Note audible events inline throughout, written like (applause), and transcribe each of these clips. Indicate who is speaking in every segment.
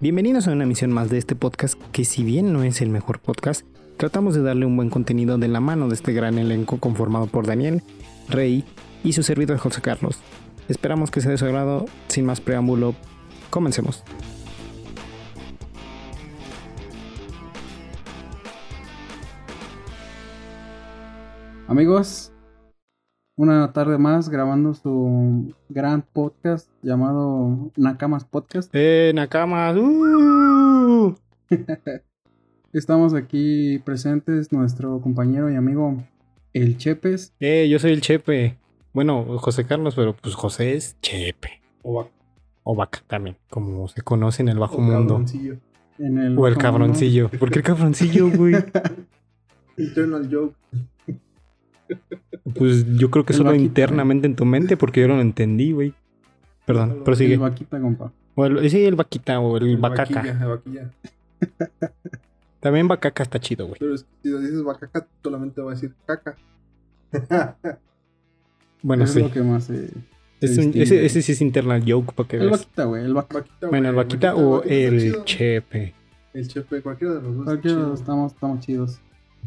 Speaker 1: Bienvenidos a una emisión más de este podcast que si bien no es el mejor podcast, tratamos de darle un buen contenido de la mano de este gran elenco conformado por Daniel, Rey y su servidor José Carlos. Esperamos que sea de su agrado, sin más preámbulo, comencemos.
Speaker 2: Amigos, una tarde más grabando su gran podcast llamado Nakamas Podcast.
Speaker 1: ¡Eh, Nakamas! ¡Uh!
Speaker 2: Estamos aquí presentes nuestro compañero y amigo El Chepes.
Speaker 1: ¡Eh, yo soy el Chepe! Bueno, José Carlos, pero pues José es Chepe.
Speaker 2: Ovac.
Speaker 1: O Vaca también, como se conoce en el bajo mundo.
Speaker 2: En el
Speaker 1: O el
Speaker 2: bajo mundo.
Speaker 1: cabroncillo. ¿Por qué el cabroncillo, güey?
Speaker 3: Internal joke.
Speaker 1: Pues yo creo que
Speaker 2: El
Speaker 1: solo
Speaker 2: vaquita,
Speaker 1: internamente en tu mente, porque yo no lo entendí, güey. Perdón,
Speaker 3: El
Speaker 2: El
Speaker 1: prosigue.
Speaker 2: vaquita, compa.
Speaker 1: O el, sí, el vaquita o el, vacaca.
Speaker 3: Vaquilla, la vaquilla.
Speaker 1: También vacaca está chido, güey.
Speaker 3: Pero es que si lo dices vacaca, solamente va a decir caca. (laughs)
Speaker 1: Bueno,
Speaker 2: es
Speaker 1: sí.
Speaker 2: lo que más eh, se
Speaker 1: Es un-
Speaker 2: distingue.
Speaker 1: ese, ese sí es internal joke, para que
Speaker 2: El
Speaker 1: veas.
Speaker 2: vaquita, güey. El vaquita.
Speaker 3: Vaquita,
Speaker 1: Bueno, el
Speaker 3: güey,
Speaker 1: vaquita
Speaker 3: vaquita,
Speaker 1: o
Speaker 3: vaquita está
Speaker 1: el
Speaker 3: chido.
Speaker 1: chepe.
Speaker 3: El chepe, cualquiera de los dos.
Speaker 2: Cualquiera de los dos
Speaker 3: está
Speaker 2: estamos, estamos chidos.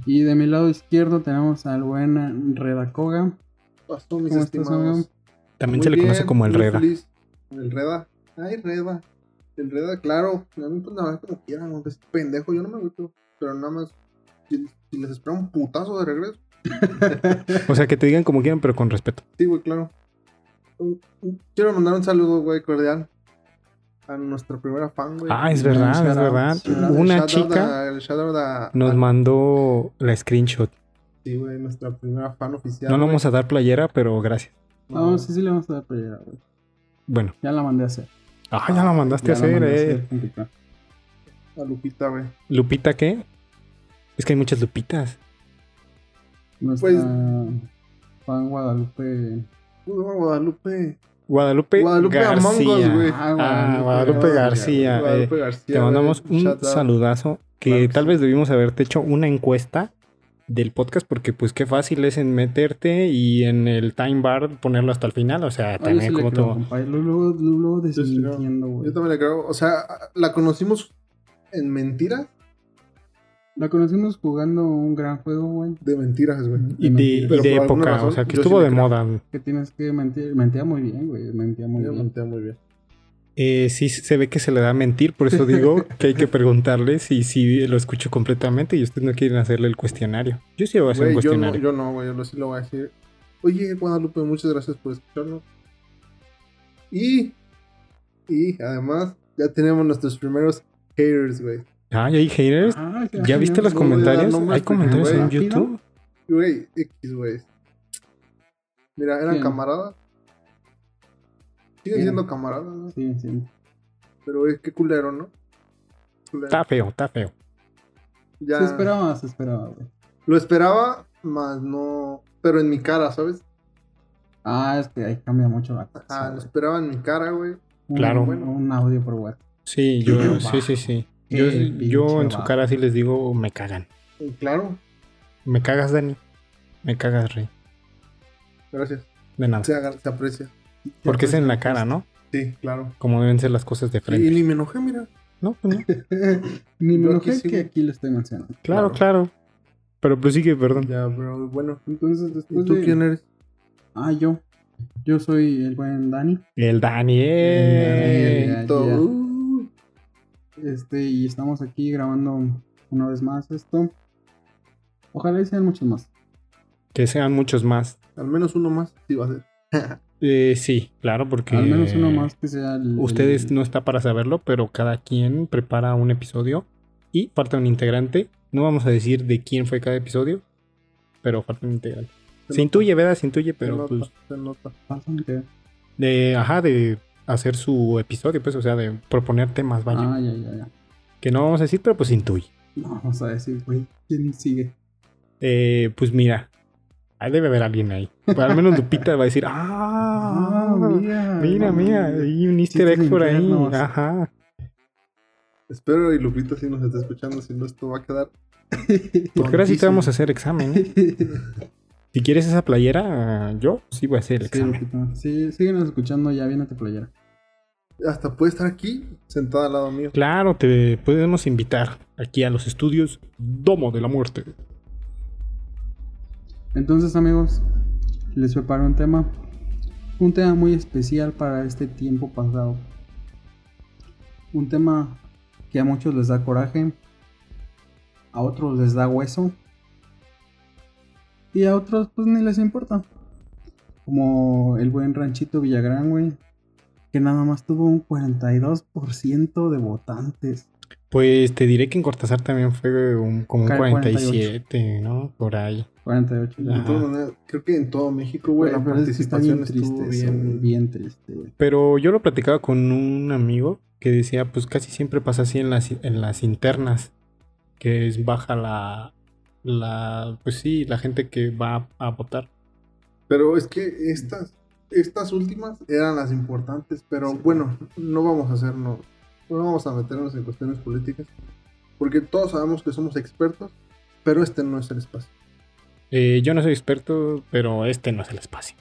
Speaker 2: Y de mi lado izquierdo tenemos al buen Redacoga.
Speaker 3: chido. Pasó, mis
Speaker 2: ¿Cómo estás,
Speaker 3: estimados.
Speaker 2: amigo?
Speaker 1: También
Speaker 3: Muy
Speaker 1: se le conoce
Speaker 3: bien,
Speaker 1: como el
Speaker 3: muy
Speaker 1: reda.
Speaker 3: feliz. El reda. Ay, reda. El reda, claro. A mí pues nada más como quieran, hombre, es pendejo, yo no me meto. Pero nada más, si, si les espera un putazo de regreso.
Speaker 1: O sea, que te digan como quieran, pero con respeto.
Speaker 3: Sí, güey, claro. Un- un- Quiero mandar un saludo, güey, cordial. A nuestra primera fan, güey.
Speaker 1: Ah, es
Speaker 2: no,
Speaker 1: verdad,
Speaker 2: shout
Speaker 1: es
Speaker 2: out,
Speaker 1: verdad.
Speaker 2: shout out,
Speaker 1: Una
Speaker 3: Shout out
Speaker 1: chica
Speaker 3: a- el shout out a-
Speaker 1: nos
Speaker 3: a-
Speaker 1: mandó la screenshot.
Speaker 3: Sí, güey, nuestra primera fan oficial. Ah,
Speaker 1: No le
Speaker 3: güey.
Speaker 1: vamos a dar playera, pero gracias.
Speaker 2: No, sí, sí le vamos a dar pelea, güey.
Speaker 1: Bueno.
Speaker 2: Ya la mandé a hacer.
Speaker 1: Ah, ya la mandaste
Speaker 2: Ya
Speaker 1: a
Speaker 2: la
Speaker 1: hacer,
Speaker 2: mandé a
Speaker 1: eh.
Speaker 2: hacer, compita.
Speaker 3: A Lupita, güey.
Speaker 1: ¿Lupita qué? Es que hay muchas lupitas.
Speaker 2: Nuestra
Speaker 3: Pues-
Speaker 2: fan Guadalupe.
Speaker 3: Uy, güey, Uh, Guadalupe.
Speaker 1: Guadalupe,
Speaker 3: Guadalupe
Speaker 1: García.
Speaker 3: Among Us, güey.
Speaker 1: Ah, Guadalupe
Speaker 3: Guadalupe
Speaker 1: García. eh,
Speaker 3: Guadalupe García.
Speaker 1: te mandamos
Speaker 3: güey.
Speaker 1: un
Speaker 3: Shout out.
Speaker 1: saludazo que
Speaker 3: Claro que
Speaker 1: tal
Speaker 3: sí.
Speaker 1: vez debimos haberte hecho una encuesta del podcast porque pues qué fácil es en meterte y en el time bar ponerlo hasta el final. O sea,
Speaker 2: Ah, yo
Speaker 1: también
Speaker 2: sí le
Speaker 1: como
Speaker 2: creo,
Speaker 1: todo.
Speaker 2: compa. Luego, luego, luego
Speaker 3: sí creo.
Speaker 2: desmintiendo, güey.
Speaker 3: Yo también le creo. O sea, la conocimos en mentiras.
Speaker 2: La conocimos jugando un gran juego, güey.
Speaker 3: De mentiras, güey.
Speaker 1: Y de, y
Speaker 3: Pero
Speaker 1: de
Speaker 3: por alguna
Speaker 1: época, o
Speaker 3: razón,
Speaker 1: sea, que
Speaker 3: yo sí
Speaker 1: estuvo
Speaker 3: le
Speaker 1: de
Speaker 3: creo.
Speaker 1: moda.
Speaker 2: Que tienes que mentir. Mentía muy bien, güey. Mentía muy
Speaker 3: Yo
Speaker 2: bien.
Speaker 3: menté muy bien.
Speaker 1: Eh, sí, se ve que se le da a mentir, por eso digo
Speaker 3: (laughs)
Speaker 1: que hay que preguntarle si, si lo escucho completamente y ustedes no quieren hacerle el cuestionario. Yo sí lo voy a hacer
Speaker 3: Güey,
Speaker 1: un
Speaker 3: yo no,
Speaker 1: cuestionario.
Speaker 3: yo no, güey. Yo lo- sí lo voy a decir. Oye, Guadalupe, muchas gracias por escucharnos. Y. Y además, ya tenemos nuestros primeros haters, güey.
Speaker 1: Ah, ¿y hay haters?
Speaker 2: Ah, sí,
Speaker 1: ¿Ya
Speaker 2: sí,
Speaker 1: viste
Speaker 2: no,
Speaker 1: los
Speaker 3: no voy a dar
Speaker 1: comentarios?
Speaker 3: nombres
Speaker 1: ¿Hay
Speaker 3: porque,
Speaker 1: comentarios
Speaker 3: güey,
Speaker 1: en
Speaker 2: rápido.
Speaker 1: YouTube?
Speaker 3: Güey, X, güey. Mira, eran
Speaker 2: Bien.
Speaker 3: camaradas. Siguen
Speaker 2: Bien.
Speaker 3: siendo camaradas, ¿no?
Speaker 2: Sí, sí.
Speaker 3: Pero es que culero, ¿no? Culero.
Speaker 1: Está feo, está feo.
Speaker 3: Ya.
Speaker 2: Se esperaba, se esperaba, güey.
Speaker 3: Lo esperaba, más no. Pero en mi cara, ¿sabes?
Speaker 2: Ah, es que ahí cambia mucho la cosa.
Speaker 3: Ajá, lo
Speaker 2: güey.
Speaker 3: esperaba en mi cara, güey.
Speaker 2: Un-
Speaker 1: Claro.
Speaker 2: Un, un audio por WhatsApp. (laughs)
Speaker 1: Sí, yo,
Speaker 2: Pinche
Speaker 1: sí,
Speaker 2: vato.
Speaker 1: sí, sí.
Speaker 2: Qué
Speaker 1: Yo,
Speaker 2: pinche
Speaker 1: yo en su
Speaker 2: vato.
Speaker 1: cara sí les digo, me cagan.
Speaker 3: Y Claro,
Speaker 1: Me cagas, Dani. Me cagas, Rey.
Speaker 3: gracias.
Speaker 1: De nada.
Speaker 3: Se, agar- se aprecia.
Speaker 1: Porque es en
Speaker 2: pues,
Speaker 1: la cara, ¿no?
Speaker 3: Sí, claro.
Speaker 1: Como deben ser las cosas de
Speaker 3: Y,
Speaker 1: frente.
Speaker 3: ni me enojé, mira.
Speaker 1: No,
Speaker 2: (laughs)
Speaker 1: pues no.
Speaker 2: Ni me
Speaker 3: Yo
Speaker 2: enojé
Speaker 3: aquí sí,
Speaker 2: que
Speaker 3: güey.
Speaker 2: aquí lo estoy mencionando.
Speaker 1: Claro, claro. Pero pues sigue, perdón.
Speaker 3: Ya, pero bueno.
Speaker 2: Entonces,
Speaker 3: ¿Y
Speaker 1: Pues
Speaker 2: después
Speaker 3: tú
Speaker 2: de...
Speaker 3: quién eres?
Speaker 2: Ah, yo. Yo soy el buen Dani.
Speaker 1: El
Speaker 2: El
Speaker 1: Daniel.
Speaker 2: Daniel. ya,
Speaker 3: Todo.
Speaker 2: ya.
Speaker 3: Uh,
Speaker 2: Este, y estamos aquí grabando una vez más esto. Ojalá y sean muchos más.
Speaker 1: Que sean muchos más.
Speaker 3: al menos uno más sí va a ser.
Speaker 1: Eh, sí, claro, porque.
Speaker 2: Al menos uno más que sea el...
Speaker 1: Ustedes no está para saberlo, pero cada quien prepara un episodio y falta un integrante. No vamos a decir de quién fue cada episodio, pero falta un integrante. Se intuye, ¿verdad? Se intuye,
Speaker 3: Se
Speaker 1: pero
Speaker 3: nota,
Speaker 1: pues.
Speaker 3: se nota.
Speaker 2: Pasan que-
Speaker 1: De, ajá, de hacer su episodio, pues, o sea, de proponer temas, vaya.
Speaker 2: Ah, ya, ya, ya.
Speaker 1: Que no vamos a decir, pero pues intuye.
Speaker 2: No, vamos a decir, güey, ¿quién sigue?
Speaker 1: Eh, pues mira, ahí debe haber alguien ahí. Pues, al menos Lupita va a decir, ah,
Speaker 2: mira.
Speaker 1: mira,
Speaker 2: no,
Speaker 1: mira,
Speaker 2: no, (laughs)
Speaker 1: hay un easter
Speaker 2: Chistes
Speaker 1: egg por ahí.
Speaker 2: internos.
Speaker 1: Ajá.
Speaker 3: Espero y Lupita si nos está escuchando, si no esto va a quedar.
Speaker 1: Porque ahora sí te
Speaker 3: tontísimo.
Speaker 1: vamos a hacer examen. ¿eh? Si quieres esa playera, yo sí voy a hacer el
Speaker 2: Sí,
Speaker 1: examen.
Speaker 2: Lupita. Sí, síguenos escuchando, ya viene tu playera.
Speaker 3: Hasta puede estar aquí, sentada al lado mío.
Speaker 1: Claro, te podemos invitar aquí a los estudios Domo de la Muerte.
Speaker 2: Entonces, amigos, les preparo un tema. Un tema muy especial para este tiempo pasado. Un tema que a muchos les da coraje, a otros les da hueso y a otros pues ni les importa. Como el buen ranchito Villagrán, güey, que nada más tuvo un 42% de votantes.
Speaker 1: Pues te diré que en Cortázar también fue un- como un
Speaker 2: Ca-
Speaker 1: 47, ¿no? Por ahí.
Speaker 2: 48.
Speaker 1: Ajá.
Speaker 3: De todas maneras, creo que en todo México,
Speaker 2: Güey,
Speaker 3: güey, la
Speaker 2: pero es que está bien
Speaker 3: participación
Speaker 2: triste,
Speaker 3: estuvo
Speaker 2: eso, güey,
Speaker 3: bien.
Speaker 2: bien triste, güey.
Speaker 1: Pero yo lo platicaba con un amigo que decía, pues casi siempre pasa así en las, en las internas, que es baja la, la, pues sí, la gente que va a votar.
Speaker 3: Pero es que estas, estas últimas eran las importantes, pero
Speaker 1: Sí.
Speaker 3: bueno, no vamos a hacernos, no vamos a meternos en cuestiones políticas, porque todos sabemos que somos expertos, pero este no es el espacio.
Speaker 1: Eh, yo no soy experto, pero este no es el espacio.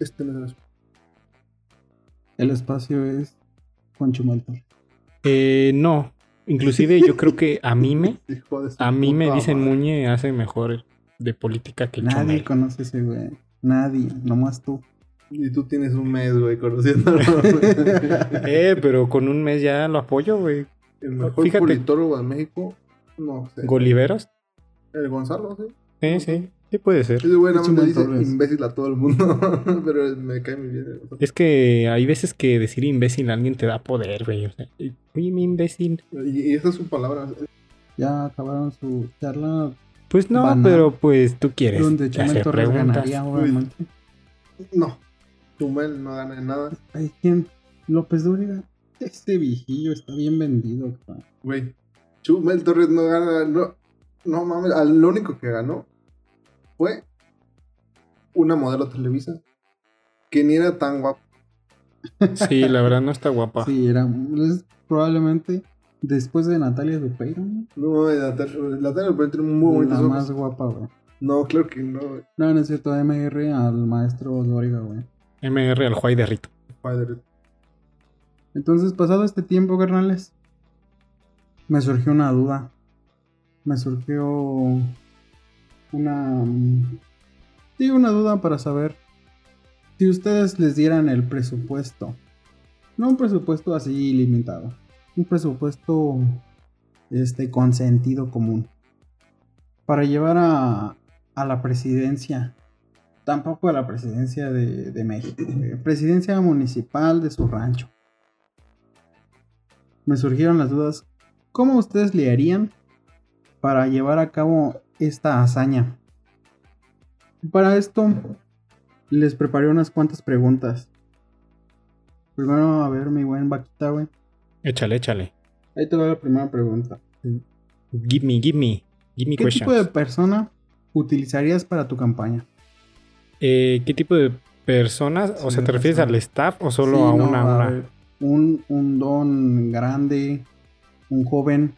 Speaker 3: Este no es el espacio.
Speaker 2: El espacio es Juan Chumel Torres.
Speaker 1: Eh, no, inclusive yo creo que a mí me,
Speaker 3: Hijo de su
Speaker 1: a mí me
Speaker 3: puta
Speaker 1: dicen
Speaker 3: madre.
Speaker 1: Muñe hace mejor de política que el
Speaker 2: Nadie
Speaker 1: Chumel.
Speaker 2: conoce ese güey. Nadie, nomás tú.
Speaker 3: Y tú tienes un mes, güey, conociéndolo.
Speaker 1: Eh, pero con un mes ya lo apoyo, güey.
Speaker 3: el mejor
Speaker 1: Fíjate.
Speaker 3: politólogo de México, no sé.
Speaker 1: Goliveros.
Speaker 3: el Gonzalo, sí.
Speaker 1: Sí, sí, sí puede ser.
Speaker 3: Ese güey nada más le dice
Speaker 2: Chumel Torres.
Speaker 3: imbécil a todo el mundo, (laughs) pero me cae muy bien.
Speaker 1: Es que hay veces que decir imbécil a alguien te da poder, güey. O sea, "Uy, mi imbécil.
Speaker 3: Y, y esa es su palabra.
Speaker 2: Ya acabaron su charla
Speaker 1: Pues no,
Speaker 2: Banal.
Speaker 1: pero pues tú quieres
Speaker 2: donde
Speaker 1: hacer
Speaker 2: Chumel Torres
Speaker 1: preguntas.
Speaker 2: ganaría, obviamente.
Speaker 3: No, Chumel no gana en nada.
Speaker 2: Ay, ¿quién? López Dóriga. Este viejillo está bien vendido, cabrón.
Speaker 3: Güey, Chumel Torres no gana. No, no mames, al- lo único que ganó fue una modelo Televisa que ni era tan guapa.
Speaker 1: (laughs) Sí, la verdad no está guapa.
Speaker 2: Sí, era es probablemente después de Natalia Lupeiro, ¿no?
Speaker 3: No, la Tel- la Tele Pero tiene muy bonitos
Speaker 2: la
Speaker 3: ojos.
Speaker 2: más guapa, güey.
Speaker 3: No, claro que no, güey.
Speaker 2: No, no es cierto, MR al maestro Dóriga, güey.
Speaker 1: MR al Juay de Rito.
Speaker 3: Padre.
Speaker 2: Entonces, pasado este tiempo, carnales, me surgió una duda. Me surgió una. mm, Sí, una duda para saber si ustedes les dieran el presupuesto. No un presupuesto así ilimitado. Un presupuesto este, con sentido común. Para llevar a, a la presidencia. Tampoco a la presidencia de, de México. güey, Presidencia municipal de su rancho me surgieron las dudas. ¿Cómo ustedes le harían para llevar a cabo esta hazaña? Para esto les preparé unas cuantas preguntas. Primero, a ver, mi buen vaquita, güey.
Speaker 1: Échale, échale.
Speaker 2: Ahí te va la primera pregunta.
Speaker 1: Give me, give me. Give me
Speaker 2: ¿Qué
Speaker 1: questions.
Speaker 2: tipo de persona utilizarías para tu campaña?
Speaker 1: Eh, ¿Qué tipo de personas? O
Speaker 2: Sí,
Speaker 1: sea, ¿te
Speaker 2: de
Speaker 1: refieres
Speaker 2: personas.
Speaker 1: al staff o solo
Speaker 2: Sí,
Speaker 1: a
Speaker 2: no,
Speaker 1: una?
Speaker 2: a
Speaker 1: una?
Speaker 2: ver, Un, un don grande, un joven,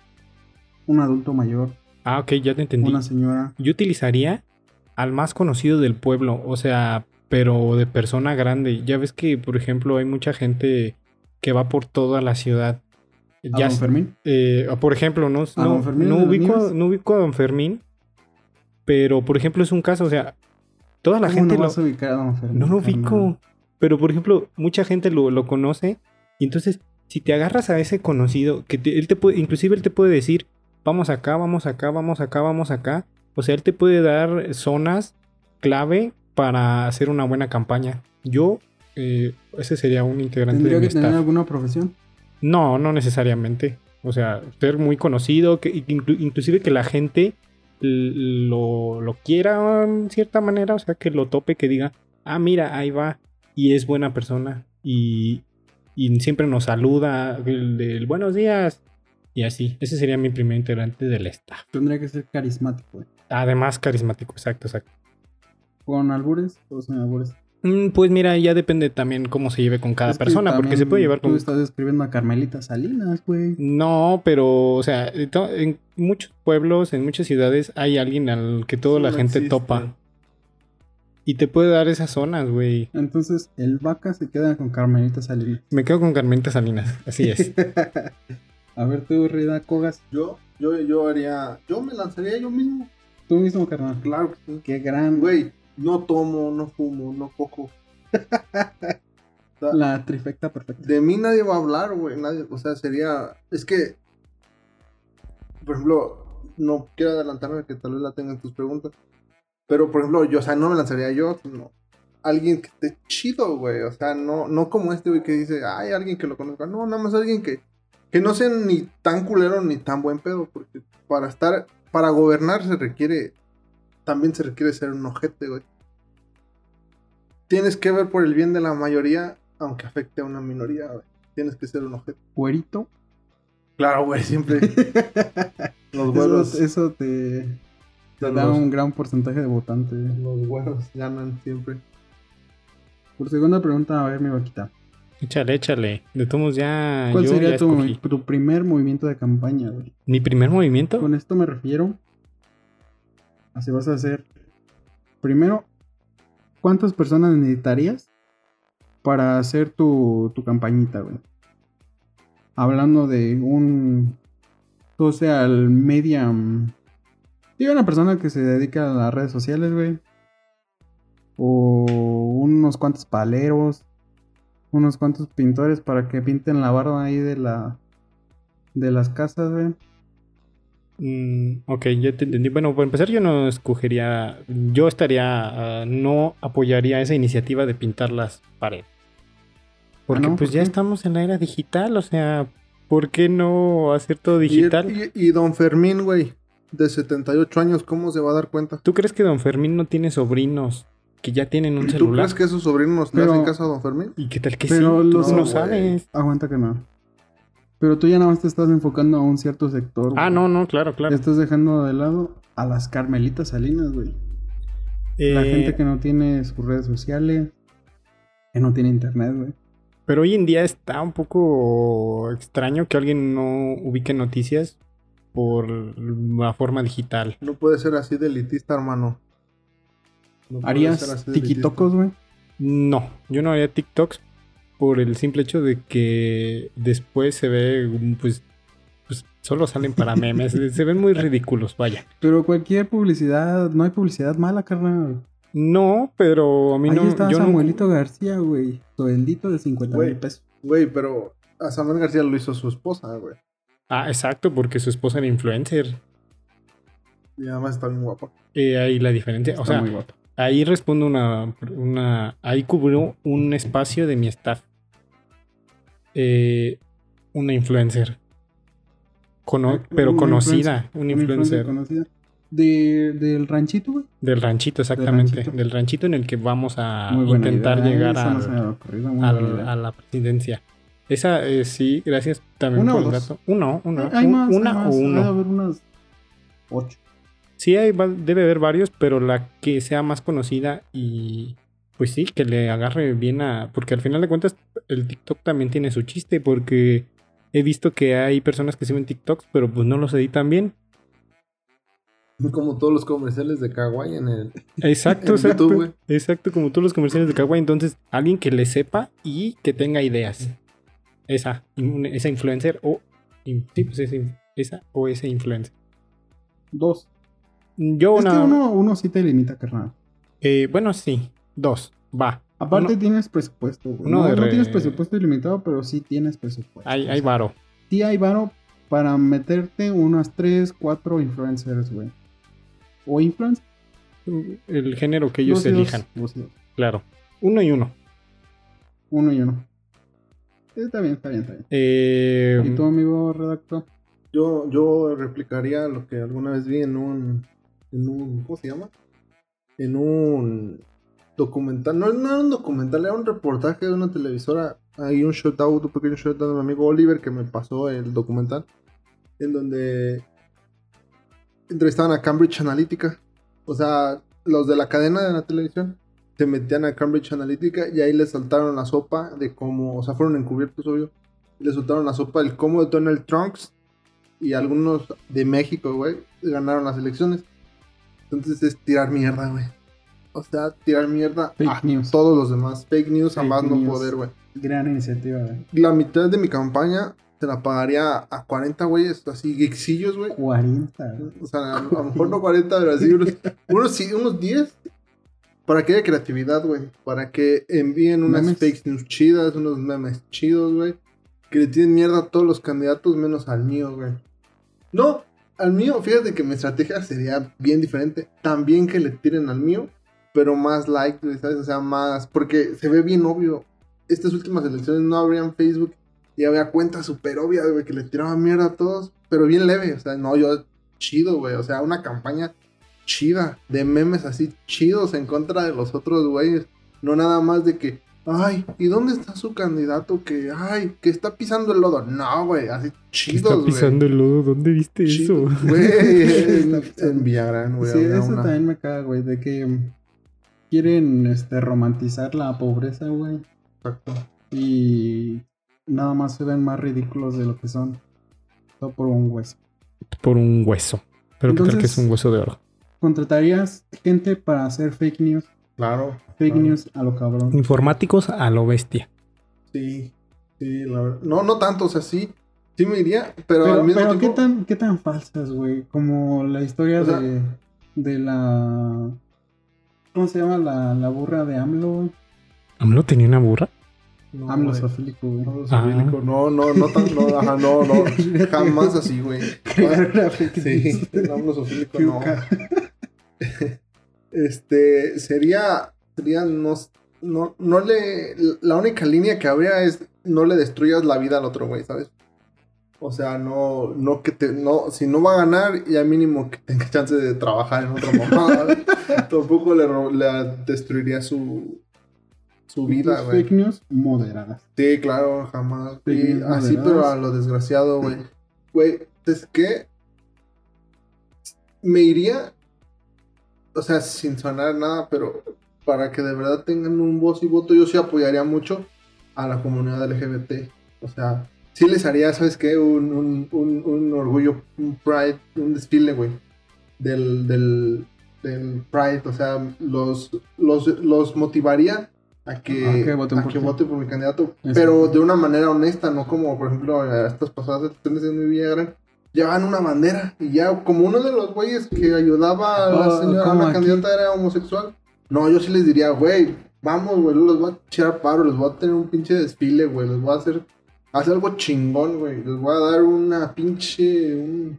Speaker 2: un adulto mayor,
Speaker 1: Ah, ok, ya te entendí.
Speaker 2: una señora.
Speaker 1: Yo utilizaría al más conocido del pueblo, o sea, pero de persona grande. Ya ves que, por ejemplo, hay mucha gente que va por toda la ciudad.
Speaker 2: ¿A
Speaker 1: Ya,
Speaker 2: don
Speaker 1: s-
Speaker 2: Fermín?
Speaker 1: eh, por ejemplo, no,
Speaker 2: ¿A
Speaker 1: no-
Speaker 2: don Fermín
Speaker 1: no
Speaker 2: de los
Speaker 1: ubico,
Speaker 2: míos?
Speaker 1: no ubico a Don Fermín, pero por ejemplo es un caso, o sea, toda la
Speaker 2: ¿Cómo
Speaker 1: gente
Speaker 2: no
Speaker 1: lo,
Speaker 2: vas a ubicar a don
Speaker 1: (laughs)
Speaker 2: Fermín?
Speaker 1: no lo
Speaker 2: carnal?
Speaker 1: ubico. Pero, por ejemplo, mucha gente lo, lo conoce. Y entonces, si te agarras a ese conocido, que te- él te puede, inclusive él te puede decir, vamos acá, vamos acá, vamos acá, vamos acá. O sea, él te puede dar zonas clave para hacer una buena campaña. Yo, eh, ese sería un integrante
Speaker 2: ¿Tendría
Speaker 1: de mi
Speaker 2: que tener
Speaker 1: staff.
Speaker 2: alguna profesión?
Speaker 1: No, no necesariamente. O sea, ser muy conocido, que inclu- inclusive que la gente l- lo, lo quiera um, en cierta manera, o sea, que lo tope, que diga, ah, mira, ahí va, y es buena persona, y, y siempre nos saluda, el, del buenos días, y así. Ese sería mi primer integrante del staff.
Speaker 2: Tendría que ser carismático, güey.
Speaker 1: Además, carismático, exacto, exacto.
Speaker 2: ¿Con albures o sin albures?
Speaker 1: Mm, Pues mira, ya depende también cómo se lleve con cada
Speaker 2: Es que
Speaker 1: persona, porque se
Speaker 2: también
Speaker 1: puede llevar con...
Speaker 2: Tú estás describiendo a Carmelita Salinas, güey.
Speaker 1: No, pero, o sea, en to- en muchos pueblos, en muchas ciudades, hay alguien al que toda
Speaker 3: Sí,
Speaker 1: la
Speaker 3: no
Speaker 1: gente
Speaker 3: existe.
Speaker 1: topa. Y te puede dar esas zonas, güey.
Speaker 2: Entonces, el vaca se queda con Carmelita Salinas.
Speaker 1: Me quedo con Carmenta Salinas, así es.
Speaker 2: (laughs) A ver, tú, Rida Cogas,
Speaker 3: Yo, yo, yo haría. Yo me lanzaría yo mismo.
Speaker 2: tú mismo, carnal.
Speaker 3: Claro que sí.
Speaker 2: Qué gran, güey.
Speaker 3: Güey, no tomo, no fumo, no coco.
Speaker 2: La trifecta perfecta.
Speaker 3: De mí nadie va a hablar, güey. Nadie, o sea, sería. Es que. Por ejemplo, no quiero adelantarme que tal vez la tengan tus preguntas. Pero, por ejemplo, yo, o sea, no me lanzaría yo, sino alguien que esté chido, güey. O sea, no, no como este, güey, que dice, ay, alguien que lo conozca. No, nada más alguien que, que no sea ni tan culero ni tan buen pedo. Porque para estar, para gobernar se requiere, también se requiere ser un ojete, güey. Tienes que ver por el bien de la mayoría, aunque afecte a una minoría, güey. Tienes que ser un ojete.
Speaker 2: Cuerito.
Speaker 3: Claro, güey, siempre. (laughs) los güeros,
Speaker 2: Eso, eso te, te da
Speaker 3: los-
Speaker 2: un gran porcentaje de votantes.
Speaker 3: los güeros ganan siempre.
Speaker 2: Por segunda pregunta, a ver, mi vaquita.
Speaker 1: échale, échale. De todos ya.
Speaker 2: ¿Cuál
Speaker 1: Ah, yo
Speaker 2: sería
Speaker 1: ya
Speaker 2: tu,
Speaker 1: escogí.
Speaker 2: tu primer movimiento de campaña, güey?
Speaker 1: Mi primer movimiento.
Speaker 2: Con esto me refiero. Así vas a hacer. Primero, ¿cuántas personas necesitarías para hacer tu, tu campañita, güey? Hablando de un social media. mm, Digo, una persona que se dedica a las redes sociales, güey. O unos cuantos paleros. Unos cuantos pintores para que pinten la barba ahí de la. de las casas, güey.
Speaker 1: Mm, ok, ya te entendí. Bueno, para empezar, yo no escogería. Yo estaría. ah, no apoyaría esa iniciativa de pintar las paredes. Porque
Speaker 2: Ah, ¿no?
Speaker 1: pues
Speaker 2: ¿Por
Speaker 1: ya
Speaker 2: qué?
Speaker 1: estamos en la era digital, o sea, ¿por qué no hacer todo digital?
Speaker 3: Y, y- y don Fermín, güey, de 78 años, ¿cómo se va a dar cuenta?
Speaker 1: ¿Tú crees que Don Fermín no tiene sobrinos que ya tienen un
Speaker 3: ¿Tú
Speaker 1: celular?
Speaker 3: crees que esos sobrinos nos
Speaker 2: Pero-
Speaker 3: hacen caso a don Fermín?
Speaker 1: ¿Y qué tal que
Speaker 2: Pero
Speaker 1: sí? Tú
Speaker 2: los-
Speaker 1: no,
Speaker 3: No, güey.
Speaker 1: sabes.
Speaker 2: Aguanta que no. Pero tú ya nada más te estás enfocando a un cierto sector.
Speaker 1: Ah,
Speaker 2: güey.
Speaker 1: no, no, claro, claro.
Speaker 2: Estás dejando de lado a las Carmelitas Salinas, güey. La
Speaker 1: Eh,
Speaker 2: gente que no tiene sus redes sociales, que no tiene internet, güey.
Speaker 1: Pero hoy en día está un poco extraño que alguien no ubique noticias por la forma digital.
Speaker 3: No puede ser así de elitista, hermano. No puede ser
Speaker 2: Harías
Speaker 3: así de
Speaker 2: tiquitocos, güey.
Speaker 1: No, yo no haría TikToks por el simple hecho de que después se ve, mm, pues, pues solo salen para
Speaker 2: (laughs)
Speaker 1: memes. se ven muy ridículos, vaya.
Speaker 2: Pero cualquier publicidad, no hay publicidad mala, carnal.
Speaker 1: No, pero a mí
Speaker 2: Ahí
Speaker 1: no.
Speaker 2: está
Speaker 1: yo no-
Speaker 2: Samuelito García, güey. Sueldito de 50
Speaker 3: Güey.
Speaker 2: mil pesos.
Speaker 3: Güey, pero a Samuel García lo hizo su esposa, güey.
Speaker 1: Ah, exacto, porque su esposa era influencer.
Speaker 3: Y además está bien guapa.
Speaker 1: Eh, ahí la diferencia. O
Speaker 2: Está
Speaker 1: sea,
Speaker 2: muy guapo.
Speaker 1: Ahí respondo una, una- Ahí cubrió un espacio de mi staff. Eh, una influencer. Cono-
Speaker 2: Una
Speaker 1: pero
Speaker 2: Ah, influencer,
Speaker 1: conocida. Un
Speaker 2: Una influencer
Speaker 1: influencer.
Speaker 2: conocida. De- del ranchito, güey.
Speaker 1: Del ranchito, exactamente.
Speaker 2: ranchito.
Speaker 1: Del ranchito en el que vamos a
Speaker 2: Muy buena
Speaker 1: Ah, intentar
Speaker 2: idea, ¿eh?
Speaker 1: llegar
Speaker 2: Esa no se me
Speaker 1: al-
Speaker 2: había ocurrido, muy
Speaker 1: al-
Speaker 2: buena idea.
Speaker 1: a la presidencia. Esa, eh, sí, gracias también
Speaker 2: ¿Una
Speaker 1: por
Speaker 2: o
Speaker 1: el
Speaker 2: dos?
Speaker 1: dato. Uno, uno.
Speaker 2: Hay
Speaker 1: un-
Speaker 2: más,
Speaker 1: una
Speaker 2: hay
Speaker 1: o
Speaker 2: más,
Speaker 1: uno.
Speaker 2: ha de haber unas ocho.
Speaker 1: Sí, hay, va- debe haber varios, pero la que sea más conocida y pues sí, que le agarre bien a... Porque al final de cuentas el TikTok también tiene su chiste porque he visto que hay personas que suben TikToks, pero pues no los editan
Speaker 2: (laughs)
Speaker 1: bien.
Speaker 3: Como todos los comerciales de Kawaii en el.
Speaker 1: Exacto,
Speaker 3: En
Speaker 1: exacto.
Speaker 3: YouTube, güey.
Speaker 1: exacto, como todos los comerciales de Kawaii. Entonces, alguien que le sepa y que tenga ideas. Esa, in- esa influencer o... in- sí, pues esa, in- esa o ese influencer.
Speaker 2: Dos.
Speaker 1: Yo
Speaker 2: es que
Speaker 1: una-
Speaker 2: uno, uno sí te limita, carnal.
Speaker 1: eh, bueno, sí. Dos. Va.
Speaker 2: Aparte
Speaker 1: Uno-
Speaker 2: tienes presupuesto, güey.
Speaker 1: uno
Speaker 2: No,
Speaker 1: de
Speaker 2: no
Speaker 1: re-
Speaker 2: tienes presupuesto ilimitado, pero sí tienes presupuesto.
Speaker 1: hay,
Speaker 2: O
Speaker 1: hay
Speaker 2: sea,
Speaker 1: varo.
Speaker 2: Sí hay varo para meterte unas 3, 4 influencers, güey. O influencers.
Speaker 1: el género que ellos
Speaker 2: dos y dos,
Speaker 1: elijan,
Speaker 2: dos y dos.
Speaker 1: claro. Uno y uno.
Speaker 2: Uno y uno. Eh, Está bien, está bien, está bien.
Speaker 1: Eh,
Speaker 2: ¿Y tu amigo redacto?
Speaker 3: Yo, yo replicaría lo que alguna vez vi en un, en un, ¿cómo se llama? En un documental, no, no era un documental, era un reportaje de una televisora, hay un shoutout, un pequeño shoutout de mi amigo Oliver que me pasó el documental, en donde entrevistaban a Cambridge Analytica, o sea, los de la cadena de la televisión se metían a Cambridge Analytica y ahí les saltaron la sopa de cómo, o sea, fueron encubiertos, obvio, les soltaron la sopa del cómo Donald Trump y algunos de México, güey, ganaron las elecciones. Entonces es tirar mierda, güey. O sea, tirar mierda
Speaker 2: Fake
Speaker 3: a
Speaker 2: news.
Speaker 3: todos los demás. Fake news a
Speaker 2: Fake
Speaker 3: más no
Speaker 2: news.
Speaker 3: poder, güey.
Speaker 2: Gran iniciativa, güey.
Speaker 3: La mitad de mi campaña se la pagaría a 40 güeyes, así, geeksillos, güey.
Speaker 2: 40, güey.
Speaker 3: O sea, a lo a lo mejor no 40, pero así unos, unos, sí, unos 10. Para que haya creatividad, güey. Para que envíen unas
Speaker 2: Memes.
Speaker 3: fake news chidas, unos memes chidos, güey. Que le tienen mierda a todos los candidatos menos al mío, güey. No, al mío, fíjate que mi estrategia sería bien diferente. También que le tiren al mío, pero más like, güey, ¿sabes? O sea, más. Porque se ve bien obvio. Estas últimas elecciones no abrían Facebook y había cuentas súper obvias, güey, que le tiraban mierda a todos, pero bien leve. O sea, no, yo chido, güey. O sea, una campaña chida, de memes así chidos en contra de los otros güeyes. No nada más de que, ay, ¿y dónde está su candidato que, ay, que está pisando el lodo? No, güey, así chidos,
Speaker 1: Está
Speaker 3: güey.
Speaker 1: pisando el lodo. ¿Dónde viste
Speaker 3: Chido,
Speaker 1: eso? (laughs)
Speaker 3: Güey,
Speaker 2: Está
Speaker 3: en,
Speaker 2: pisando.
Speaker 3: en Villagrán, güey.
Speaker 2: Sí,
Speaker 3: había
Speaker 2: eso
Speaker 3: una-
Speaker 2: también me caga, güey, de que mm, quieren este, romantizar la pobreza, güey.
Speaker 3: Exacto.
Speaker 2: Y nada más se ven más ridículos de lo que son. Todo por un hueso.
Speaker 1: Por un hueso. Pero qué tal que es
Speaker 2: Entonces-
Speaker 1: un hueso de oro.
Speaker 2: ¿Contratarías gente para hacer fake news?
Speaker 3: Claro.
Speaker 2: Fake
Speaker 3: claro.
Speaker 2: news a lo cabrón.
Speaker 1: Informáticos a lo bestia.
Speaker 3: Sí, sí, la verdad. No, no tanto, o sea, sí, sí me iría, pero, al
Speaker 2: Pero,
Speaker 3: mismo
Speaker 2: pero ¿qué,
Speaker 3: tiempo.
Speaker 2: tan, ¿qué tan falsas, güey? Como la historia
Speaker 3: O sea-
Speaker 2: de, de la... ¿Cómo se llama? La, la burra de AMLO, güey.
Speaker 1: ¿AMLO tenía una burra?
Speaker 3: No,
Speaker 2: AMLO
Speaker 3: güey.
Speaker 2: sofílico, güey.
Speaker 3: Hablo sofílico. No, no, no, tan, no, ajá,
Speaker 2: (laughs)
Speaker 3: no, no, jamás así, güey.
Speaker 2: Crear una
Speaker 3: (laughs)
Speaker 2: fake (laughs) news.
Speaker 3: Sí, el hablo sofílico,
Speaker 2: Qué
Speaker 3: no.
Speaker 2: ca-
Speaker 3: (laughs) Este, sería, sería, no, no, no le, la única línea que habría es no le destruyas la vida al otro güey, ¿sabes? O sea, no, no que te, no, si no va a ganar, ya mínimo que tenga chance de trabajar en otra mamada, güey.
Speaker 2: (laughs)
Speaker 3: tampoco le, ro- le destruiría su, su vida,
Speaker 2: Tus
Speaker 3: güey.
Speaker 2: Fake news moderadas.
Speaker 3: Sí, claro, jamás.
Speaker 2: Sí,
Speaker 3: Y
Speaker 2: no,
Speaker 3: así,
Speaker 2: de
Speaker 3: pero
Speaker 2: veras.
Speaker 3: a lo desgraciado, güey. Güey, es que me iría, o sea, sin sonar nada, pero para que de verdad tengan un voz y voto, yo sí apoyaría mucho a la comunidad LGBT. O sea, sí les haría, ¿sabes qué? Un, un, un, un orgullo, un pride, un desfile, güey. Del, del, del pride, o sea, los, los, los motivaría a que,
Speaker 2: A que voten
Speaker 3: a
Speaker 2: por
Speaker 3: que
Speaker 2: ti.
Speaker 3: voten este, por mi candidato,
Speaker 2: Exacto.
Speaker 3: pero de una manera honesta, no como, por ejemplo, eh, estas pasadas elecciones de mi Villagrán. Llevaban una bandera y ya, como uno de los güeyes que ayudaba a la
Speaker 2: Ah,
Speaker 3: señora, a
Speaker 2: como
Speaker 3: la
Speaker 2: aquí.
Speaker 3: candidata era homosexual, no, yo sí les diría, güey, vamos, güey, los voy a echar paro, les voy a tener un pinche desfile, güey, les voy a hacer, hacer algo chingón, güey, les voy a dar una pinche, un-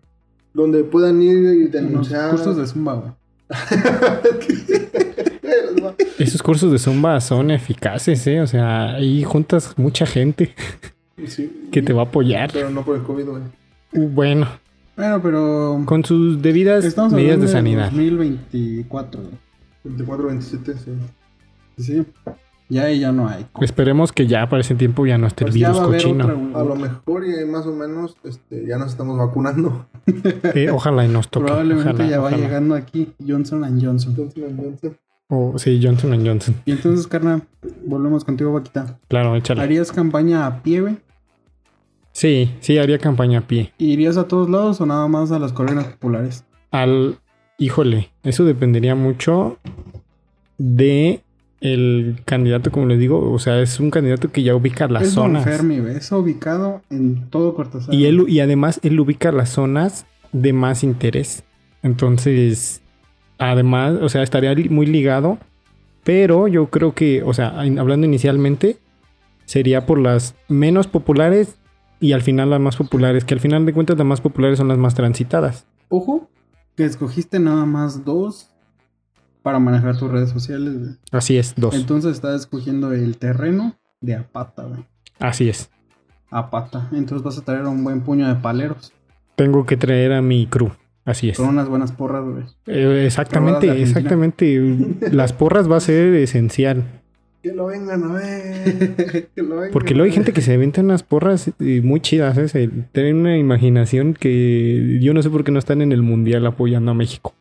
Speaker 3: donde puedan ir y
Speaker 2: Unos
Speaker 3: denunciar.
Speaker 2: cursos de Zumba, güey.
Speaker 3: (laughs) Les voy a-
Speaker 1: Esos cursos de Zumba son eficaces, ¿eh? O sea, ahí juntas mucha gente
Speaker 3: Sí.
Speaker 1: que te va a apoyar. Uh,
Speaker 3: Pero no por el COVID, güey.
Speaker 1: Bueno,
Speaker 2: Bueno, pero...
Speaker 1: con sus debidas
Speaker 2: Estamos
Speaker 1: medidas
Speaker 2: hablando
Speaker 1: de
Speaker 2: de
Speaker 1: sanidad.
Speaker 2: 2024, güey.
Speaker 3: 24, 27, sí.
Speaker 2: Sí. Ya ahí ya no hay. Pues
Speaker 1: Esperemos que ya para ese tiempo ya no esté el
Speaker 2: ya
Speaker 1: virus cochino.
Speaker 2: güey.
Speaker 3: A lo mejor y más o menos este, ya nos estamos vacunando. (laughs)
Speaker 1: Eh, ojalá y nos toque.
Speaker 2: Probablemente
Speaker 1: ojalá,
Speaker 2: ya va
Speaker 1: ojalá.
Speaker 2: llegando aquí Johnson and Johnson.
Speaker 3: Entonces, entonces,
Speaker 1: O- Oh, sí, Johnson Johnson.
Speaker 2: Y entonces, carnal, volvemos contigo, Vaquita.
Speaker 1: Claro, échale.
Speaker 2: ¿Harías campaña a pie, güey?
Speaker 1: Sí, sí, haría campaña a pie.
Speaker 2: ¿Irías a todos lados o nada más a las colonias populares?
Speaker 1: Al. Híjole, eso dependería mucho de el candidato, como les digo. O sea, es un candidato que ya ubica las
Speaker 2: es
Speaker 1: zonas.
Speaker 2: Don Fermi, güey. Es ubicado en todo Cortázar.
Speaker 1: Y él y además él ubica las zonas de más interés. Entonces, además, o sea, estaría li- muy ligado, pero yo creo que, o sea, en- hablando inicialmente, sería por las menos populares y al final las más populares, que al final de cuentas las más populares son las más transitadas.
Speaker 2: Ojo, que escogiste nada más dos para manejar tus redes sociales, güey.
Speaker 1: Así es, dos.
Speaker 2: Entonces estás escogiendo el terreno de Apata, güey.
Speaker 1: Así es.
Speaker 2: Apata. Entonces vas a traer un buen puño de paleros.
Speaker 1: Tengo que traer a mi crew. Así es.
Speaker 2: Con unas buenas porras, güey.
Speaker 1: Eh,
Speaker 2: Rodadas
Speaker 1: exactamente,
Speaker 2: de Argentina.
Speaker 1: exactamente.
Speaker 2: (laughs)
Speaker 1: Las porras va a ser esencial.
Speaker 3: que lo vengan a ver. (laughs) Que lo vengan
Speaker 1: Porque
Speaker 3: a
Speaker 1: luego hay
Speaker 3: ver.
Speaker 1: gente que se avienta unas porras eh, muy chidas, ¿eh? Se- Tienen una imaginación que yo no sé por qué no están en el mundial apoyando a México.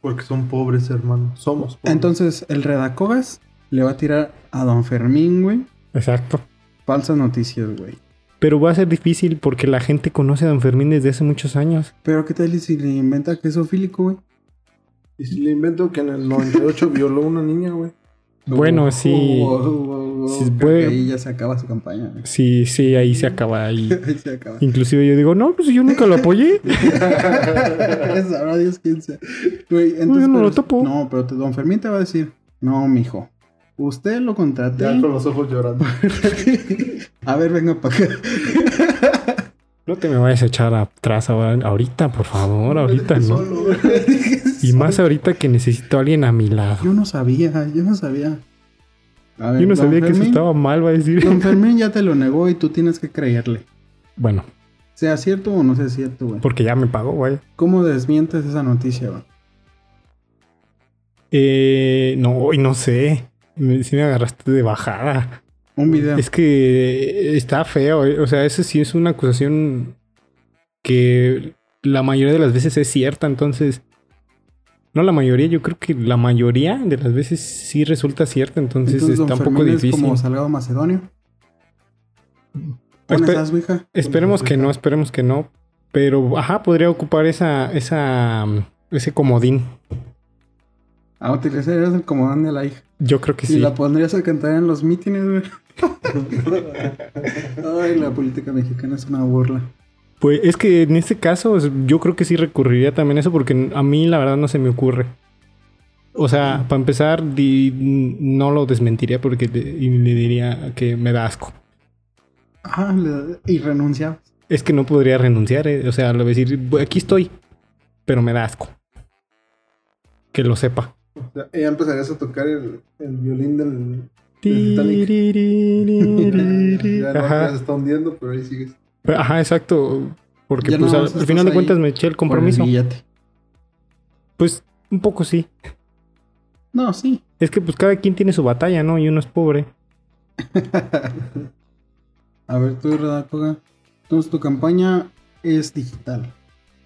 Speaker 3: Porque son pobres, hermano. Somos pobres.
Speaker 2: (laughs) Entonces, el Redacogas le va a tirar a Don Fermín, güey.
Speaker 1: Exacto.
Speaker 2: Falsas noticias, güey.
Speaker 1: Pero va a ser difícil porque la gente conoce a Don Fermín desde hace muchos años.
Speaker 2: Pero qué tal y si le inventa queso fílico, güey.
Speaker 3: Y si le invento que en el 98 violó una niña, güey.
Speaker 1: Bueno, sí.
Speaker 3: Oh, oh, oh,
Speaker 1: Sí,
Speaker 3: oh.
Speaker 2: Creo que
Speaker 1: puede-
Speaker 2: ahí ya se acaba su campaña. güey.
Speaker 1: Sí, sí, ahí se acaba.
Speaker 2: (laughs)
Speaker 1: ahí.
Speaker 2: Ahí se acaba.
Speaker 1: Inclusive yo digo, no, pues yo nunca lo apoyé.
Speaker 2: (laughs) Sabrá Dios quién sea. Güey, entonces,
Speaker 1: yo no lo
Speaker 2: pero-
Speaker 1: topo.
Speaker 2: No, pero te- don Fermín te va a decir, no, mijo, usted lo contrató.
Speaker 3: (laughs) Ya con los ojos llorando.
Speaker 2: a ver, venga para acá.
Speaker 1: No te me vayas a echar atrás ahora, ahorita, por favor, ahorita no.
Speaker 3: Solo,
Speaker 2: (laughs)
Speaker 3: güey.
Speaker 1: Y más ahorita que necesito a alguien a mi lado.
Speaker 2: Yo no sabía, yo no sabía. A ver,
Speaker 1: Yo no
Speaker 2: don
Speaker 1: sabía que eso
Speaker 2: Fermín,
Speaker 1: estaba mal, va a decir.
Speaker 2: Don Fermín ya te lo negó y tú tienes que creerle.
Speaker 1: (laughs) Bueno,
Speaker 2: Sea cierto o no sea cierto, güey.
Speaker 1: porque ya me pagó, vaya.
Speaker 2: ¿Cómo desmientes esa noticia, güey?
Speaker 1: Eh, no, y no sé. Me- Sí me agarraste de bajada.
Speaker 2: Un video.
Speaker 1: Es que está feo. eh. O sea, eso sí es una acusación que la mayoría de las veces es cierta. Entonces, no la mayoría, yo creo que la mayoría de las veces sí resulta cierta. Entonces,
Speaker 2: Entonces, don
Speaker 1: está un poco
Speaker 2: Fermín
Speaker 1: difícil.
Speaker 2: es como Salgado Macedonio. ¿Pones
Speaker 1: Espe-
Speaker 2: a su hija?
Speaker 1: Esperemos que no, esperemos que no. Pero, ajá, podría ocupar esa, esa, mm, ese comodín.
Speaker 2: A utilizarías Ah, el comodán de la hija.
Speaker 1: Yo creo que
Speaker 2: Y
Speaker 1: sí.
Speaker 2: la pondrías a cantar en los mítines, güey. (laughs) Ay, la política mexicana es una burla.
Speaker 1: Pues es que en este caso es- yo creo que sí recurriría también a eso porque a mí la verdad no se me ocurre. O sea, para empezar, di- no lo desmentiría porque le, y le diría que me da asco.
Speaker 2: Ah, le- y renunciabas.
Speaker 1: Es que no podría renunciar, eh. o sea, le voy a decir, "Bu- aquí estoy, pero me da asco. Que lo sepa.
Speaker 3: O sea, ya empezarías a tocar el, el violín del. Titanic. (laughs) Ya no, ya se
Speaker 1: Ajá,
Speaker 3: está hundiendo, pero ahí sigues.
Speaker 1: Ajá, exacto. Porque
Speaker 2: Ya
Speaker 1: pues,
Speaker 2: nada
Speaker 1: al,
Speaker 2: más
Speaker 1: al final de
Speaker 2: estás
Speaker 1: cuentas
Speaker 2: ahí
Speaker 1: me eché el
Speaker 2: por el
Speaker 1: compromiso.
Speaker 2: billete.
Speaker 1: Pues un poco sí.
Speaker 2: No, sí. (laughs)
Speaker 1: Es que pues cada quien tiene su batalla, ¿no? Y uno es pobre.
Speaker 2: A ver, tú, Redacoga. Entonces, tu campaña es digital.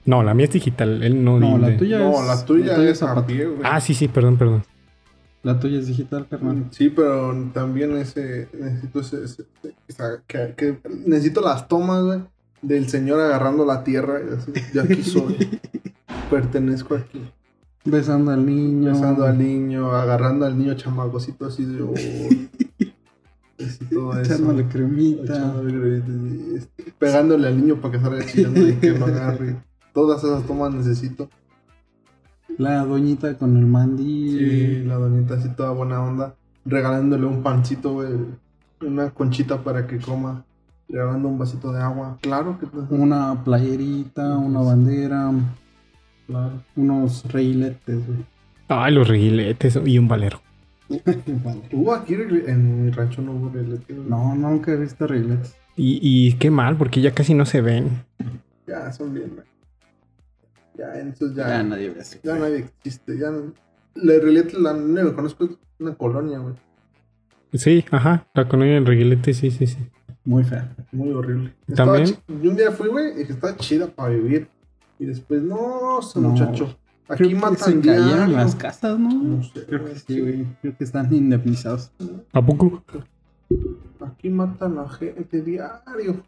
Speaker 1: No, la mía es digital, él no,
Speaker 2: No, la
Speaker 1: dice-
Speaker 2: tuya es.
Speaker 3: No, la tuya es a
Speaker 2: zapato.
Speaker 3: pie, güey.
Speaker 1: Ah, sí, sí, perdón, perdón.
Speaker 2: La tuya es digital, carnal.
Speaker 3: Sí, pero también ese. Necesito ese. ese- esa- que- que- necesito las tomas, güey. Del señor agarrando la tierra. y así, Yo aquí soy. Pertenezco aquí.
Speaker 2: Besando al niño.
Speaker 3: Besando al niño, agarrando al niño chamacocito así de. "Oh". Así todo eso.
Speaker 2: Echándole cremita.
Speaker 3: Echándole granitos y, este, Pegándole al niño para que salga chillando y que lo agarre. Todas esas tomas necesito.
Speaker 2: La doñita con el
Speaker 3: Sí,
Speaker 2: mandil.
Speaker 3: la doñita así toda buena onda. Regalándole un pancito, güey. Una conchita para que coma. Regalando un vasito de agua. Claro que no.
Speaker 2: Una playerita, una bandera.
Speaker 3: Claro.
Speaker 2: Unos reiletes, güey.
Speaker 1: Ay, los reguiletes y un valero.
Speaker 3: Hubo aquí regl- en mi rancho no hubo reglete, güey.
Speaker 2: No, nunca he visto reiletes.
Speaker 1: Y, y qué mal, porque ya casi no se ven.
Speaker 3: Ya, son bien, güey. Ya, entonces ya.
Speaker 2: Ya
Speaker 3: Ya,
Speaker 2: nadie ve así.
Speaker 3: nadie existe. Ya. no- La realidad la no lo conozco es una colonia, güey.
Speaker 1: Sí, ajá, la colonia del reguilete, sí, sí, sí.
Speaker 2: Muy fea.
Speaker 3: Muy horrible. Estaba
Speaker 1: ¿También?
Speaker 3: chi- Yo un día fui, güey, y dije, está chida para vivir. Y después, no, ese
Speaker 2: No.
Speaker 3: muchacho.
Speaker 2: Creo
Speaker 3: Aquí
Speaker 2: que
Speaker 3: matan
Speaker 2: se cayeron
Speaker 3: diario".
Speaker 2: las casas, ¿no?
Speaker 3: No sé,
Speaker 2: Creo que
Speaker 3: güey.
Speaker 2: sí, güey. Creo que están indemnizados.
Speaker 1: ¿A
Speaker 2: (laughs)
Speaker 1: poco?
Speaker 3: Aquí matan a gente diario. Ay, güey,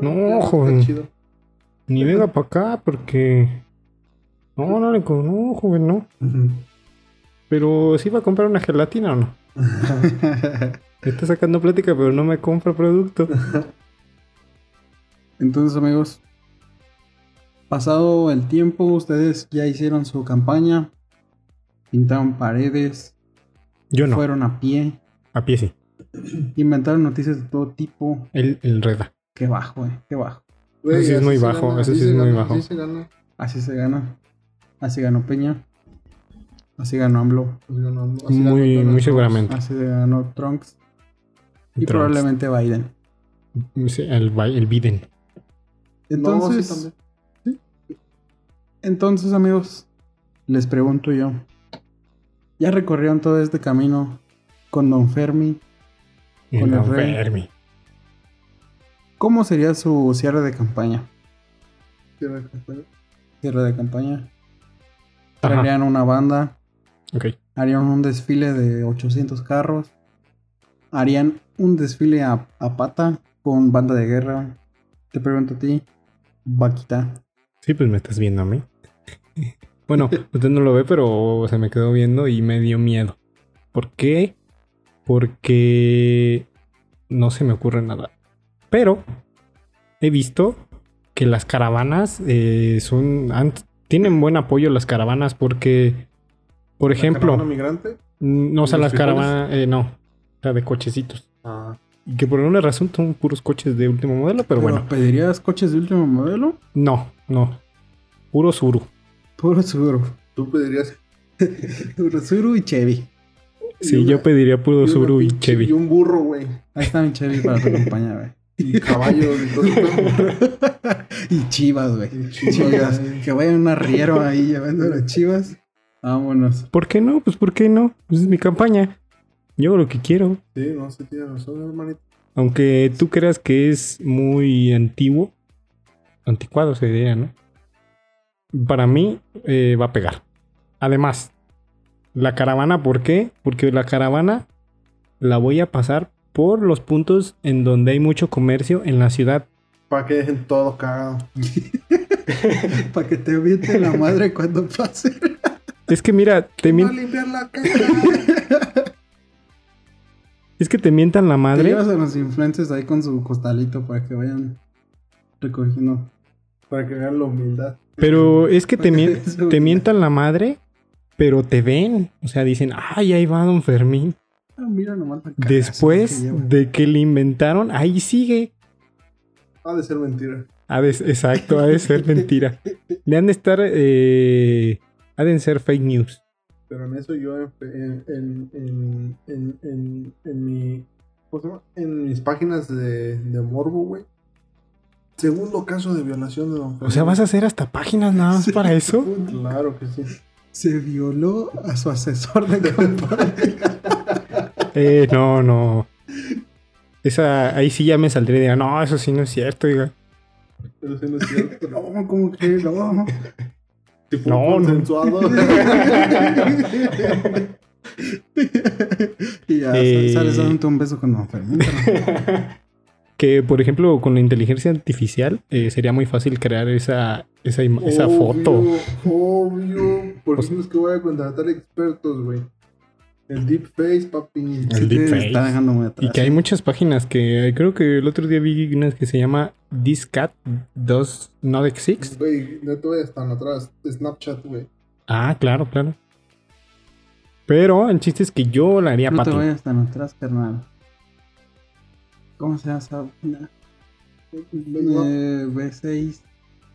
Speaker 1: No,
Speaker 3: ya está
Speaker 1: joven.
Speaker 3: chido.
Speaker 1: Ni venga para acá, porque. No, no le con- no, joven, no. Pero sí va a comprar una gelatina o no. Me está sacando plática, pero no me compra producto.
Speaker 2: Entonces, amigos, pasado el tiempo, ustedes ya hicieron su campaña, pintaron paredes,
Speaker 1: Yo no,
Speaker 2: fueron a pie,
Speaker 1: a pie sí.
Speaker 2: inventaron noticias de todo tipo.
Speaker 1: Él, él reda.
Speaker 2: Qué bajo, eh, qué bajo.
Speaker 3: Güey,
Speaker 1: Eso sí es
Speaker 3: así
Speaker 1: muy
Speaker 3: se
Speaker 1: bajo,
Speaker 3: gana,
Speaker 1: eso
Speaker 3: así
Speaker 1: sí es
Speaker 3: se
Speaker 1: muy
Speaker 3: gana,
Speaker 1: bajo.
Speaker 3: así se gana,
Speaker 2: Así se gana. Así ganó Peña. Así ganó AMLO.
Speaker 3: así gana, Pues así gana
Speaker 1: Muy,
Speaker 3: Donald
Speaker 1: muy
Speaker 3: Trump.
Speaker 1: seguramente.
Speaker 2: Así ganó Trunks. Ah, Y
Speaker 1: Trunks.
Speaker 2: probablemente Biden.
Speaker 1: Sí, el, Bi- el Biden.
Speaker 3: No, sí,
Speaker 2: Entonces,
Speaker 3: también.
Speaker 2: Entonces, amigos, les pregunto yo. ¿Ya recorrieron todo este camino con Don Fermi?
Speaker 1: El
Speaker 2: Con el
Speaker 1: Don
Speaker 2: rey.
Speaker 1: Fermi.
Speaker 2: ¿Cómo sería su cierre de campaña?
Speaker 3: Sí, güey.
Speaker 2: Cierre de campaña.
Speaker 1: Ajá,
Speaker 2: Traerían una banda,
Speaker 1: ok.
Speaker 2: harían un desfile de 800 carros, harían un desfile a, a pata con banda de guerra. Te pregunto a ti, Vaquita,
Speaker 1: Sí, pues me estás viendo a mí. (laughs) Bueno, usted no lo ve, pero se me quedó viendo y me dio miedo. ¿Por qué? Porque no se me ocurre nada. Pero he visto que las caravanas eh, son han- tienen buen apoyo las caravanas porque, por ejemplo,
Speaker 3: ¿Un migrante?
Speaker 1: mm, no, o sea, las
Speaker 3: ¿Los frijoles?
Speaker 1: caravanas, eh, no, o sea, de cochecitos.
Speaker 3: Ah,
Speaker 1: Y que por alguna razón son puros coches de último modelo, pero bueno,
Speaker 2: ¿Pedirías coches de último modelo?
Speaker 1: no, no. Puro suru.
Speaker 2: Puro Subaru.
Speaker 3: tú pedirías.
Speaker 2: Puro Subaru y Chevy.
Speaker 1: Sí,
Speaker 3: y una-
Speaker 1: yo pediría puro
Speaker 3: una
Speaker 1: suru y
Speaker 3: pinche-
Speaker 1: Chevy.
Speaker 3: Y un burro, güey.
Speaker 2: Ahí está mi Chevy para
Speaker 1: (laughs)
Speaker 2: tu compañía, güey.
Speaker 3: Y caballos y todo eso.
Speaker 2: y chivas, güey.
Speaker 3: Y chivas.
Speaker 2: Chivas. Que vaya un arriero ahí llevando las chivas. Vámonos. (laughs)
Speaker 1: ¿Por qué no? Pues ¿por qué no? Pues es mi campaña. Yo lo que quiero.
Speaker 3: Sí, no, sí tienes razón, hermanito.
Speaker 1: Aunque tú creas que es muy antiguo. Anticuado se diría, ¿no? Para mí eh, va a pegar. Además, la caravana, ¿por qué? Porque la caravana la voy a pasar por los puntos en donde hay mucho comercio en la ciudad.
Speaker 3: Para que dejen todo cagado.
Speaker 2: Para que te viente la madre cuando pase.
Speaker 1: Es que mira, te
Speaker 3: Va a
Speaker 1: mien-
Speaker 3: limpiar la caca.
Speaker 1: es que te mientan la
Speaker 2: Te
Speaker 1: madre.
Speaker 2: llevas a los influencers ahí con su costalito para que vayan recogiendo.
Speaker 3: (laughs) Para que vean la humildad.
Speaker 1: Pero es que te,
Speaker 2: (laughs)
Speaker 1: mien-
Speaker 2: Eso,
Speaker 1: te
Speaker 2: güey.
Speaker 1: mientan la madre, pero te ven. O sea, dicen, ay, ahí va Don Fermín.
Speaker 2: Ah, mira nomás la cagazo que
Speaker 1: Después
Speaker 2: lleva.
Speaker 1: de que le inventaron, ahí sigue.
Speaker 3: Ha de ser mentira.
Speaker 1: Ha de- exacto, ha de ser mentira. Le han de estar, eh, ha de ser fake news.
Speaker 3: Pero en eso yo en, en, en, en, en, en, en mi. ¿cómo se llama? En mis páginas de, de Morbo, güey. Segundo caso de violación de Don
Speaker 1: O sea, vas a hacer hasta páginas nada más para eso.
Speaker 3: Claro que sí.
Speaker 2: Se violó a su asesor de
Speaker 1: (laughs)
Speaker 2: campaña.
Speaker 1: Eh, no, no. Esa, ahí sí ya me saldré y diría, no, eso sí no es cierto. oiga".
Speaker 3: Pero sí no es cierto.
Speaker 2: no, ¿cómo que no?
Speaker 3: Si fue
Speaker 1: No, no.
Speaker 3: consensuado.
Speaker 2: y ya
Speaker 1: Eh.
Speaker 2: sales dándote un beso con Don Fermín.
Speaker 1: (laughs)
Speaker 2: pero-
Speaker 1: Que, por ejemplo, con la inteligencia artificial eh, sería muy fácil crear esa, esa, ima- (laughs) esa foto.
Speaker 3: Obvio, Obvio. Por eso es que voy a contratar expertos, güey. El deepface, papi.
Speaker 1: El
Speaker 2: Sí te
Speaker 1: deepfake.
Speaker 2: Está dejando muy atrás.
Speaker 1: Y que hay muchas páginas que creo que el otro día vi una que se llama This Cat Does Not Exist.
Speaker 3: Güey, no te vayas tan atrás. Snapchat, güey.
Speaker 1: Ah, claro, claro. Pero el chiste es que yo la haría
Speaker 2: no te
Speaker 1: patina.
Speaker 2: vayas tan atrás, carnal. ¿Cómo se llama esa página? Eh, B6.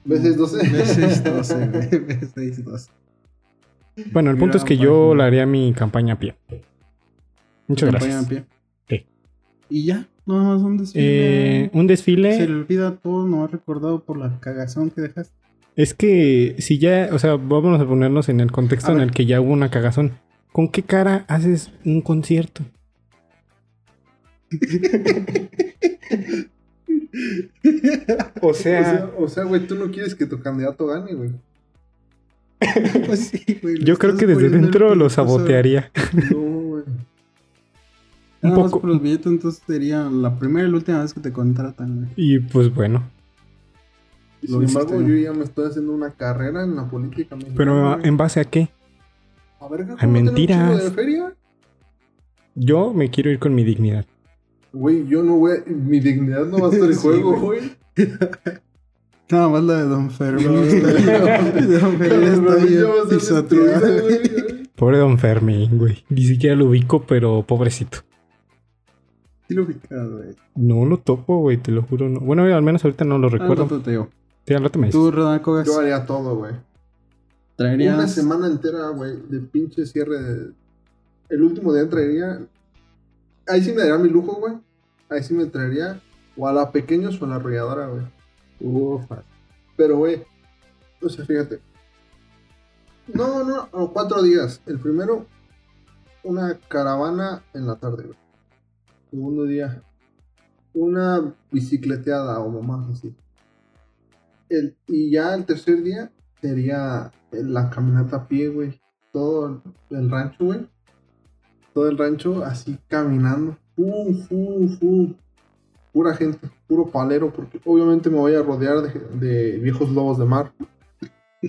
Speaker 3: Veces 12. (laughs)
Speaker 2: B612, güey. B612.
Speaker 1: Bueno, el punto es
Speaker 3: Gran
Speaker 1: que yo
Speaker 3: página.
Speaker 1: la haría mi campaña a pie. Muchas
Speaker 2: pues, Campaña
Speaker 1: gracias.
Speaker 2: en pie.
Speaker 1: Sí.
Speaker 2: Y ya, nada más un desfile.
Speaker 1: Eh, un desfile.
Speaker 2: Se le olvida todo, no ha recordado por la cagazón que dejaste. (laughs)
Speaker 1: Es que si ya, o sea, vamos a ponernos en el contexto
Speaker 2: A
Speaker 1: en
Speaker 2: ver.
Speaker 1: el que ya hubo una cagazón. ¿Con qué cara haces un
Speaker 2: (laughs)
Speaker 1: concierto? O
Speaker 3: O sea, o sea, güey, tú no quieres que tu candidato gane, güey.
Speaker 2: Pues sí, güey, le
Speaker 1: yo creo
Speaker 2: estás
Speaker 1: que desde
Speaker 2: poniendo el
Speaker 1: dentro
Speaker 2: pito,
Speaker 1: lo
Speaker 2: o sea,
Speaker 1: sabotearía. (laughs)
Speaker 3: No, güey.
Speaker 1: un
Speaker 2: nada más
Speaker 1: poco.
Speaker 2: por los billetes, entonces sería la primera y la última vez que te contratan, güey.
Speaker 1: Y pues bueno.
Speaker 3: Y
Speaker 2: Lo
Speaker 3: Sin embargo,
Speaker 2: hiciste.
Speaker 3: yo ya me estoy haciendo una carrera en la política mexicana.
Speaker 1: Pero
Speaker 3: güey.
Speaker 1: ¿en base a qué?
Speaker 3: a ver, ¿cómo
Speaker 1: Ay,
Speaker 3: tiene un
Speaker 1: mentiras.
Speaker 3: chingo de feria?
Speaker 1: Yo me quiero ir con mi dignidad.
Speaker 3: Güey, yo no voy. a- Mi dignidad no va a estar
Speaker 2: (laughs)
Speaker 3: en
Speaker 2: Sí,
Speaker 3: juego,
Speaker 2: güey.
Speaker 3: güey.
Speaker 2: Nada más la de Don
Speaker 3: (laughs)
Speaker 2: Fermín. (laughs)
Speaker 3: No,
Speaker 2: está
Speaker 3: no,
Speaker 2: bien- Don Fermín está
Speaker 3: (laughs)
Speaker 2: bien
Speaker 3: Pero ya va a ser destruida,
Speaker 2: pisoteado.
Speaker 3: güey.
Speaker 1: Pobre Don Fermín, güey. Ni siquiera lo ubico, pero pobrecito.
Speaker 2: (laughs) Sí lo ubicas, güey.
Speaker 1: No lo topo, güey, te lo juro. No. Bueno, al menos ahorita
Speaker 3: Ah,
Speaker 1: no lo
Speaker 2: Recuerdo.
Speaker 1: recuerdo.
Speaker 2: te digo.
Speaker 1: Sí, al rato me dices.
Speaker 2: Tú, Rodan Cogas,
Speaker 3: Yo haría todo, güey. Una
Speaker 2: traerías...
Speaker 3: semana entera, güey, de pinche cierre de... El último día traería... Ahí sí me daría mi lujo, güey. Ahí sí me traería o a la pequeños o a la arrolladora, güey.
Speaker 2: Ufa.
Speaker 3: Pero, güey, o sea, fíjate. No, no, no, cuatro días. El primero, una caravana en la tarde, güey. Segundo día, una bicicleteada o mamás así. El, y ya el tercer día sería la caminata a pie, güey. Todo el rancho, güey. Todo el rancho así caminando. Fu, fu, fu. Pura gente, puro palero, porque obviamente me voy a rodear de, de viejos lobos de mar. (laughs)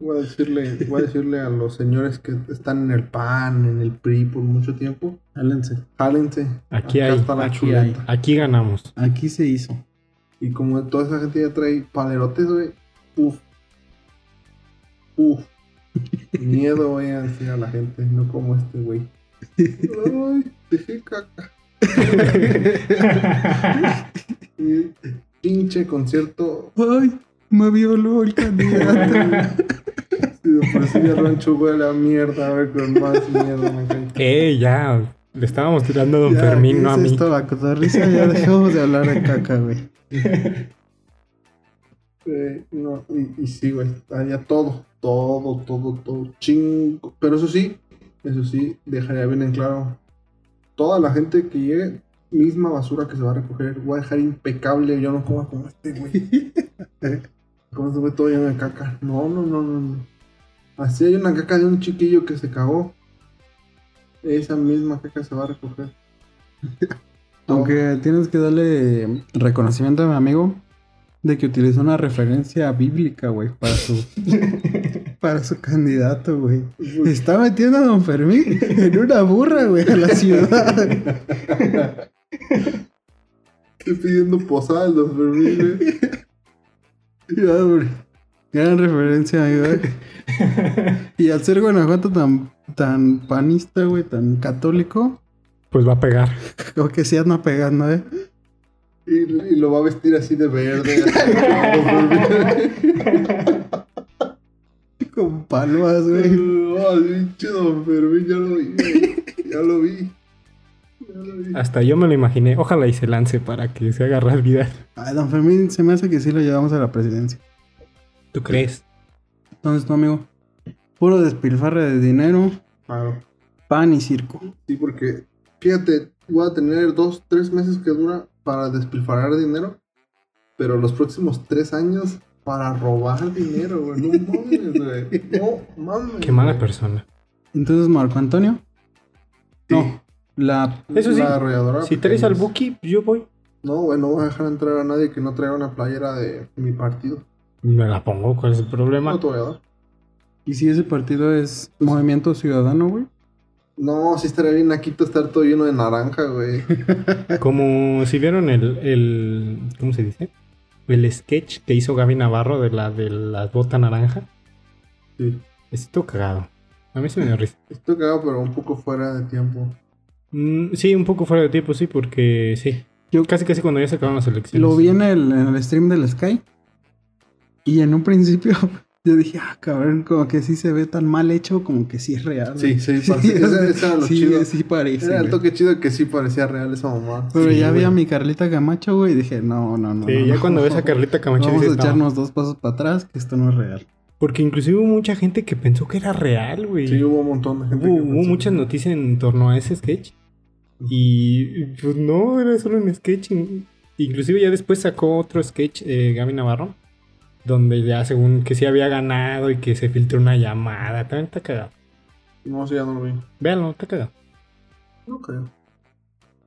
Speaker 3: Voy a decirle, voy a decirle a los señores que están en el PAN, en el PRI por mucho tiempo,
Speaker 2: Álense.
Speaker 3: jálense.
Speaker 1: Aquí
Speaker 3: Acá
Speaker 1: hay,
Speaker 3: está la
Speaker 2: aquí
Speaker 3: chuleta.
Speaker 1: Aquí
Speaker 3: (laughs)
Speaker 1: ganamos.
Speaker 2: Aquí se hizo.
Speaker 3: Y como toda esa gente ya trae palerotes, güey, uf. (laughs) Uf. Miedo voy a decir a la gente, no como este güey. Ay, dejé caca. Y pinche concierto.
Speaker 2: ¡Ay! Me violó el
Speaker 3: (laughs)
Speaker 2: candidato.
Speaker 3: Si de por sí ya rancho huele a mierda, a ver, con más miedo me cae.
Speaker 1: Eh, ya. Le estábamos tirando a Don
Speaker 2: Ya,
Speaker 1: Fermín,
Speaker 2: ¿qué
Speaker 1: no a
Speaker 2: es
Speaker 1: mí.
Speaker 2: Esto, la cotorrisa,
Speaker 1: (laughs)
Speaker 2: ya dejamos de hablar de caca, güey.
Speaker 3: Eh, no, y, y sí, güey, allá todo, todo, todo, todo, chingo. Pero eso sí, eso sí, dejaría bien en claro. Toda la gente que llegue, misma basura que se va a recoger, voy a dejar impecable, yo no como como
Speaker 2: (laughs)
Speaker 3: este, güey. como se fue todo lleno de caca. No, no, no, no, no. Así hay una caca de un chiquillo que se cagó. Esa misma caca se va a recoger.
Speaker 2: Aunque tienes que darle reconocimiento a mi amigo de que utilizó una referencia bíblica, güey, para su, para su candidato, güey.
Speaker 3: Pues,
Speaker 2: Está metiendo a Don Fermín en una burra, güey, a la ciudad.
Speaker 3: Estoy pidiendo posada al Don Fermín, güey.
Speaker 2: Ya, güey. Gran referencia, amigo, güey. Y al ser Guanajuato tan, tan panista, güey, tan católico,
Speaker 1: Pues va a pegar.
Speaker 2: creo que sí anda pegando, ¿eh?
Speaker 3: Y, y lo va a vestir así de verde. así,
Speaker 2: Con palmas,
Speaker 3: Don
Speaker 2: güey.
Speaker 3: Fermín. Oh, el pinche Don Fermín, ya lo vi. güey. Ya lo vi. Ya lo vi.
Speaker 1: Hasta yo me lo imaginé. Ojalá y se lance para que se haga realidad.
Speaker 2: Ay, don Fermín, se me hace que sí lo llevamos a la presidencia.
Speaker 1: ¿Tú crees?
Speaker 2: Entonces, no, amigo. Puro despilfarre de dinero,
Speaker 3: Claro.
Speaker 2: pan y circo.
Speaker 3: Sí, porque fíjate, voy a tener dos, tres meses que dura para despilfarrar dinero. Pero los próximos tres años para robar dinero, güey. No mames, güey. No mames.
Speaker 1: Qué mala
Speaker 3: güey.
Speaker 1: persona.
Speaker 2: Entonces, Marco Antonio. No, la.
Speaker 1: Eso sí,
Speaker 3: La arrolladora,
Speaker 1: Si
Speaker 3: porque
Speaker 1: traes al
Speaker 3: es-
Speaker 1: Buki, pues yo voy.
Speaker 3: No, güey, no voy a dejar entrar a nadie que no traiga una playera de mi partido.
Speaker 1: Me la pongo, ¿cuál es el
Speaker 3: No
Speaker 1: problema?
Speaker 3: te voy a dar.
Speaker 2: ¿Y si ese partido es Movimiento Ciudadano, güey?
Speaker 3: No, sí estaría bien naquito estar todo lleno de
Speaker 2: (laughs)
Speaker 3: naranja, güey.
Speaker 1: Como si vieron el, el. ¿Cómo se dice? El sketch que hizo Gaby Navarro de la de la bota naranja.
Speaker 3: Sí.
Speaker 1: Estoy cagado. A mí se me dio risa.
Speaker 3: Estoy cagado, pero un poco fuera de tiempo.
Speaker 1: Mm, sí, un poco fuera de tiempo, sí, porque sí.
Speaker 2: Yo-
Speaker 1: Yo casi casi cuando ya se acabaron las elecciones.
Speaker 2: Lo vi en el, en el stream del Sky. Y en un principio (laughs) yo dije, ah, cabrón, como que sí se ve tan mal hecho, como que (laughs) sí es real. güey.
Speaker 3: sí, parece- ese- ese era lo
Speaker 2: sí,
Speaker 3: chido.
Speaker 2: sí parece.
Speaker 3: Era el
Speaker 2: güey.
Speaker 3: toque chido que sí parecía real esa mamá.
Speaker 2: Pero
Speaker 1: Sí,
Speaker 2: ya vi a
Speaker 1: güey.
Speaker 2: mi Carlita Camacho, güey, y dije, no, no, no.
Speaker 1: Sí,
Speaker 2: no,
Speaker 1: ya
Speaker 2: no,
Speaker 1: cuando
Speaker 2: no,
Speaker 1: ves
Speaker 2: (laughs)
Speaker 1: a Carlita Camacho
Speaker 2: Vamos a
Speaker 1: dices, "No".
Speaker 2: echarnos dos pasos para atrás, que esto no es real.
Speaker 1: Porque inclusive hubo mucha gente que pensó que era real, güey.
Speaker 3: Sí, hubo un montón de gente.
Speaker 1: hubo
Speaker 3: que
Speaker 1: hubo
Speaker 3: pensó-
Speaker 1: muchas noticias en torno a ese sketch. Y pues no, era solo un sketch. In- Inclusive ya después sacó otro sketch eh, Gaby Navarro. Donde ya según que sí había ganado y que se filtró una llamada. También está cagado.
Speaker 3: No, sí, ya no lo vi.
Speaker 1: Véanlo, está cagado.
Speaker 3: No creo.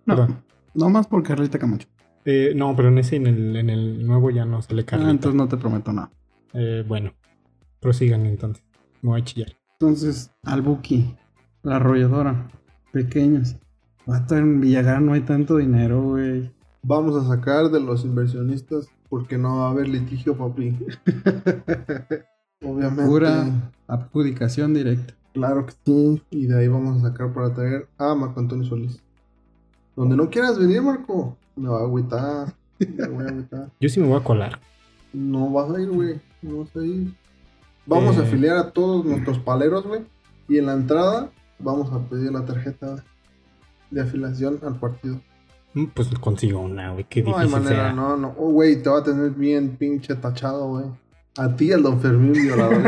Speaker 2: No.
Speaker 1: Perdón.
Speaker 2: No más por Carlita Camacho.
Speaker 1: Eh, no, pero en ese, en el, en el nuevo ya no sale
Speaker 2: Ah,
Speaker 1: Carlita.
Speaker 2: entonces no te prometo nada.
Speaker 1: Eh, bueno, prosigan entonces. No voy a chillar.
Speaker 2: Entonces, al Buki, la arrolladora, pequeños. Hasta en Villagrán no hay tanto dinero, güey.
Speaker 3: Vamos a sacar de los inversionistas porque no va a haber
Speaker 2: (laughs)
Speaker 3: litigio, papi. Obviamente.
Speaker 2: Pura adjudicación directa.
Speaker 3: Claro que sí. Y de ahí vamos a sacar para traer a Marco Antonio Solís. Donde no quieras venir, Marco. Me va a agüitar. Me voy a agüitar.
Speaker 1: Yo sí me voy a colar.
Speaker 3: No vas a ir, güey. No vas a ir. Vamos a
Speaker 1: Eh.
Speaker 3: afiliar a todos nuestros paleros, güey. Y en la entrada vamos a pedir la tarjeta de afiliación al partido.
Speaker 1: Mm, Pues consigo una, güey. Qué
Speaker 3: No hay
Speaker 1: difícil
Speaker 3: manera,
Speaker 1: será.
Speaker 3: no, no. Oh, güey, te va a tener bien pinche tachado, güey. A ti, y al don
Speaker 1: (laughs)
Speaker 3: Fermín violador.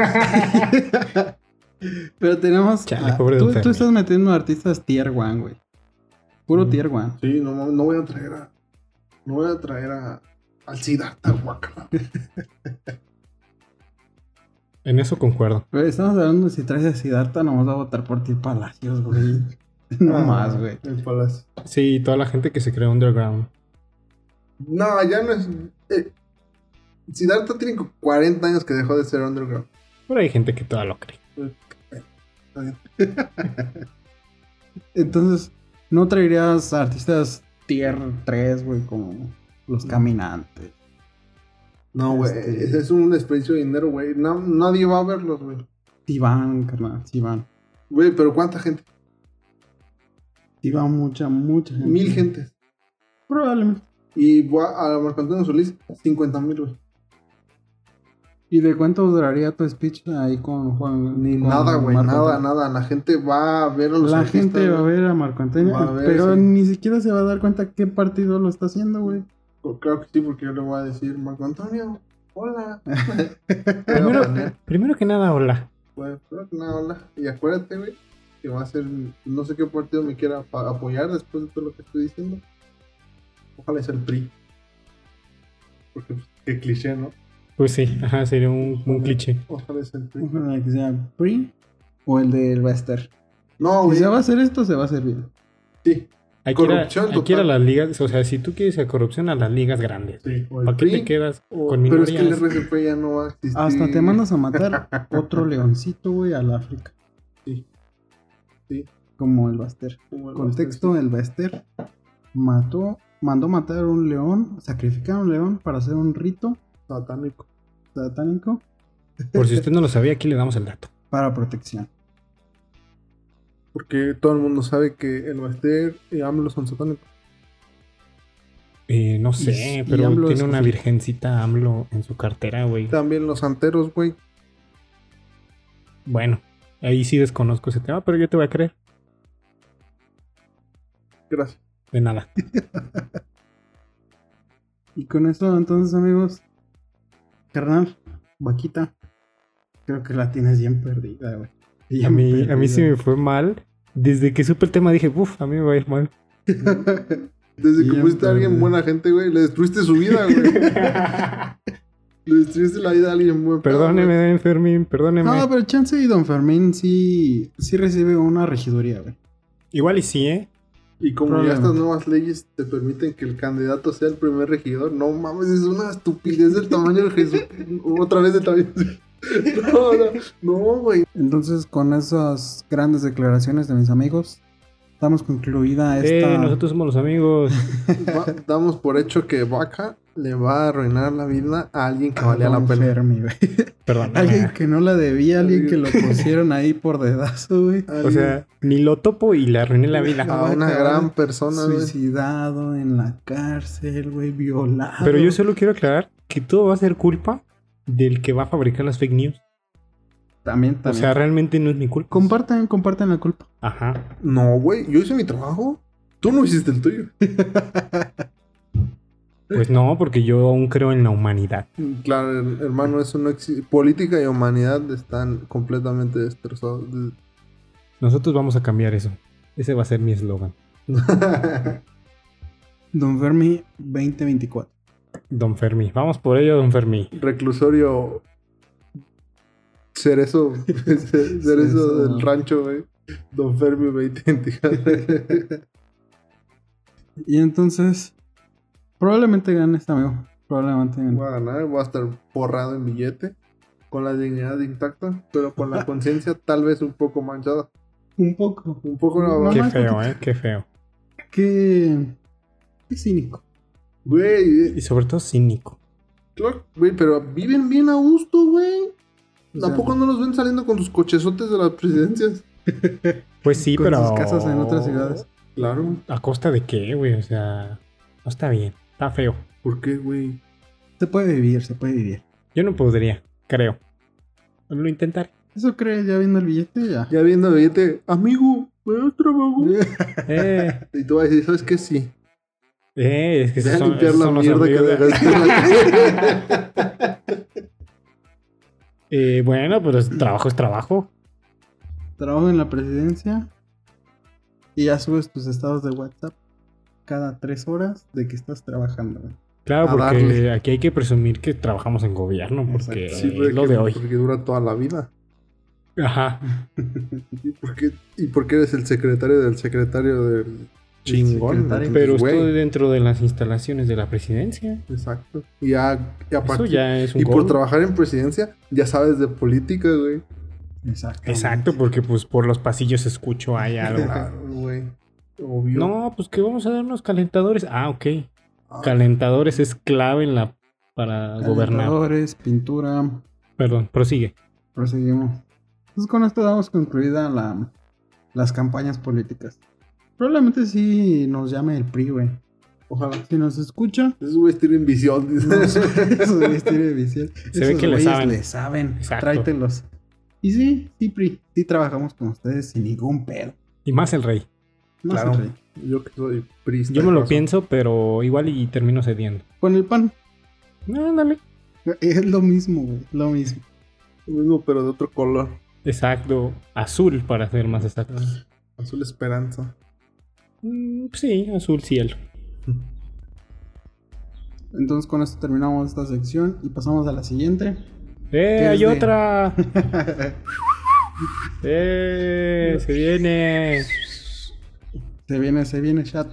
Speaker 2: Pero tenemos.
Speaker 1: Chale, pobre
Speaker 2: tú,
Speaker 1: don
Speaker 2: tú
Speaker 1: Fermín.
Speaker 2: estás metiendo artistas tier 1, güey. Puro
Speaker 1: Mm.
Speaker 2: tier 1.
Speaker 3: sí, no, mames, no voy a traer a. No voy a traer a. Al Siddhartha, guacala.
Speaker 1: En eso concuerdo.
Speaker 2: Güey, estamos hablando de si traes a Siddhartha, nomás va a votar por ti Palacios, güey. (laughs) no
Speaker 1: Ah.
Speaker 2: más, güey.
Speaker 3: El Ah, palacio.
Speaker 1: Sí, toda la gente que se cree underground.
Speaker 3: No, ya no es. eh, Siddhartha tiene 40 años que dejó de ser underground.
Speaker 1: Pero hay gente que todavía lo cree.
Speaker 2: Entonces, ¿no traerías artistas tier 3, güey, como
Speaker 1: Mm.
Speaker 2: los caminantes?
Speaker 3: No, güey,
Speaker 2: Este-
Speaker 3: ese es un desperdicio de dinero, güey. Na- nadie va a verlos, güey.
Speaker 2: Sí van, carnal, sí van.
Speaker 3: Güey, pero ¿cuánta gente?
Speaker 2: Sí va mucha, mucha gente.
Speaker 3: Mil gentes.
Speaker 2: Probablemente.
Speaker 3: Y gua- a Marco Antonio Solís, 50 mil, güey.
Speaker 2: ¿Y de cuánto duraría tu speech ahí con Juan?
Speaker 3: Ni
Speaker 2: con
Speaker 3: nada, güey,
Speaker 2: Marco
Speaker 3: nada,
Speaker 2: Antonio?
Speaker 3: nada. La gente va a ver a los
Speaker 2: La
Speaker 3: artistas,
Speaker 2: gente va a
Speaker 3: güey.
Speaker 2: ver a Marco Antonio,
Speaker 3: Va a ver,
Speaker 2: pero
Speaker 3: sí.
Speaker 2: ni siquiera se va a dar cuenta qué partido lo está haciendo, güey.
Speaker 3: Pues Claro que sí, porque yo le voy a decir, Marco Antonio,
Speaker 2: (laughs)
Speaker 3: hola.
Speaker 1: Primero-
Speaker 3: Pero,
Speaker 1: Primero que nada, hola.
Speaker 3: pues, creo que nada, hola. Y acuérdate, güey, que va a ser, no sé qué partido me quiera pa- apoyar después de todo lo que estoy diciendo. Ojalá sea el PRI. Porque, pues, qué cliché, ¿no?
Speaker 1: Pues sí, ajá, sería un, un cliché.
Speaker 3: Ojalá sea el PRI.
Speaker 2: Ojalá que sea PRI o el del Wester.
Speaker 3: No,
Speaker 2: Si
Speaker 3: Oh, güey,
Speaker 2: se va a hacer esto, se va a hacer bien.
Speaker 3: sí.
Speaker 1: Aquí era,
Speaker 3: Corrupción
Speaker 1: aquí
Speaker 3: total.
Speaker 1: era las ligas, o sea, si tú quieres a corrupción a las ligas grandes,
Speaker 3: sí. O el
Speaker 1: ¿para qué te
Speaker 3: PRI.
Speaker 1: quedas
Speaker 3: o-
Speaker 1: con
Speaker 3: pero es que el
Speaker 1: minorías?
Speaker 3: RCP ya no va a existir.
Speaker 2: Hasta te mandas a
Speaker 3: (laughs)
Speaker 2: matar otro leoncito, güey, al África.
Speaker 3: Sí. Sí.
Speaker 2: Como el Baster.
Speaker 3: Como el
Speaker 2: Contexto, el Baster mató, mandó matar a un león, sacrificar a un león para hacer un rito
Speaker 3: satánico.
Speaker 2: satánico
Speaker 1: Por si usted no lo sabía, aquí le damos el dato.
Speaker 2: para protección.
Speaker 3: Porque todo el mundo sabe que el Baster y AMLO son satánicos.
Speaker 1: Eh, no
Speaker 2: Y-
Speaker 1: sé,
Speaker 2: y
Speaker 1: pero
Speaker 2: AMLO
Speaker 1: tiene
Speaker 2: es-
Speaker 1: una virgencita AMLO en su cartera, güey.
Speaker 3: También los santeros, güey.
Speaker 1: Bueno, ahí sí desconozco ese tema, pero yo te voy a creer.
Speaker 3: Gracias.
Speaker 1: De nada.
Speaker 2: Y con esto, entonces, amigos, carnal, vaquita, creo que la tienes bien perdida, güey.
Speaker 1: A
Speaker 2: Bien
Speaker 1: mí, a mí sí
Speaker 2: perdida.
Speaker 1: me fue mal. Desde que supe el tema dije, uff, a mí me va a ir
Speaker 2: (laughs)
Speaker 1: mal.
Speaker 3: Desde que
Speaker 2: Bien,
Speaker 3: fuiste a alguien
Speaker 2: pero-
Speaker 3: buena gente, güey, le destruiste su
Speaker 2: (laughs)
Speaker 3: vida, güey. le destruiste la vida a alguien buen pedo,
Speaker 1: Perdóneme,
Speaker 3: güey.
Speaker 1: don Fermín, perdóneme.
Speaker 2: pues. No, pues. pero Chance y Don Fermín sí, sí recibe una regiduría, güey.
Speaker 1: Igual y sí, ¿eh?
Speaker 3: Y como ya
Speaker 2: Probablemente.
Speaker 3: estas nuevas leyes te permiten que el candidato sea el primer regidor, no mames, es una estupidez del tamaño de Jesús. (laughs) Otra vez del tamaño (laughs) de No, no, no, güey.
Speaker 2: Entonces, con esas grandes declaraciones de mis amigos, damos concluida esta.
Speaker 1: Eh, nosotros somos los amigos.
Speaker 3: Va- damos por hecho que Vaca le va a arruinar la vida a alguien que
Speaker 2: Ah,
Speaker 3: valía la
Speaker 2: don
Speaker 3: pena.
Speaker 2: Fermi, güey.
Speaker 1: Perdón.
Speaker 2: (laughs) Alguien que no la debía, alguien que lo pusieron ahí por dedazo, (laughs) güey.
Speaker 1: O sea, ni lo topo y le arruiné la vida.
Speaker 3: a una
Speaker 2: vaca,
Speaker 3: gran
Speaker 2: güey.
Speaker 3: persona, güey.
Speaker 2: Suicidado en la cárcel, güey, violado.
Speaker 1: Pero yo solo quiero aclarar que todo va a ser culpa del que va a fabricar las fake news.
Speaker 2: También,
Speaker 1: O
Speaker 2: también.
Speaker 1: sea, realmente no es mi culpa.
Speaker 2: compartan, compartan la culpa.
Speaker 1: Ajá.
Speaker 3: No, güey, yo hice mi trabajo. Tú no hiciste el tuyo.
Speaker 1: Pues no, porque yo aún creo en la humanidad.
Speaker 3: Claro, her- hermano, eso no existe. Política y humanidad están completamente destrozados. (laughs)
Speaker 1: Nosotros vamos a cambiar eso. Ese va a ser mi eslogan.
Speaker 2: Don Fermi 2024.
Speaker 1: Don Fermi. Vamos por ello, don Fermi.
Speaker 3: Reclusorio. (laughs) Cerezo. ce- Cerezo
Speaker 2: Cerezo.
Speaker 3: del rancho, güey. Don Fermi 20.
Speaker 2: Y entonces, probablemente gane este amigo. Probablemente gane.
Speaker 3: (laughs) Voy a ganar, voy a estar borrado en billete. Con la dignidad intacta, pero con la conciencia tal vez un poco manchada.
Speaker 2: Un poco.
Speaker 3: Un poco la
Speaker 2: No,
Speaker 1: Qué
Speaker 2: más
Speaker 1: feo,
Speaker 2: poquito.
Speaker 1: ¿eh? Qué feo.
Speaker 2: Qué, qué cínico.
Speaker 3: Güey, eh,
Speaker 1: Y sobre todo cínico.
Speaker 3: Claro, güey, pero viven bien a gusto, güey.
Speaker 2: O sea,
Speaker 3: Tampoco no los ven saliendo con sus cochezotes de las presidencias.
Speaker 1: Pues sí,
Speaker 2: Con
Speaker 1: pero.
Speaker 2: sus casas en otras ciudades.
Speaker 3: Claro.
Speaker 1: ¿A costa de qué, güey? O sea, no está bien. Está feo.
Speaker 3: ¿Por qué, güey?
Speaker 2: Se puede vivir, se puede vivir.
Speaker 1: Yo no podría, creo. Lo intentaré.
Speaker 2: Eso cree ya viendo el billete, ya.
Speaker 3: Ya viendo billete, amigo, me das trabajo.
Speaker 1: Eh,
Speaker 3: y tú vas a decir, ¿sabes qué? Sí.
Speaker 1: eh, es que
Speaker 3: Deja
Speaker 1: esos son,
Speaker 3: limpiar
Speaker 1: esos
Speaker 3: la
Speaker 1: son los
Speaker 3: mierda que
Speaker 1: amigos de-
Speaker 3: dejaste en la
Speaker 1: (laughs)
Speaker 3: calle.
Speaker 1: Eh, bueno, pero es- trabajo es trabajo.
Speaker 2: Trabajo en la presidencia. Y ya subes tus estados de WhatsApp cada tres horas de que estás trabajando. güey.
Speaker 1: Claro,
Speaker 3: A
Speaker 1: porque
Speaker 3: darle.
Speaker 1: aquí hay que presumir que trabajamos en gobierno, porque
Speaker 2: Exacto.
Speaker 3: Sí, pero
Speaker 1: es lo
Speaker 3: que-
Speaker 1: de hoy.
Speaker 3: Porque pues, dura toda la vida.
Speaker 1: Ajá.
Speaker 3: ¿Y por qué, y por qué eres el secretario del secretario del chingón.
Speaker 2: secretario.
Speaker 3: güey.
Speaker 1: Pero
Speaker 3: Güey,
Speaker 1: estoy dentro de las instalaciones de la presidencia.
Speaker 3: Exacto. Y, ya, y
Speaker 1: Eso
Speaker 3: aparte-
Speaker 1: ya es un
Speaker 3: y por
Speaker 1: gol.
Speaker 3: trabajar en presidencia, ya sabes de política, güey.
Speaker 2: Exacto.
Speaker 1: Exacto, porque pues por los pasillos escucho ahí
Speaker 3: (laughs)
Speaker 1: algo.
Speaker 3: Claro, güey. Obvio.
Speaker 1: no, pues que vamos a dar unos calentadores. Ah, ok.
Speaker 3: Ah,
Speaker 1: Calentadores es clave en la para gobernar.
Speaker 2: Calentadores, pintura.
Speaker 1: Perdón, prosigue.
Speaker 2: Proseguimos. Entonces con esto damos concluida la, las campañas políticas. Probablemente sí nos llame el PRI, güey.
Speaker 3: ojalá.
Speaker 2: Si nos escucha, (laughs)
Speaker 3: Esos güeyes tienen visión, dice.
Speaker 2: no sé, esos güeyes tienen visión.
Speaker 1: (laughs) Se ve
Speaker 2: Esos
Speaker 1: que le
Speaker 2: güeyes
Speaker 1: saben.
Speaker 2: le saben.
Speaker 1: Exacto.
Speaker 2: Tráetelos. Y sí, sí, PRI. Sí trabajamos con ustedes sin ningún pedo.
Speaker 1: Y más el rey.
Speaker 2: No se
Speaker 3: Claro.
Speaker 2: ríe.
Speaker 3: (laughs) Yo que soy prista.
Speaker 1: Yo me lo
Speaker 3: razón.
Speaker 1: pienso, pero igual y termino cediendo.
Speaker 2: Con el pan.
Speaker 1: No, dale.
Speaker 2: Es lo mismo, güey. Lo mismo.
Speaker 3: Lo mismo, pero de otro color.
Speaker 1: Exacto. Azul, para ser más
Speaker 3: Ah.
Speaker 1: exactos.
Speaker 3: Azul esperanza.
Speaker 1: Mm, sí, azul cielo.
Speaker 2: Entonces con esto terminamos esta sección y pasamos a la siguiente. (laughs)
Speaker 1: ¡Eh,
Speaker 2: es
Speaker 1: hay
Speaker 2: de-
Speaker 3: (laughs)
Speaker 1: otra! ¡Eh, se viene!
Speaker 2: Se viene, se viene, chat.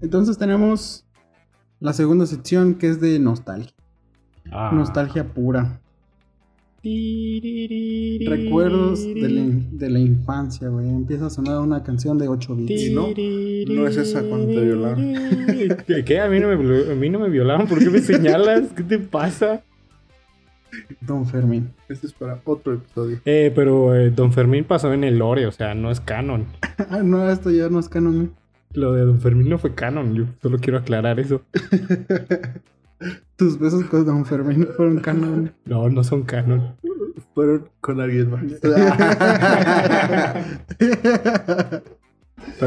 Speaker 2: Entonces tenemos la segunda sección que es de nostalgia.
Speaker 1: Ah.
Speaker 2: Nostalgia pura.
Speaker 1: Tiririri.
Speaker 2: Recuerdos de la, in- de la infancia, güey. Empieza a sonar una canción de 8 bits.
Speaker 3: Y no, no es esa cuando te violaron.
Speaker 1: ¿Qué? ¿Qué? A mí no me, viol- a mí no me violaron. ¿Por qué me señalas? ¿Qué te pasa?
Speaker 2: Don Fermín. (laughs)
Speaker 3: Este es para otro episodio.
Speaker 1: Eh, pero eh, Don Fermín pasó en el lore, o sea, no es canon.
Speaker 2: Ah, no, esto ya no es canon. ¿eh? güey.
Speaker 1: Lo de Don Fermín no fue canon, yo solo quiero aclarar eso.
Speaker 2: Tus besos con Don Fermín fueron canon. ¿eh?
Speaker 1: No, no son canon.
Speaker 3: Fueron con alguien más.
Speaker 1: (laughs) Pero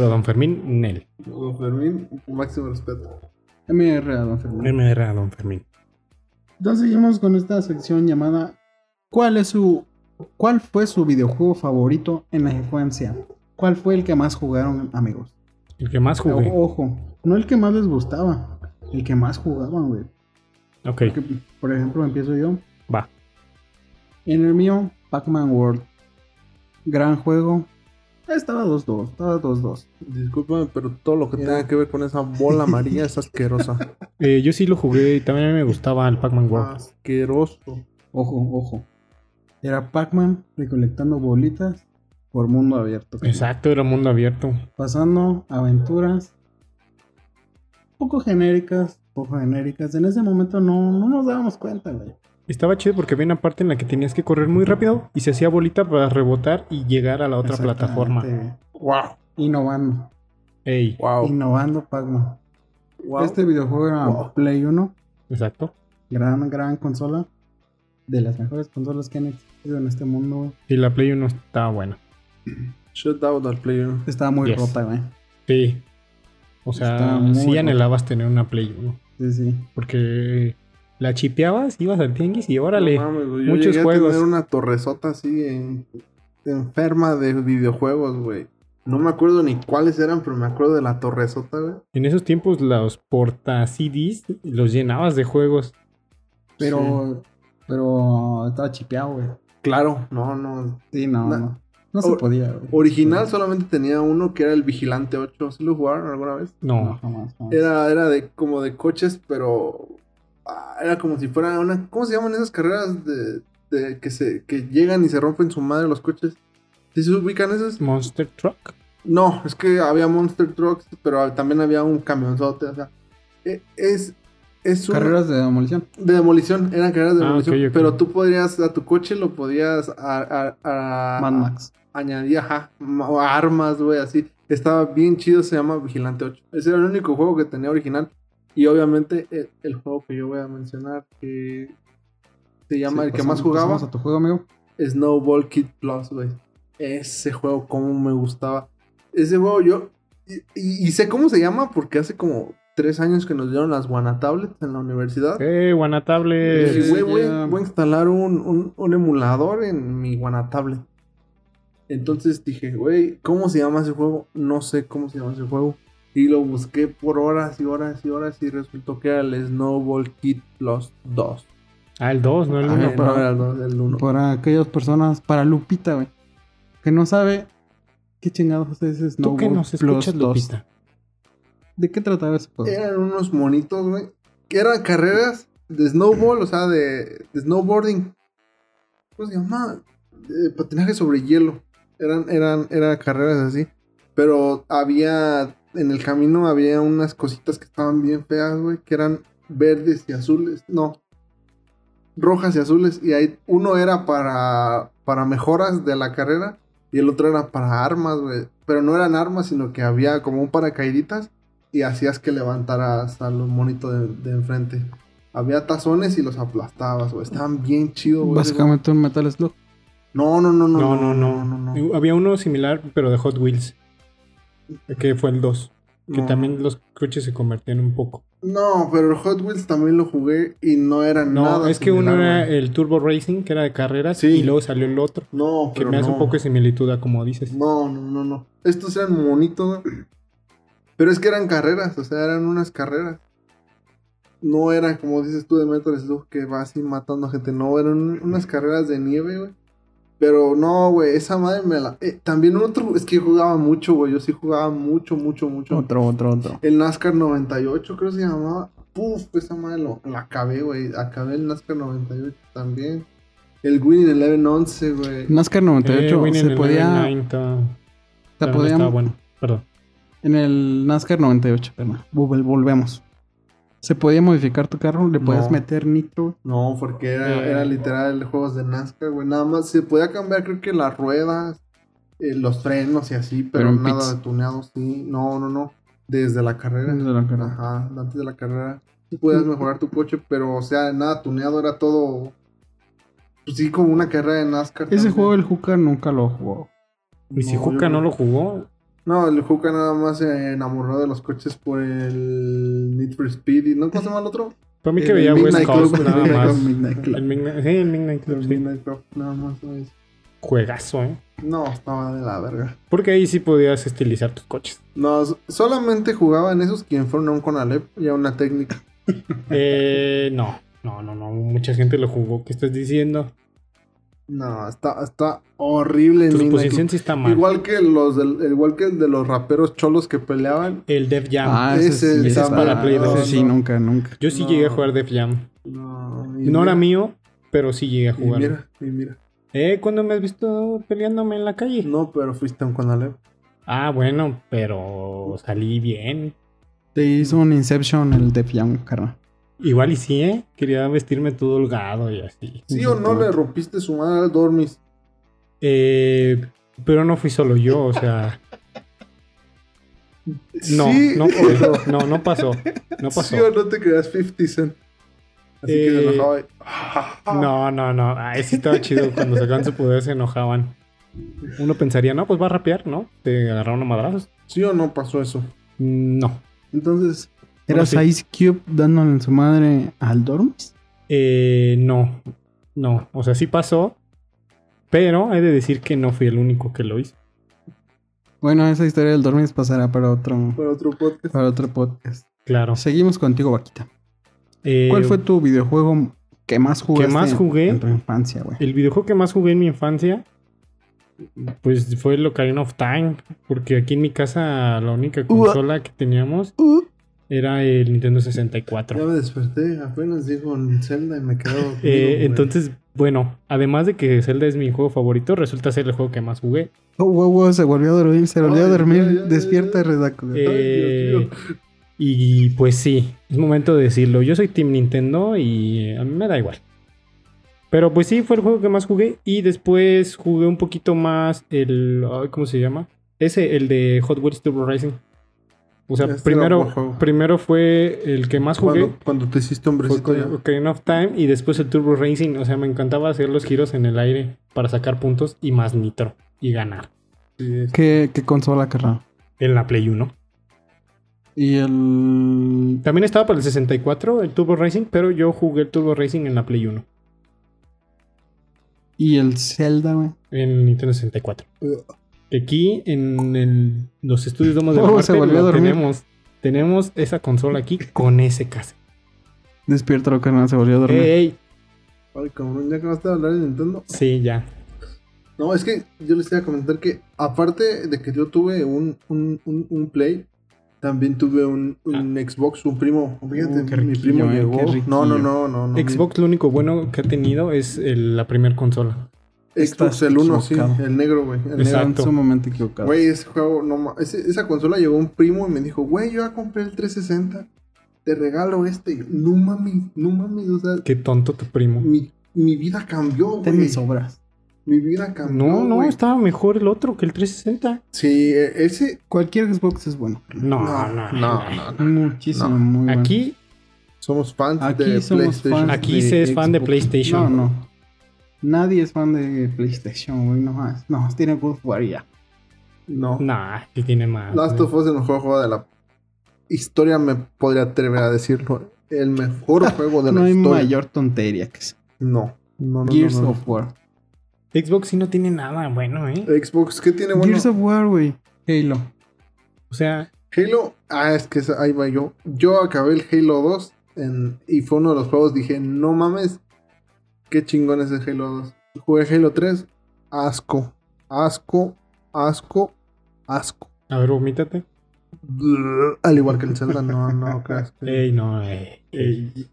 Speaker 1: Don Fermín, Nel.
Speaker 3: Don Fermín, máximo respeto.
Speaker 2: MR a Don Fermín.
Speaker 1: MR a Don Fermín.
Speaker 2: Entonces seguimos con esta sección llamada ¿Cuál es su cuál fue su videojuego favorito en la infancia? ¿Cuál fue el que más jugaron, amigos?
Speaker 1: El que más jugué.
Speaker 2: O- Ojo, no el que más les gustaba, el que más jugaban, güey.
Speaker 1: Ok,
Speaker 2: Porque, por ejemplo, empiezo yo.
Speaker 1: va.
Speaker 2: En el mío, Pac-Man World. Gran juego. Estaba 2-2, estaba 2-2.
Speaker 3: Discúlpame, pero todo lo que tenga que ver con esa bola amarilla es (laughs) asquerosa.
Speaker 1: Eh, yo sí lo jugué y también a mí me gustaba el Pac-Man World.
Speaker 3: Ah, Asqueroso.
Speaker 2: Ojo, ojo. Era Pac-Man recolectando bolitas por mundo abierto.
Speaker 1: Exacto, era mundo abierto.
Speaker 2: pasando aventuras poco genéricas, poco genéricas. En ese momento no, no nos dábamos cuenta, güey.
Speaker 1: Estaba chido porque había una parte en la que tenías que correr muy rápido y se hacía bolita para rebotar y llegar a la otra
Speaker 2: Exactamente,
Speaker 1: plataforma.
Speaker 2: güey.
Speaker 3: Wow.
Speaker 2: Innovando,
Speaker 1: Ey,
Speaker 3: Wow.
Speaker 2: innovando Pac-Man.
Speaker 3: wow.
Speaker 2: Este videojuego era
Speaker 3: Wow.
Speaker 2: Play 1,
Speaker 1: exacto.
Speaker 2: gran, gran consola. De las mejores consolas que han existido en este mundo. güey.
Speaker 1: Y la Play 1 estaba buena.
Speaker 3: Shut down al player.
Speaker 2: Estaba muy
Speaker 1: Yes.
Speaker 2: rota, güey.
Speaker 1: Sí. O sea,
Speaker 2: Estaba muy
Speaker 1: sí
Speaker 2: bueno.
Speaker 1: anhelabas tener una Play 1.
Speaker 2: Sí, sí.
Speaker 1: Porque la chipeabas, ibas al tianguis y órale.
Speaker 3: No mames, güey, yo
Speaker 1: muchos
Speaker 3: llegué
Speaker 1: juegos.
Speaker 3: A tener una torresota así en- enferma de videojuegos, güey. No me acuerdo ni cuáles eran, pero me acuerdo de la torresota, güey.
Speaker 1: en esos tiempos los porta CDs los llenabas de juegos.
Speaker 2: Pero, pero estaba chipeado, güey.
Speaker 3: Claro, no, no.
Speaker 2: Sí, no,
Speaker 3: Na-
Speaker 2: no. No se
Speaker 3: Or-
Speaker 2: podía, güey.
Speaker 3: Original solamente tenía uno que era el Vigilante 8. ¿Sí lo jugaron alguna vez?
Speaker 1: No.
Speaker 2: No, jamás, jamás.
Speaker 3: Era, era de como de coches, pero ah, era como si fuera una. ¿Cómo se llaman esas carreras de, de que se que llegan y se rompen su madre los coches? ¿Sí se ubican esas?
Speaker 1: Monster Truck.
Speaker 3: No, es que había Monster Trucks, pero también había un camionzote, o sea, e- es es un-
Speaker 2: Carreras de demolición.
Speaker 3: de demolición, eran carreras de
Speaker 1: Ah,
Speaker 3: demolición,
Speaker 1: ok, ok.
Speaker 3: pero tú podrías a tu coche lo podías a- a- a-
Speaker 2: Mad Max.
Speaker 3: ah. añadí ajá, ma- o armas, güey, así. Estaba bien chido, se llama Vigilante 8. Ese era el único juego que tenía original. Y obviamente el, el juego que yo voy a mencionar, que se llama
Speaker 2: Sí,
Speaker 3: el que
Speaker 2: pasamos-
Speaker 3: más jugaba,
Speaker 2: pasamos a tu juego, amigo.
Speaker 3: Snowball Kid Plus, güey. Ese juego, cómo me gustaba. Ese juego yo... Y, y- y sé cómo se llama porque hace como tres años que nos dieron las Wanatablets en la universidad.
Speaker 1: Eh, buena
Speaker 3: Y
Speaker 1: tablet.
Speaker 3: dije, güey, voy,
Speaker 2: ya.
Speaker 3: a- voy a instalar un, un- un emulador en mi Wanatable. Entonces dije, güey, ¿cómo se llama ese juego? No sé cómo se llama ese juego. Y lo busqué por horas y horas y horas y resultó que era el Snowball Kid Plus 2.
Speaker 1: Ah, el 2, no el
Speaker 3: Ah,
Speaker 1: 1.
Speaker 2: uno,
Speaker 3: no,
Speaker 2: pero- pues,
Speaker 3: era el 2, el 1.
Speaker 2: Para aquellas personas, para Lupita, güey. Que no sabe ¿Qué chingados es
Speaker 1: ¿Tú
Speaker 2: Snowboard
Speaker 1: que nos
Speaker 2: Plus
Speaker 1: escuchas,
Speaker 2: 2?
Speaker 1: Lupita?
Speaker 2: ¿De qué trataba ese juego?
Speaker 3: Eran unos monitos, güey. Que eran carreras de snowball, o sea, de, de snowboarding. ¿Cómo se llama? De patinaje sobre hielo. Eran, eran, eran carreras así. Pero había. En el camino había unas cositas que estaban bien feas, güey. Que eran verdes y azules. No. Rojas y azules. Y ahí uno era para. para mejoras de la carrera. Y el otro era para armas, güey. Pero no eran armas, sino que había como un paracaíditas y hacías que levantaras a los monitos de, de enfrente. Había tazones y los aplastabas, güey. Estaban bien chidos, güey.
Speaker 2: Básicamente un Metal Slug.
Speaker 3: No, no, no, no.
Speaker 1: No, no, no,
Speaker 3: no,
Speaker 1: Eh, Había uno similar, pero de Hot Wheels. Que fue el 2. Que
Speaker 3: No.
Speaker 1: también los coches se convertían un poco.
Speaker 3: No, pero el Hot Wheels también lo jugué y no era
Speaker 1: No,
Speaker 3: nada.
Speaker 1: es que
Speaker 3: similar,
Speaker 1: uno era
Speaker 3: güey.
Speaker 1: el Turbo Racing, que era de carreras,
Speaker 3: Sí.
Speaker 1: y luego salió el otro.
Speaker 3: No,
Speaker 1: Que
Speaker 3: pero
Speaker 1: me hace
Speaker 3: no.
Speaker 1: un poco de similitud a como dices.
Speaker 3: No, no, no, no. Estos eran monitos, güey. Pero es que eran carreras, o sea, eran unas carreras. No eran, como dices tú, de Metal Slug que va así matando a gente. No, eran un- unas carreras de nieve, güey. Pero no, güey, esa madre me la... eh, también otro, es que jugaba mucho, güey. Yo sí jugaba mucho, mucho, mucho.
Speaker 2: Otro, otro, otro.
Speaker 3: El NASCAR 98, creo que se llamaba. Puf, esa madre lo, lo acabé, güey. Acabé el NASCAR 98 también. El Winning Eleven 11, güey.
Speaker 2: NASCAR
Speaker 1: Eh,
Speaker 2: 98
Speaker 1: Win en
Speaker 2: se
Speaker 1: el
Speaker 2: podía...
Speaker 1: 99 ta-
Speaker 2: se
Speaker 1: también
Speaker 2: podía-
Speaker 1: estaba bueno. Perdón.
Speaker 2: En el NASCAR 98, perdón. Vol- Volvemos. Se podía modificar tu carro, le podías
Speaker 3: No.
Speaker 2: meter nitro.
Speaker 3: No, porque era,
Speaker 1: Eh.
Speaker 3: era literal juegos de NASCAR, güey. Nada más se podía cambiar, creo que las ruedas, eh, los frenos y así, pero,
Speaker 2: Pero en
Speaker 3: nada
Speaker 2: pits.
Speaker 3: de tuneado, sí. No, no, no. Desde la carrera.
Speaker 2: Desde la carrera.
Speaker 3: Ajá, antes de la carrera. Sí podías mejorar tu coche, pero, o sea, nada tuneado, era todo. Pues sí, como una carrera de NASCAR.
Speaker 2: Ese
Speaker 3: también.
Speaker 2: juego el Juca nunca lo jugó.
Speaker 1: Y si
Speaker 3: No,
Speaker 1: Juca
Speaker 3: yo-
Speaker 1: no lo jugó,
Speaker 3: No, el Juca nada más se enamoró de los coches por el Need for Speed y no, ¿cómo se llama el otro?
Speaker 1: para mí que
Speaker 3: El
Speaker 1: veía West
Speaker 3: Midnight
Speaker 1: Coast
Speaker 3: Club. (laughs)
Speaker 1: nada
Speaker 3: Midnight
Speaker 1: más.
Speaker 3: Club, Midnight Club.
Speaker 1: El Midnight, sí, el Midnight Club,
Speaker 3: El
Speaker 1: sí.
Speaker 3: Midnight Club, nada más. ¿no?
Speaker 1: Juegazo, ¿eh?
Speaker 3: No, estaba de la verga.
Speaker 1: Porque ahí sí podías estilizar tus coches.
Speaker 3: No, so- solamente jugaban esos quienes fueron a un Conalep y a una técnica.
Speaker 1: Eh, no, no, no, no. Mucha gente lo jugó. ¿Qué estás diciendo?
Speaker 3: No, está, está horrible. el
Speaker 1: Tu
Speaker 3: Midnight
Speaker 1: suposición
Speaker 3: Club.
Speaker 1: sí está mal.
Speaker 3: Igual que los del, igual que el de los raperos cholos que peleaban.
Speaker 1: El Def Jam.
Speaker 3: ese
Speaker 2: Ah, sí,
Speaker 3: es
Speaker 2: está-
Speaker 1: para Play
Speaker 2: ese
Speaker 1: dos.
Speaker 2: sí,
Speaker 3: No.
Speaker 2: nunca, nunca.
Speaker 1: Yo sí
Speaker 3: Ah, No.
Speaker 1: llegué a jugar Def Jam.
Speaker 3: No, y
Speaker 1: No era
Speaker 3: mira,
Speaker 1: mío, pero sí llegué a
Speaker 3: y
Speaker 1: jugar.
Speaker 3: mira, y mira.
Speaker 1: Eh, ¿cuándo me has visto peleándome en la calle?
Speaker 3: No, pero fuiste a un Conalep.
Speaker 1: Ah, bueno, pero salí bien.
Speaker 2: Te hizo un Inception el Def Jam, carnal.
Speaker 1: Igual y sí, ¿eh? Quería vestirme todo holgado y así.
Speaker 3: ¿Sí o no le rompiste su madre al Dormis?
Speaker 1: Eh, pero no fui solo yo, o sea. No,
Speaker 3: Sí.
Speaker 1: no, fue. no, no pasó. No pasó.
Speaker 3: (laughs) ¿Sí o no te creas 50 Cent? Así que se
Speaker 1: Eh,
Speaker 3: enojaba. y-
Speaker 1: No, no, no. Ay, sí estaba chido. Cuando sacaban su poder se enojaban. Uno pensaría, no, pues va a rapear, ¿no? Te agarraron a madrazos.
Speaker 3: ¿Sí o no pasó eso?
Speaker 1: No.
Speaker 3: Entonces,
Speaker 2: ¿Eras
Speaker 1: Bueno,
Speaker 2: Ice Cube dándole en su madre al Dormis?
Speaker 1: Eh, no. No. O sea, sí pasó. Pero he de decir que no fui el único que lo hizo.
Speaker 2: Bueno, esa historia del Dormis pasará para otro,
Speaker 3: para otro podcast.
Speaker 2: para otro podcast.
Speaker 1: Claro.
Speaker 2: Seguimos contigo, Vaquita.
Speaker 1: Eh,
Speaker 2: ¿Cuál fue tu videojuego que más jugaste?
Speaker 1: más
Speaker 2: en-
Speaker 1: jugué?
Speaker 2: En tu infancia, güey.
Speaker 1: El videojuego que más jugué en mi infancia, pues fue el Ocarina of Time, porque aquí en mi casa la única consola que teníamos era el Nintendo
Speaker 3: Ya
Speaker 1: 64.
Speaker 3: me desperté, apenas dijo en Zelda y me quedo. dormido,
Speaker 1: Eh,
Speaker 3: güey.
Speaker 1: entonces, bueno, además de que Zelda es mi juego favorito, resulta ser el juego que más jugué.
Speaker 2: Oh, wow, wow, se volvió a dormir, se volvió a
Speaker 3: Ay,
Speaker 2: dormir.
Speaker 3: ya, ya, ya,
Speaker 2: Despierta,
Speaker 3: ya.
Speaker 2: Redaco.
Speaker 3: Ay, Dios
Speaker 1: Eh,
Speaker 3: mío.
Speaker 1: y pues sí, es momento de decirlo. Yo soy Team Nintendo y eh, a mí me da igual. Pero pues sí, fue el juego que más jugué. Y después jugué un poquito más el. ay, ¿Cómo se llama? Ese, el de Hot Wheels Turbo Racing. O sea,
Speaker 3: Este era buen
Speaker 1: primero,
Speaker 3: juego.
Speaker 1: primero fue el que más jugué.
Speaker 3: Cuando, cuando te hiciste
Speaker 1: Fue
Speaker 3: hombrecito ya.
Speaker 1: Ocar- Ocarina of Time y después el Turbo Racing. O sea, me encantaba hacer los giros en el aire para sacar puntos y más nitro y ganar
Speaker 3: Sí, es-
Speaker 2: ¿Qué, qué consola, carnal?
Speaker 1: en la Play 1.
Speaker 2: Y el.
Speaker 1: También estaba para el 64 el Turbo Racing, pero yo jugué el Turbo Racing en la Play 1,
Speaker 2: Y el Zelda, güey.
Speaker 1: en Nintendo 64. Que Aquí en el- los estudios Domos de la
Speaker 2: Oh,
Speaker 1: Muerte
Speaker 2: se volvió a
Speaker 1: lo
Speaker 2: dormir.
Speaker 1: tenemos. Tenemos esa consola aquí con ese cassette.
Speaker 2: Despierta,
Speaker 1: Eh,
Speaker 2: carnal, se volvió a dormir.
Speaker 1: ¡Ey!
Speaker 3: Ay, cabrón, ya acabaste de hablar de Nintendo.
Speaker 1: Sí, ya.
Speaker 3: No, es que yo les quería comentar que aparte de que yo tuve un, un, un, un Play, también tuve un, un Xbox, un primo. Fíjate,
Speaker 2: Uh, qué
Speaker 3: mi
Speaker 2: riquillo,
Speaker 3: primo
Speaker 2: eh,
Speaker 3: llegó.
Speaker 2: qué riquillo.
Speaker 3: No, no, no, no. no, mi-
Speaker 1: Xbox lo único bueno que ha tenido es el- la primera consola.
Speaker 3: Xbox,
Speaker 2: Estás
Speaker 3: el 1, sí.
Speaker 2: equivocado.
Speaker 3: El negro, güey. El negro.
Speaker 1: Exacto.
Speaker 2: Están sumamente equivocados.
Speaker 3: Güey, ese juego, no ma- ese- esa consola llegó un primo y me dijo, güey, yo ya compré el 360, te regalo este. Y yo, no mami, no mami, o sea,
Speaker 1: Qué tonto tu primo.
Speaker 3: mi, mi vida cambió,
Speaker 2: Ten
Speaker 3: güey.
Speaker 2: mis obras.
Speaker 3: Mi vida cambió.
Speaker 1: No, no,
Speaker 3: güey.
Speaker 1: estaba mejor el otro que el 360.
Speaker 3: Sí, e- ese.
Speaker 2: Cualquier Xbox es bueno.
Speaker 1: No, no, no.
Speaker 3: no, no.
Speaker 2: Muchísimo,
Speaker 3: No.
Speaker 2: muy bueno.
Speaker 1: Aquí,
Speaker 3: Somos fans
Speaker 2: Aquí
Speaker 3: de
Speaker 2: somos
Speaker 3: PlayStation.
Speaker 2: fans.
Speaker 1: aquí
Speaker 2: De
Speaker 1: se es fan de
Speaker 2: Xbox.
Speaker 1: PlayStation.
Speaker 2: No, no. Nadie es fan de PlayStation, güey, no más. No, tiene God of War y ya.
Speaker 3: No.
Speaker 1: Nah, sí tiene más.
Speaker 3: Last of Us es el mejor juego de la historia, me podría atrever a decirlo. El mejor (laughs) juego de la
Speaker 2: No hay
Speaker 3: historia.
Speaker 2: mayor tontería que esa.
Speaker 3: No, no, no, no,
Speaker 2: Gears
Speaker 3: no, no.
Speaker 2: of War.
Speaker 1: Xbox sí no tiene nada bueno, ¿eh?
Speaker 3: Xbox, ¿qué tiene bueno?
Speaker 2: Gears of War, güey. Halo.
Speaker 1: O sea,
Speaker 3: Halo, ah, es que esa- ahí va yo. Yo acabé el Halo 2 en- y fue uno de los juegos, dije, no mames, qué chingón es el Halo 2. Jugué Halo 3, asco, asco, asco, asco.
Speaker 1: a ver, vomítate.
Speaker 3: Brr, Al igual que el Zelda, no, no, qué asco.
Speaker 1: Ey, no, ey. ey.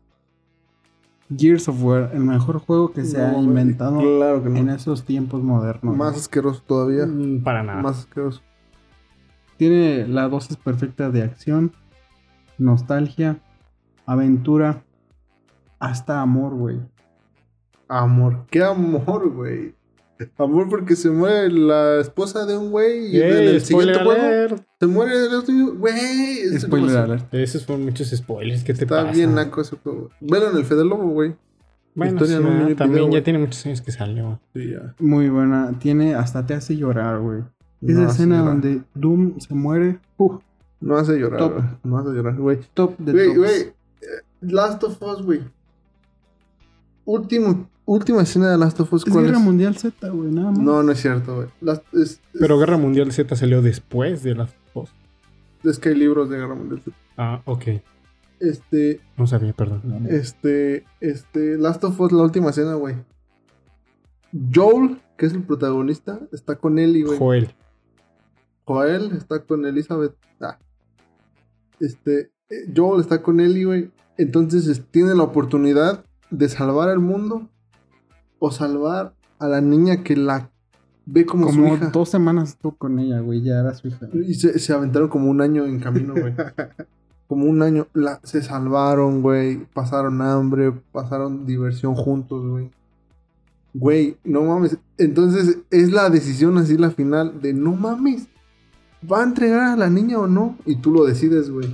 Speaker 2: Gears of War, el mejor juego que se
Speaker 3: No,
Speaker 2: ha
Speaker 3: güey,
Speaker 2: inventado
Speaker 3: Claro que
Speaker 2: en este
Speaker 3: no.
Speaker 2: esos tiempos modernos.
Speaker 3: Más asqueroso todavía.
Speaker 1: Mm, Para nada.
Speaker 3: Más asqueroso.
Speaker 2: Tiene la dosis perfecta de acción, nostalgia, aventura, hasta amor, güey.
Speaker 3: Amor, qué amor, güey. Amor porque se muere la esposa de un güey y en
Speaker 1: Ey,
Speaker 3: el
Speaker 1: spoiler
Speaker 3: siguiente juego
Speaker 1: alert.
Speaker 3: se muere el otro güey. eso no
Speaker 2: Spoiler
Speaker 3: pasa.
Speaker 2: alert.
Speaker 1: Esos fueron muchos spoilers. ¿Qué te
Speaker 3: Está
Speaker 1: pasa?
Speaker 3: bien naco ese juego. Bueno, en el Fede Lobo, güey.
Speaker 1: Bueno,
Speaker 3: Historia
Speaker 1: sí,
Speaker 3: en un
Speaker 1: ah,
Speaker 3: mini
Speaker 1: también
Speaker 3: video,
Speaker 1: ya
Speaker 3: güey.
Speaker 1: tiene muchos años que salió.
Speaker 3: Sí, ya.
Speaker 2: Muy buena. Tiene, hasta te hace llorar, güey. Esa escena donde Doom se muere. uf,
Speaker 3: No hace llorar,
Speaker 2: Top.
Speaker 3: güey. No hace llorar, güey.
Speaker 2: top de
Speaker 3: Güey,
Speaker 2: tops.
Speaker 3: güey. eh, Last of Us, güey. Último, última escena de Last of Us,
Speaker 2: Es
Speaker 3: ¿cuál
Speaker 2: Guerra
Speaker 3: es?
Speaker 2: Mundial Z, güey, nada más.
Speaker 3: No, no es cierto, güey. Last- Es, es-
Speaker 1: Pero Guerra Mundial Z salió después de las dos.
Speaker 3: es que hay libros de Guerra Mundial.
Speaker 1: Ah, ok.
Speaker 3: Este,
Speaker 1: No sabía, perdón.
Speaker 3: Este, este, Last of Us, la última escena, güey. Joel, que es el protagonista, está con Ellie, güey.
Speaker 1: Joel.
Speaker 3: Joel está con Elizabeth. Ah. Este, eh, Joel está con Ellie, güey. Entonces es- tiene la oportunidad de salvar al mundo o salvar a la niña que la ve como, su
Speaker 2: Como
Speaker 3: hija.
Speaker 2: dos semanas estuvo con ella, güey, ya era su hija.
Speaker 3: Y se, se aventaron como un año en camino,
Speaker 1: (laughs)
Speaker 3: güey. Como un año. La- se salvaron, güey. Pasaron hambre, pasaron diversión juntos, güey. Güey, no mames. Entonces es la decisión así la final de no mames. ¿Va a entregar a la niña o no? Y tú lo decides, güey.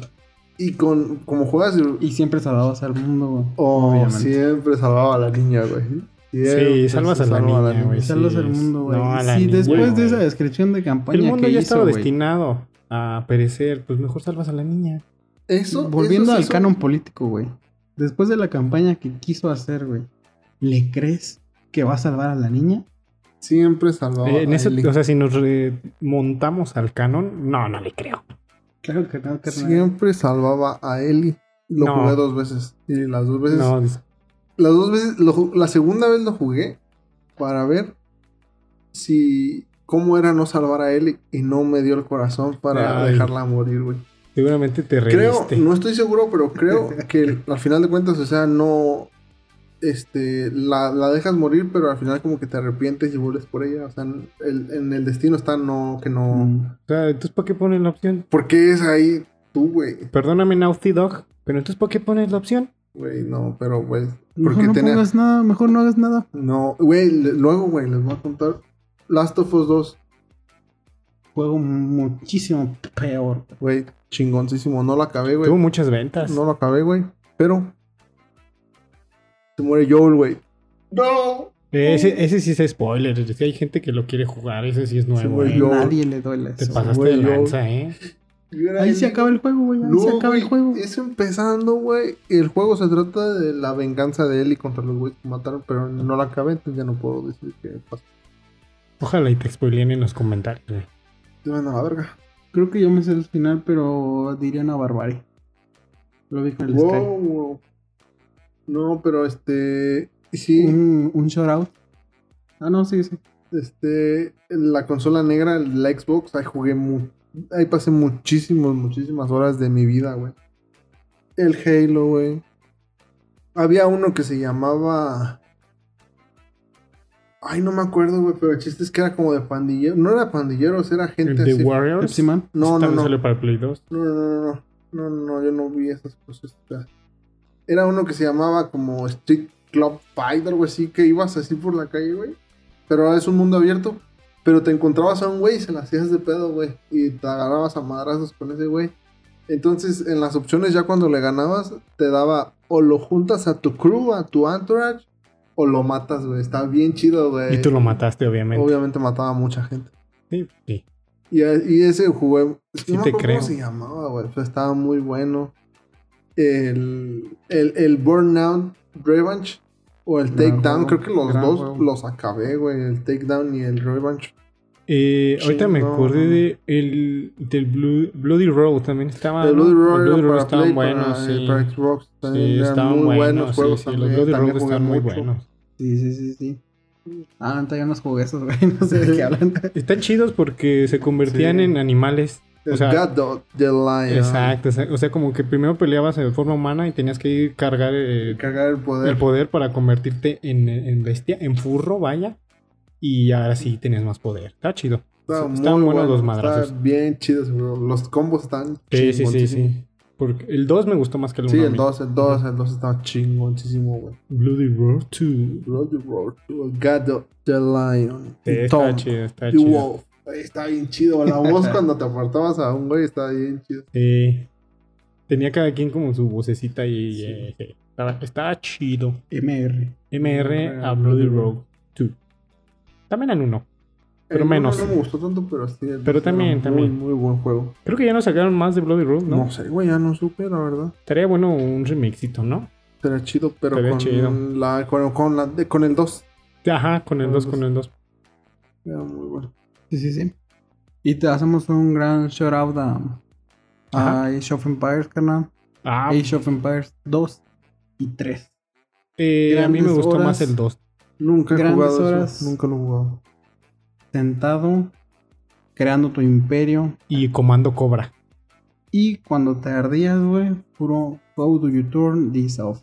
Speaker 3: Y con como juegas...
Speaker 2: Y siempre salvabas al mundo, güey.
Speaker 3: Oh,
Speaker 2: obviamente.
Speaker 3: siempre salvaba a la niña, güey. Siempre
Speaker 1: Sí, salvas
Speaker 3: se
Speaker 1: a la
Speaker 3: salvaba
Speaker 1: niña, güey.
Speaker 2: Salvas
Speaker 1: Pues sí.
Speaker 2: al mundo, güey.
Speaker 1: No, a la
Speaker 2: si
Speaker 1: niña,
Speaker 2: después de
Speaker 1: güey.
Speaker 2: esa descripción de campaña
Speaker 1: El mundo
Speaker 2: que
Speaker 1: ya
Speaker 2: hizo,
Speaker 1: estaba
Speaker 2: güey,
Speaker 1: destinado a perecer. Pues mejor salvas a la niña.
Speaker 3: Eso,
Speaker 2: Volviendo
Speaker 3: eso sí
Speaker 2: al
Speaker 3: son-
Speaker 2: canon político, güey. Después de la campaña que quiso hacer, güey. ¿Le crees que va a salvar a la niña?
Speaker 3: Siempre salvaba
Speaker 1: Eh, en
Speaker 3: a
Speaker 1: ese,
Speaker 3: Ellie.
Speaker 1: o sea, si nos remontamos al canon, no, no le creo.
Speaker 2: Claro que no, carnal.
Speaker 3: Siempre salvaba a Eli. Lo
Speaker 1: No.
Speaker 3: jugué dos veces. Y las dos veces.
Speaker 1: No, dis-
Speaker 3: Las dos veces. lo ju- la segunda vez lo jugué para ver si. cómo era no salvar a Eli. Y no me dio el corazón para
Speaker 1: Ay.
Speaker 3: dejarla morir, güey.
Speaker 1: seguramente te
Speaker 3: Creo,
Speaker 1: reíste.
Speaker 3: no estoy seguro, pero
Speaker 1: (laughs)
Speaker 3: creo que el- al final de cuentas, o sea, no. Este, la, la dejas morir, pero al final como que te arrepientes y vuelves por ella. O sea, en el, en el destino está no, que no.
Speaker 2: Mm.
Speaker 1: O sea, entonces, ¿para qué pones la opción?
Speaker 3: ¿Por qué es ahí tú, güey?
Speaker 1: Perdóname, Naughty Dog, pero entonces, ¿para qué pones la opción?
Speaker 3: Güey, no, pero, güey.
Speaker 2: Mejor
Speaker 3: Porque
Speaker 2: no
Speaker 3: tenía-
Speaker 2: pongas nada, mejor no hagas nada.
Speaker 3: No, güey, le- luego, güey, les voy a contar. Last of Us 2,
Speaker 2: Juego muchísimo peor.
Speaker 3: güey, chingoncísimo. No lo acabé, güey.
Speaker 1: Tuvo muchas ventas.
Speaker 3: Pues, No lo acabé, güey. Pero. Se muere Joel, güey. ¡No!
Speaker 1: Ese, ese sí es spoiler. es que hay gente que lo quiere jugar, ese sí es nuevo.
Speaker 3: güey,
Speaker 1: eh.
Speaker 3: yo-
Speaker 2: Nadie le duele
Speaker 1: Te
Speaker 2: eso.
Speaker 1: pasaste
Speaker 3: güey,
Speaker 1: de
Speaker 3: yo-
Speaker 1: lanza, ¿eh?
Speaker 2: Ahí se acaba el juego, güey. Ahí
Speaker 3: No,
Speaker 2: se acaba
Speaker 3: güey,
Speaker 2: el juego.
Speaker 3: Es empezando, güey. El juego se trata de la venganza de Ellie contra los güeyes que mataron, pero no la acabé, entonces ya no puedo decir qué pasó.
Speaker 1: Ojalá y te spoileen en los comentarios. güey.
Speaker 3: Te van a la verga.
Speaker 2: Creo que yo me sé el final, pero diría una barbarie. Lo vi con el
Speaker 3: Wow, wow. No, pero este. Sí.
Speaker 2: Sky. Un, un shout out. Ah, no, sí, sí.
Speaker 3: Este, en la consola negra, la Xbox, ahí jugué mu- ahí pasé muchísimas, muchísimas horas de mi vida, güey. El Halo, güey. Había uno que se llamaba. Ay, no me acuerdo, güey, pero el chiste es que era como de pandilleros. No era pandilleros, era
Speaker 1: El
Speaker 3: gente
Speaker 1: The
Speaker 3: así.
Speaker 1: Warriors.
Speaker 2: Pepsi Man.
Speaker 3: No, no,
Speaker 1: También
Speaker 3: no.
Speaker 1: salió para Play 2.
Speaker 3: No, no, no, no. No, no, no, yo no vi esas cosas. O sea, Era uno que se llamaba como Street Club Fight, algo así, que ibas así por la calle, güey. Pero es un mundo abierto. Pero te encontrabas a un güey y se las hacías de pedo, güey. Y te agarrabas a madrazos con ese güey. Entonces, en las opciones, ya cuando le ganabas, te daba o lo juntas a tu crew, a tu entourage, o lo matas, güey. Está bien chido, güey.
Speaker 1: Y tú lo mataste, obviamente.
Speaker 3: Obviamente mataba a mucha gente.
Speaker 1: Sí, sí.
Speaker 3: Y, a- y ese jugué. es
Speaker 1: Sí
Speaker 3: que no
Speaker 1: te
Speaker 3: me acuerdo
Speaker 1: creo.
Speaker 3: ¿Cómo se llamaba, güey? Pero estaba muy bueno. El, el, el Burnout Revenge o el
Speaker 2: Gran
Speaker 3: Takedown.
Speaker 2: juego,
Speaker 3: Creo que los
Speaker 2: gran
Speaker 3: dos
Speaker 2: juego.
Speaker 3: los acabé, güey. El Takedown y el Revenge.
Speaker 1: Eh, ahorita me
Speaker 3: Chingón.
Speaker 1: acordé de el, del Blue- Bloody Road. También estaba.
Speaker 3: el
Speaker 1: Ah, ¿no?
Speaker 3: Bloody
Speaker 1: Los
Speaker 3: Roar era
Speaker 1: Bloody Roar
Speaker 3: para
Speaker 1: estaban
Speaker 3: Play,
Speaker 1: buenos.
Speaker 3: para, eh,
Speaker 1: sí.
Speaker 3: para Xbox. También
Speaker 1: Sí,
Speaker 3: eran
Speaker 1: estaban
Speaker 3: muy buenos, juegos
Speaker 1: sí, sí,
Speaker 3: también.
Speaker 1: Los Bloody
Speaker 3: también
Speaker 1: Road
Speaker 3: jugué
Speaker 1: están muy
Speaker 3: mucho.
Speaker 1: buenos.
Speaker 2: Sí, sí, sí, sí. Ah, neta, ya no jugué esos, güey. (laughs) No sé de qué hablan.
Speaker 1: Están chidos porque se convertían
Speaker 3: Sí.
Speaker 1: en animales.
Speaker 3: El
Speaker 1: O sea,
Speaker 3: God of the Lion.
Speaker 1: Exacto, exacto. O sea, como que primero peleabas de forma humana y tenías que ir cargar eh,
Speaker 3: Cargar el poder.
Speaker 1: el poder para convertirte en, en bestia, en furro, vaya. Y ahora sí tenías más poder. Está chido.
Speaker 3: Estaba
Speaker 1: Están
Speaker 3: muy
Speaker 1: buenos
Speaker 3: bueno,
Speaker 1: los
Speaker 3: estaba
Speaker 1: madrazos.
Speaker 3: bien chidos, bro. Los combos están
Speaker 1: Sí, sí, sí,
Speaker 3: chingoncísimos.
Speaker 1: sí. Porque el 2 me gustó más que el 1.
Speaker 3: Sí, el 2, el 2, el 2 estaba chingoncísimo, güey.
Speaker 1: Bloody Roar 2.
Speaker 3: Bloody Roar, God of the Lion.
Speaker 1: Sí,
Speaker 3: y
Speaker 1: está
Speaker 3: Tom,
Speaker 1: chido, está
Speaker 3: the
Speaker 1: chido.
Speaker 3: Wolf. Ahí Está bien chido.
Speaker 1: (laughs)
Speaker 3: La voz cuando te apartabas a un güey está bien chido.
Speaker 1: Sí. Tenía cada quien como su vocecita y eh, sí. estaba, estaba chido.
Speaker 2: MR.
Speaker 1: MR a Bloody Road 2. También al 1. Pero
Speaker 3: El uno
Speaker 1: menos.
Speaker 3: Eh, No me gustó tanto, pero sí. el
Speaker 1: Pero
Speaker 3: dos era
Speaker 1: también,
Speaker 3: muy,
Speaker 1: también.
Speaker 3: Muy buen juego.
Speaker 1: Creo que ya no sacaron más de Bloody Road,
Speaker 3: No,
Speaker 1: ¿no?
Speaker 3: sé, güey, ya no supe, la verdad.
Speaker 1: Estaría bueno un remixito, ¿no?
Speaker 3: Será chido, pero
Speaker 1: Estaría
Speaker 3: con,
Speaker 1: chido.
Speaker 3: La, con, con la, de- con el 2.
Speaker 1: Ajá, con el 2, con el 2.
Speaker 3: Era muy bueno.
Speaker 2: Sí, sí, sí. Y te hacemos un gran shout out a, a
Speaker 1: Ajá.
Speaker 2: Age of Empires, carnal.
Speaker 1: Ah,
Speaker 2: Age of Empires 2 y 3.
Speaker 1: eh, a mí me
Speaker 2: grandes
Speaker 1: gustó
Speaker 2: horas.
Speaker 1: más el 2.
Speaker 3: Nunca he
Speaker 2: Grandes
Speaker 3: jugado eso,
Speaker 2: horas.
Speaker 3: Nunca lo he jugado.
Speaker 2: Sentado, creando tu imperio.
Speaker 1: Y Comando Cobra.
Speaker 2: Y cuando te ardías, güey, puro How do you turn this off?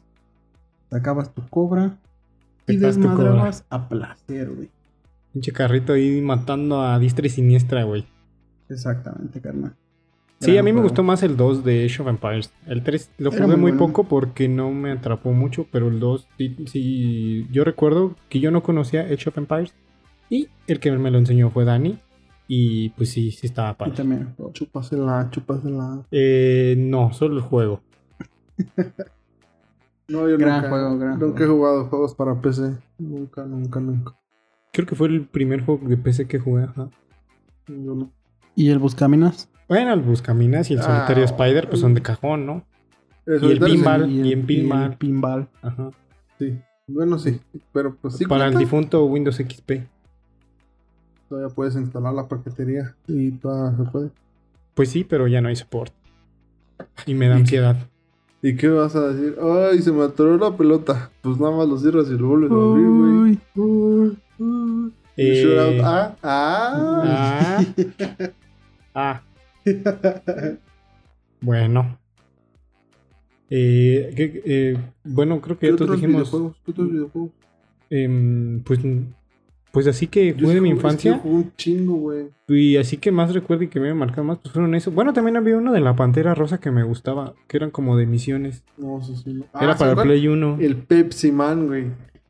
Speaker 2: Sacabas tu cobra y
Speaker 1: Sacabas tu cobra.
Speaker 2: desmadrabas a placer, güey.
Speaker 1: Pinche carrito ahí matando a diestra y siniestra, güey.
Speaker 2: Exactamente, carnal.
Speaker 1: Sí,
Speaker 2: Gran
Speaker 1: a mí me
Speaker 2: juego.
Speaker 1: gustó más el 2 de Age of Empires. El 3 lo
Speaker 2: Era
Speaker 1: jugué
Speaker 2: muy
Speaker 1: muy
Speaker 2: bueno.
Speaker 1: poco porque no me atrapó mucho, pero el 2 sí, sí- Yo recuerdo que yo no conocía Age of Empires y el que me lo enseñó fue Dani y pues sí, sí estaba
Speaker 2: Y
Speaker 1: padre.
Speaker 2: también.
Speaker 3: Chúpasela, chúpasela.
Speaker 1: Eh, no, solo el juego.
Speaker 3: No, yo
Speaker 2: Gran
Speaker 3: nunca,
Speaker 2: juego, gran
Speaker 3: nunca he jugado juegos para PC. Nunca, nunca, nunca.
Speaker 1: Creo que fue el primer juego de PC que jugué. ajá.
Speaker 3: Yo no.
Speaker 2: ¿Y el Buscaminas?
Speaker 1: Bueno, el Buscaminas y el
Speaker 3: Ah, mm.
Speaker 1: Solitario Spider pues son de cajón, ¿no?
Speaker 3: Eh,
Speaker 1: Y el pinball.
Speaker 2: Y el-
Speaker 1: Y en pinball.
Speaker 2: y el pinball.
Speaker 1: Ajá.
Speaker 3: Sí. Bueno, sí. Pero pues sí.
Speaker 1: Para el
Speaker 3: cuenta.
Speaker 1: difunto Windows XP.
Speaker 3: Todavía puedes instalar la paquetería y toda se puede.
Speaker 1: Pues sí, pero ya no hay soporte. Y me da ansiedad.
Speaker 3: ¿Y qué vas a decir? Ay, se me atoró la pelota. Pues nada más lo cierras y lo vuelves a abrir, güey.
Speaker 2: Uy,
Speaker 3: Uy, uy.
Speaker 1: Eh,
Speaker 3: Shout out. Ah, ah.
Speaker 1: (laughs) Ah. Ah. Bueno. Eh, ¿qué- eh, bueno, creo que
Speaker 3: ¿Qué
Speaker 1: ya todos
Speaker 3: otros
Speaker 1: dijimos.
Speaker 3: videojuegos? ¿Qué otros videojuegos?
Speaker 1: em, pues, pues así que
Speaker 3: Yo
Speaker 1: jugué de mi
Speaker 3: sí jugué- este es que
Speaker 1: infancia.
Speaker 3: jugué un chingo, güey.
Speaker 1: Y así que más recuerdo y que me marcaron más, pues fueron eso. Bueno, también había uno de la Pantera Rosa que me gustaba, que eran como de misiones.
Speaker 3: No, eso sí. no. Ah,
Speaker 1: Era
Speaker 3: ¿se
Speaker 1: para el
Speaker 3: acuerdan?
Speaker 1: Play 1.
Speaker 3: El Pepsi Man, güey.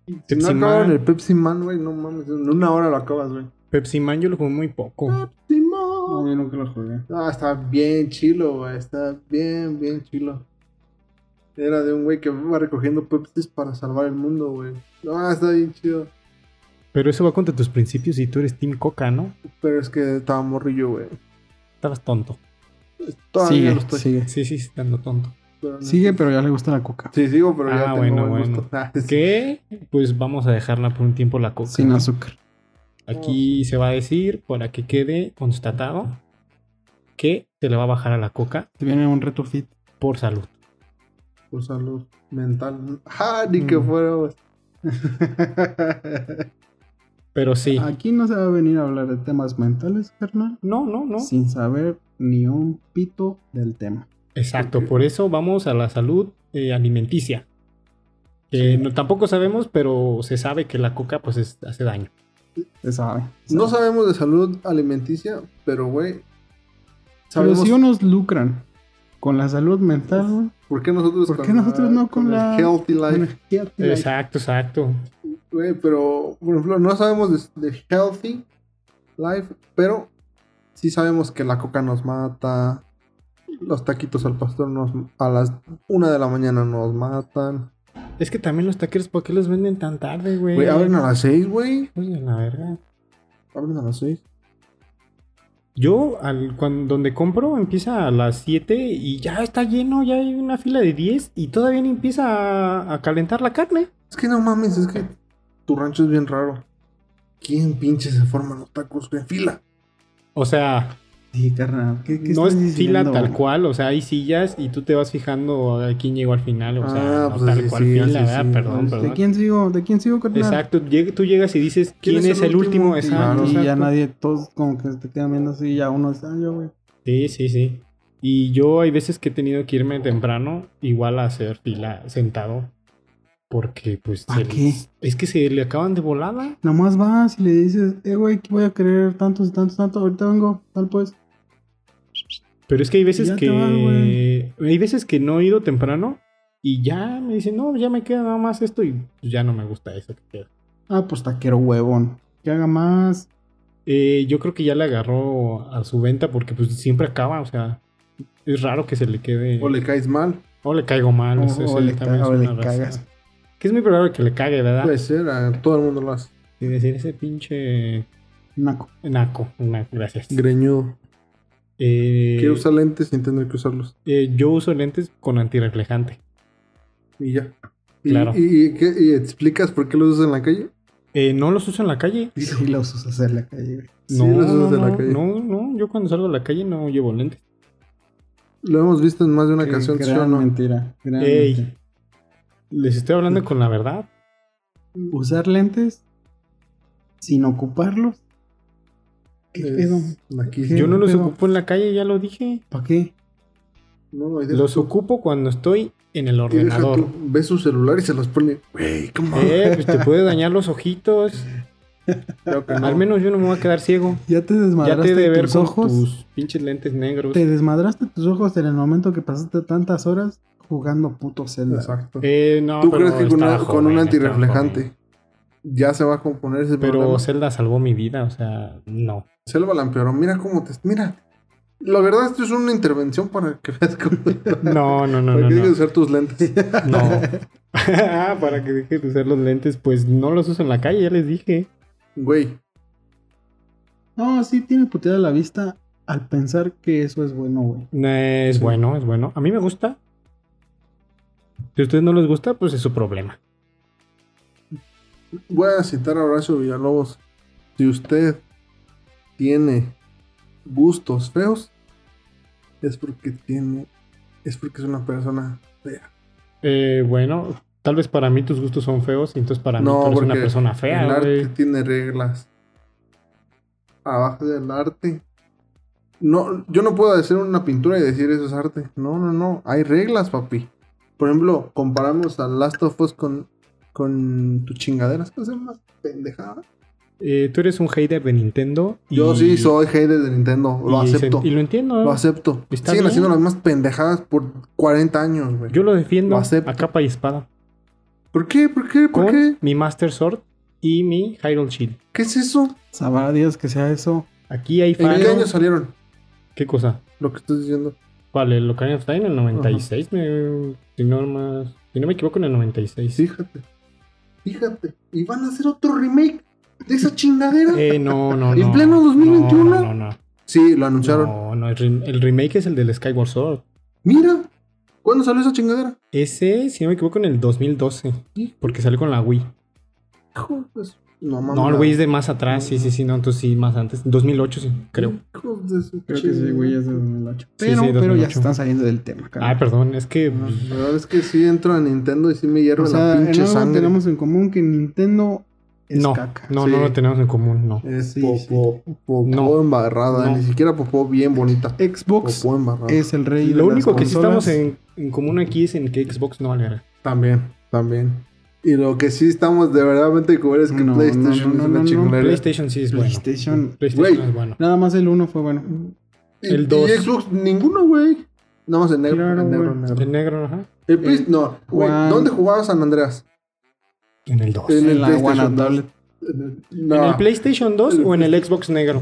Speaker 3: Si no
Speaker 1: Pepsi
Speaker 3: acabaron
Speaker 1: Man.
Speaker 3: el Pepsi Man, güey, no mames. En una hora lo acabas, güey.
Speaker 1: Pepsi Man yo lo jugué muy poco.
Speaker 3: Pepsi Man.
Speaker 2: no, yo nunca lo jugué.
Speaker 3: Ah, está bien chilo, güey. Está bien, bien chilo. Era de un güey que va recogiendo Pepsis para salvar el mundo, güey. Ah, está bien chido.
Speaker 1: Pero eso va contra tus principios y tú eres Team Coca, ¿no?
Speaker 3: Pero es que estaba morrillo, güey.
Speaker 1: Estabas tonto.
Speaker 3: Todavía
Speaker 2: Sigue,
Speaker 3: lo estoy.
Speaker 2: sigue.
Speaker 1: Sí, sí, estando tonto.
Speaker 3: pero no.
Speaker 2: Sigue, pero ya le gusta la coca.
Speaker 3: Sí, sigo, pero ya
Speaker 1: Ah,
Speaker 3: tengo
Speaker 1: bueno,
Speaker 3: buen
Speaker 1: bueno.
Speaker 3: gusto. (laughs) Ah, sí.
Speaker 1: Que pues vamos a dejarla por un tiempo la coca.
Speaker 2: Sin azúcar.
Speaker 1: Aquí se va a decir, para que quede constatado, que se le va a bajar a la coca
Speaker 2: Te viene un reto fit.
Speaker 1: por salud.
Speaker 3: Por salud mental. Ah, ni que
Speaker 1: Mm.
Speaker 3: fuera, güey.
Speaker 1: Pero sí.
Speaker 2: (laughs) Aquí no se va a venir a hablar de temas mentales, carnal.
Speaker 1: No, no, no.
Speaker 2: Sin saber ni un pito del tema.
Speaker 1: Exacto, por eso vamos a la salud eh, alimenticia. Que no, tampoco sabemos, pero se sabe que la coca pues es- hace daño.
Speaker 2: Se sabe. se
Speaker 3: No
Speaker 2: sabe.
Speaker 3: sabemos de salud alimenticia, pero güey.
Speaker 2: Pero
Speaker 3: Sabemos
Speaker 2: si unos lucran con la salud mental, güey.
Speaker 3: por qué nosotros
Speaker 2: ¿Por qué
Speaker 3: con
Speaker 2: nosotros no con
Speaker 3: el
Speaker 2: la-
Speaker 3: healthy life,
Speaker 2: energía te da-
Speaker 1: Exacto, exacto.
Speaker 3: güey, pero por ejemplo, no sabemos de, de healthy life, pero sí sabemos que la coca nos mata. Los taquitos al pastor nos a las una de la mañana nos matan.
Speaker 1: Es que también los taqueros, ¿por qué los venden tan tarde, güey? Pues,
Speaker 3: Güey, abren a las seis, güey.
Speaker 1: Uy, a Pues, la verga.
Speaker 3: Abren a las seis.
Speaker 1: Yo, al, cuan- donde compro, empieza a las 7 y ya está lleno, ya hay una fila de 10 y todavía no empieza a, a calentar la carne.
Speaker 3: Es que no mames, es que tu rancho es bien raro. ¿Quién pinche se forman los tacos en fila?
Speaker 1: O sea,
Speaker 2: Sí, carnal. ¿Qué, qué
Speaker 1: no es
Speaker 2: estás
Speaker 1: fila
Speaker 2: diciendo?
Speaker 1: tal cual, o sea, hay sillas y tú te vas fijando a quién llegó al final, o sea,
Speaker 3: Ah,
Speaker 1: no
Speaker 3: pues
Speaker 1: tal
Speaker 3: así
Speaker 1: cual
Speaker 3: sí,
Speaker 1: fila,
Speaker 3: así
Speaker 1: ¿verdad?
Speaker 3: sí.
Speaker 1: Perdón,
Speaker 2: Pues, ¿De
Speaker 1: perdón.
Speaker 2: Este, quién sigo? ¿De quién sigo, carnal?
Speaker 1: Exacto, lleg- tú llegas y dices, ¿quién es el último? Exacto,
Speaker 2: Y ya
Speaker 1: exacto.
Speaker 2: nadie, todos como que te quedan viendo así, ya uno está, yo, güey.
Speaker 1: Sí, sí, sí. Y yo hay veces que he tenido que irme temprano, igual a hacer fila sentado, porque pues...
Speaker 2: ¿Para
Speaker 1: se-
Speaker 2: qué?
Speaker 1: Es que se le acaban de volada.
Speaker 2: Nomás vas y le dices, eh, güey, que voy a querer tantos y tantos, tantos, ahorita vengo, tal pues.
Speaker 1: Pero es que hay veces
Speaker 2: Ya te
Speaker 1: que.
Speaker 2: vas, güey.
Speaker 1: hay veces que no he ido temprano y ya me dicen, no, ya me queda nada más esto y pues ya no me gusta eso que queda.
Speaker 2: Ah, pues taquero huevón. Que haga más.
Speaker 1: Eh, yo creo que ya le agarró a su venta porque pues siempre acaba, o sea, es raro que se le quede.
Speaker 3: ¿O le caes mal?
Speaker 1: o le caigo mal,
Speaker 2: O-
Speaker 1: eso
Speaker 2: o
Speaker 1: sí,
Speaker 2: le
Speaker 1: también
Speaker 2: ca-
Speaker 1: es
Speaker 2: o le
Speaker 1: una razón.
Speaker 2: cagas. Pues.
Speaker 1: Que es muy probable que le cague, ¿verdad?
Speaker 3: Puede ser, a todo el mundo lo hace.
Speaker 1: Y decir ese pinche
Speaker 2: Naco. (laughs)
Speaker 1: naco, naco, gracias.
Speaker 3: Greñudo.
Speaker 1: Eh,
Speaker 3: Quiero usar lentes sin tener que usarlos.
Speaker 1: eh, yo uso lentes con antirreflejante.
Speaker 3: Y ya. Y,
Speaker 1: Claro.
Speaker 3: y- y qué- y explicas por qué los usas en la calle?
Speaker 1: Eh, no los uso en la calle. (laughs)
Speaker 2: Sí, los usas en la calle, güey.
Speaker 1: No,
Speaker 3: los usas
Speaker 1: no,
Speaker 3: en la
Speaker 1: no,
Speaker 3: calle.
Speaker 1: no, no, yo cuando salgo a la calle no llevo lentes.
Speaker 3: Lo hemos visto en más de una
Speaker 2: Qué
Speaker 3: canción. ¿sí o
Speaker 2: gran
Speaker 3: no?
Speaker 2: mentira.
Speaker 3: Ah,
Speaker 2: gran
Speaker 1: Ey.
Speaker 2: mentira.
Speaker 1: Les estoy hablando con la verdad.
Speaker 2: Usar lentes sin ocuparlos. ¿Qué
Speaker 3: Es-
Speaker 2: pedo?
Speaker 3: aquí-
Speaker 2: ¿Qué?
Speaker 1: Yo no los
Speaker 2: pero-
Speaker 1: ocupo en la calle, ya lo dije.
Speaker 2: ¿Para qué?
Speaker 3: no, y deja
Speaker 1: Los
Speaker 3: tú-
Speaker 1: ocupo cuando estoy en el
Speaker 3: y deja
Speaker 1: ordenador.
Speaker 3: tú, Ve su celular y se los pone. Güey, ¿cómo?
Speaker 1: Eh, pues te puede dañar los ojitos.
Speaker 3: (laughs) Creo que (laughs) no.
Speaker 1: Al menos yo no me voy a quedar ciego.
Speaker 2: Ya te
Speaker 1: Ya
Speaker 2: desmadraste
Speaker 1: te he de ver
Speaker 2: tus
Speaker 1: con
Speaker 2: ojos.
Speaker 1: tus pinches lentes negros.
Speaker 2: Te desmadraste tus ojos en el momento que pasaste tantas horas jugando puto Zelda.
Speaker 3: Exacto.
Speaker 1: Eh, no,
Speaker 3: ¿Tú
Speaker 1: pero
Speaker 3: crees que con,
Speaker 1: estaba
Speaker 3: una- con un
Speaker 1: joven,
Speaker 3: antirreflejante
Speaker 1: estaba
Speaker 3: ya se va a componer ese
Speaker 1: joven. Pero
Speaker 3: problema?
Speaker 1: Zelda salvó mi vida, o sea,
Speaker 3: (laughs)
Speaker 1: no.
Speaker 3: Selva Lampeoro, mira cómo te. Mira. La verdad, esto es una intervención para que veas cómo.
Speaker 1: (laughs) No, no, no,
Speaker 3: para
Speaker 1: no.
Speaker 3: que dejes de
Speaker 1: No.
Speaker 3: usar tus lentes. (laughs)
Speaker 1: no. (laughs) Ah, para que dejes de usar los lentes, pues no los uso en la calle, ya les dije.
Speaker 3: Güey,
Speaker 2: No, sí tiene puteada la vista al pensar que eso es bueno, güey.
Speaker 1: No, Es bueno, es bueno. A mí me gusta. Si a ustedes no les gusta, pues es su problema.
Speaker 3: voy a citar a Horacio Villalobos. Si usted tiene gustos feos, es porque tiene. Es porque es una persona fea.
Speaker 1: Eh, bueno, tal vez para mí tus gustos son feos y entonces para mí
Speaker 3: No,
Speaker 1: tú eres una
Speaker 3: porque
Speaker 1: persona
Speaker 3: El
Speaker 1: fea,
Speaker 3: arte
Speaker 1: güey.
Speaker 3: tiene reglas. Abajo del arte. No, yo no puedo hacer una pintura y decir eso es arte. No, no, no. Hay reglas, papi. Por ejemplo, comparamos a Last of Us con, con tus chingaderas. ¿Qué hacen más pendejadas?
Speaker 1: Eh, tú eres un hater de Nintendo. y-
Speaker 3: Yo sí soy hater de Nintendo. Lo
Speaker 1: y se-
Speaker 3: acepto.
Speaker 1: Y lo entiendo.
Speaker 3: Lo acepto.
Speaker 1: Está
Speaker 3: Siguen
Speaker 1: bien.
Speaker 3: haciendo las más pendejadas por 40 años, güey.
Speaker 1: Yo lo defiendo
Speaker 3: Lo acepto.
Speaker 1: a capa y espada.
Speaker 3: ¿Por qué? ¿Por qué? ¿Por
Speaker 1: Con
Speaker 3: qué?
Speaker 1: mi Master Sword y mi Hyrule Shield.
Speaker 3: ¿Qué es eso?
Speaker 2: Sabrá Dios que sea eso.
Speaker 1: Aquí hay
Speaker 3: ¿En qué año
Speaker 1: fans.
Speaker 3: salieron?
Speaker 1: ¿Qué cosa?
Speaker 3: Lo que estás diciendo.
Speaker 1: ¿Cuál? ¿El Ocarina of Time? ¿En el 96? me- si, no más- si no me equivoco, en el 96.
Speaker 3: Fíjate. Fíjate. Y van a hacer otro remake de esa chingadera.
Speaker 1: Eh, no, no,
Speaker 3: ¿En
Speaker 1: no.
Speaker 3: pleno
Speaker 1: No,
Speaker 3: 2021?
Speaker 1: no, no.
Speaker 3: sí, lo anunciaron.
Speaker 1: No, no, el, rem- el remake es el del Skyward Sword.
Speaker 3: Mira. ¿Cuándo salió esa chingadera?
Speaker 1: Ese, si no me equivoco, en el 2012. Porque salió con la Wii.
Speaker 3: Hijo de su- Pues, No mames.
Speaker 1: No, el Wii es de más atrás. Sí, sí, sí, no, entonces sí, más antes. 2008, sí, creo.
Speaker 3: Hijo de su
Speaker 2: Creo que sí,
Speaker 3: chingada.
Speaker 2: güey, es de 2008.
Speaker 1: Sí,
Speaker 2: Pero,
Speaker 1: sí,
Speaker 2: pero ya
Speaker 1: 2008.
Speaker 2: se están saliendo del tema,
Speaker 1: Ah,
Speaker 2: carnal.
Speaker 1: perdón, es que.
Speaker 3: No, La verdad es que sí entro a Nintendo y sí me hierve
Speaker 2: O sea,
Speaker 3: la
Speaker 2: en
Speaker 3: pinche
Speaker 2: algo
Speaker 3: sangre.
Speaker 2: tenemos en común que Nintendo es
Speaker 4: no,
Speaker 2: caca.
Speaker 4: no,
Speaker 3: sí.
Speaker 4: no lo tenemos en común, no.
Speaker 3: Es
Speaker 2: Sí,
Speaker 3: popó, popó
Speaker 4: No.
Speaker 3: embarrada,
Speaker 4: No.
Speaker 3: ni siquiera popó bien bonita.
Speaker 2: Xbox
Speaker 3: Popó embarrada.
Speaker 2: es el rey de
Speaker 4: Lo
Speaker 2: las
Speaker 4: único que sí
Speaker 2: consolas.
Speaker 4: estamos en, en común aquí es en que Xbox no alega.
Speaker 3: También, también. Y lo que sí estamos de verdaderamente de cubrir es que
Speaker 2: No,
Speaker 3: PlayStation
Speaker 2: no, no,
Speaker 3: es
Speaker 2: no,
Speaker 3: una
Speaker 2: no,
Speaker 3: chingonería.
Speaker 4: PlayStation sí es bueno.
Speaker 2: PlayStation-
Speaker 4: PlayStation
Speaker 3: Güey.
Speaker 4: es bueno.
Speaker 2: Nada más el uno fue bueno.
Speaker 3: Y-
Speaker 4: el dos.
Speaker 3: Y Xbox, ninguno, güey. Nada más en negro,
Speaker 2: Claro,
Speaker 3: en negro,
Speaker 2: güey.
Speaker 3: en negro.
Speaker 4: El negro, ajá.
Speaker 3: El Play- no, güey,
Speaker 2: Juan-
Speaker 3: ¿dónde jugaba San Andreas?
Speaker 4: En el 2.
Speaker 3: En el
Speaker 2: En la
Speaker 3: PlayStation
Speaker 2: Guanatable.
Speaker 4: ¿En
Speaker 3: No,
Speaker 4: el PlayStation 2 o en el Xbox negro?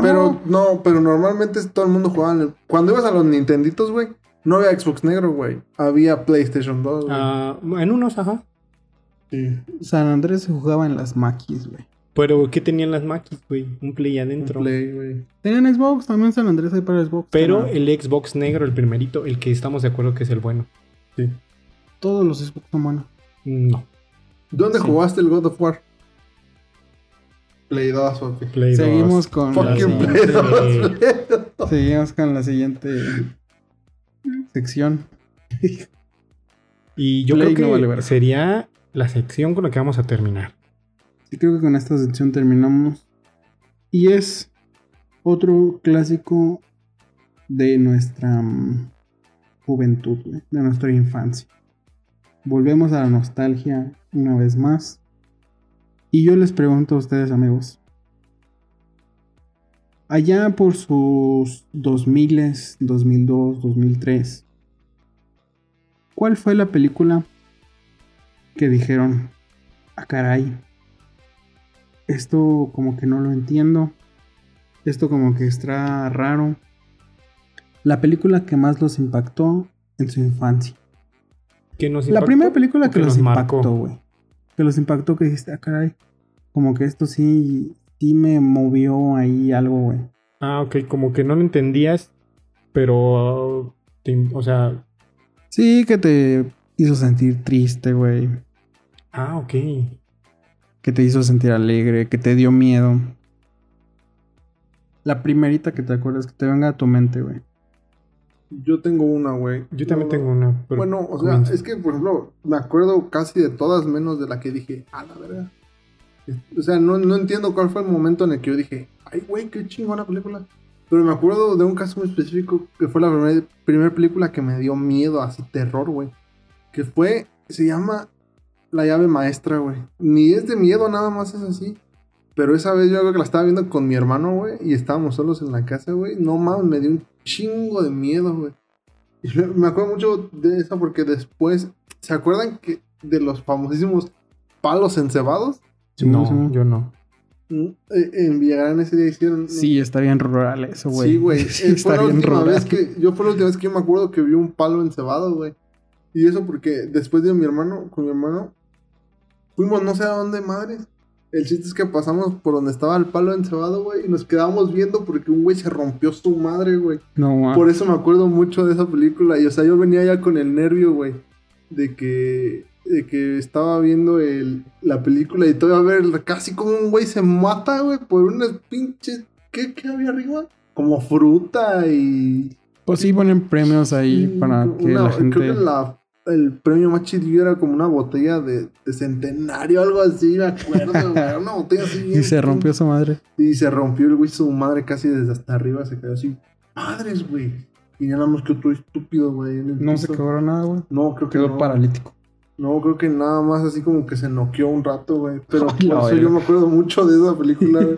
Speaker 3: pero no, pero normalmente todo el mundo jugaba en el... Cuando ibas a los Nintenditos, güey, no había Xbox negro, güey. Había PlayStation 2, güey.
Speaker 4: Ah, en unos, ajá.
Speaker 3: Sí.
Speaker 2: San Andrés se jugaba en las maquis, güey.
Speaker 4: Pero, ¿qué tenían las maquis, güey? Un play
Speaker 3: Un
Speaker 4: adentro.
Speaker 3: Play, güey.
Speaker 2: Tenían Xbox, también San Andrés hay para Xbox.
Speaker 4: Pero
Speaker 2: Para
Speaker 4: el Xbox negro, el primerito, el que estamos de acuerdo que es el bueno.
Speaker 2: todos los Xbox son buenos.
Speaker 4: No.
Speaker 3: ¿Dónde
Speaker 4: Sí.
Speaker 3: jugaste el God of War? Play 2, papi.
Speaker 4: Play 2.
Speaker 2: Seguimos con la
Speaker 3: Fucking
Speaker 2: siguiente-
Speaker 3: Play 2,
Speaker 4: Sí.
Speaker 3: Play 2.
Speaker 2: seguimos con la siguiente sección.
Speaker 4: Y yo
Speaker 2: Play no
Speaker 4: creo que
Speaker 2: vale verga.
Speaker 4: sería la sección con la que vamos a terminar.
Speaker 2: Sí, creo que con esta sección terminamos. Y es otro clásico de nuestra mm, juventud, güey, de nuestra infancia. Volvemos a la nostalgia una vez más. Y yo les pregunto a ustedes, amigos. Allá por sus 2000, 2002, 2003, ¿cuál fue la película que dijeron, ah, caray, esto como que no lo entiendo. Esto como que está raro. La película que más los impactó en su infancia.
Speaker 4: ¿Qué nos
Speaker 2: la
Speaker 4: impactó?
Speaker 2: primera película
Speaker 4: ¿O
Speaker 2: que, los
Speaker 4: nos marcó?
Speaker 2: impactó, güey. Que los impactó que dijiste, ah, caray. Como que esto sí, sí me movió ahí algo, güey.
Speaker 4: Ah, ok, como que no lo entendías, pero. ah, te- o sea.
Speaker 2: Sí, que te hizo sentir triste, güey.
Speaker 4: Ah, ok.
Speaker 2: Que te hizo sentir alegre, que te dio miedo. La primerita que te acuerdas, que te venga a tu mente, güey.
Speaker 3: Yo tengo una, güey.
Speaker 4: Yo también
Speaker 3: No.
Speaker 4: tengo una. pero
Speaker 3: Bueno, o sea,
Speaker 4: comienza.
Speaker 3: es que, por ejemplo, me acuerdo casi de todas menos de la que dije, a la verga. O sea, no, no entiendo cuál fue el momento en el que yo dije, ay, güey, qué chingona película. Pero me acuerdo de un caso muy específico que fue la primera película que me dio miedo, así terror, güey. Que fue, se llama La llave maestra, güey. Ni es de miedo, nada más es así. Pero esa vez yo creo que la estaba viendo con mi hermano, güey, y estábamos solos en la casa, güey. No mames, me dio un chingo de miedo, güey. Y me- Me acuerdo mucho de eso porque después, ¿se acuerdan que de los famosísimos palos encebados?
Speaker 4: no,
Speaker 2: Sí, sí.
Speaker 4: yo no.
Speaker 3: Mm, eh, En Villagrán ese día hicieron...
Speaker 2: Sí, está bien rural eso, güey. (laughs)
Speaker 3: Sí, güey. Eh, fue
Speaker 2: está
Speaker 3: la
Speaker 2: bien
Speaker 3: última
Speaker 2: rural.
Speaker 3: vez que, yo fue la última vez que yo me acuerdo que vi un palo encebado, güey. Y eso porque después de mi hermano, con mi hermano, fuimos no sé a dónde, madres. El chiste es que pasamos por donde estaba el palo encebado, güey, y nos quedábamos viendo porque un güey se rompió su madre, güey.
Speaker 2: No, ma.
Speaker 3: Por eso me acuerdo mucho de esa película. Y o sea, yo venía ya con el nervio, güey. De que, de que estaba viendo el, la película y todo a ver casi como un güey se mata, güey, por unas pinches. ¿Qué, qué había arriba? Como fruta y.
Speaker 2: Pues sí ponen premios ahí para que
Speaker 3: una-
Speaker 2: la gente...
Speaker 3: Creo que la- el premio más chido era como una botella de, de centenario, algo así, me acuerdo. güey, una botella así.
Speaker 2: (laughs) Y
Speaker 3: bien
Speaker 2: se rompió su madre.
Speaker 3: y se rompió el güey, su madre casi desde hasta arriba se quedó así. Madres, güey. Y ya nada más que otro estúpido, güey. en el
Speaker 2: No se
Speaker 3: piso.
Speaker 2: quebró nada, güey.
Speaker 3: No, creo que
Speaker 2: Quedó
Speaker 3: no.
Speaker 2: paralítico.
Speaker 3: No, creo que nada más así como que se noqueó un rato, güey. Pero por
Speaker 2: (laughs) Ay, la
Speaker 3: eso
Speaker 2: verga.
Speaker 3: yo me acuerdo mucho de esa película, güey.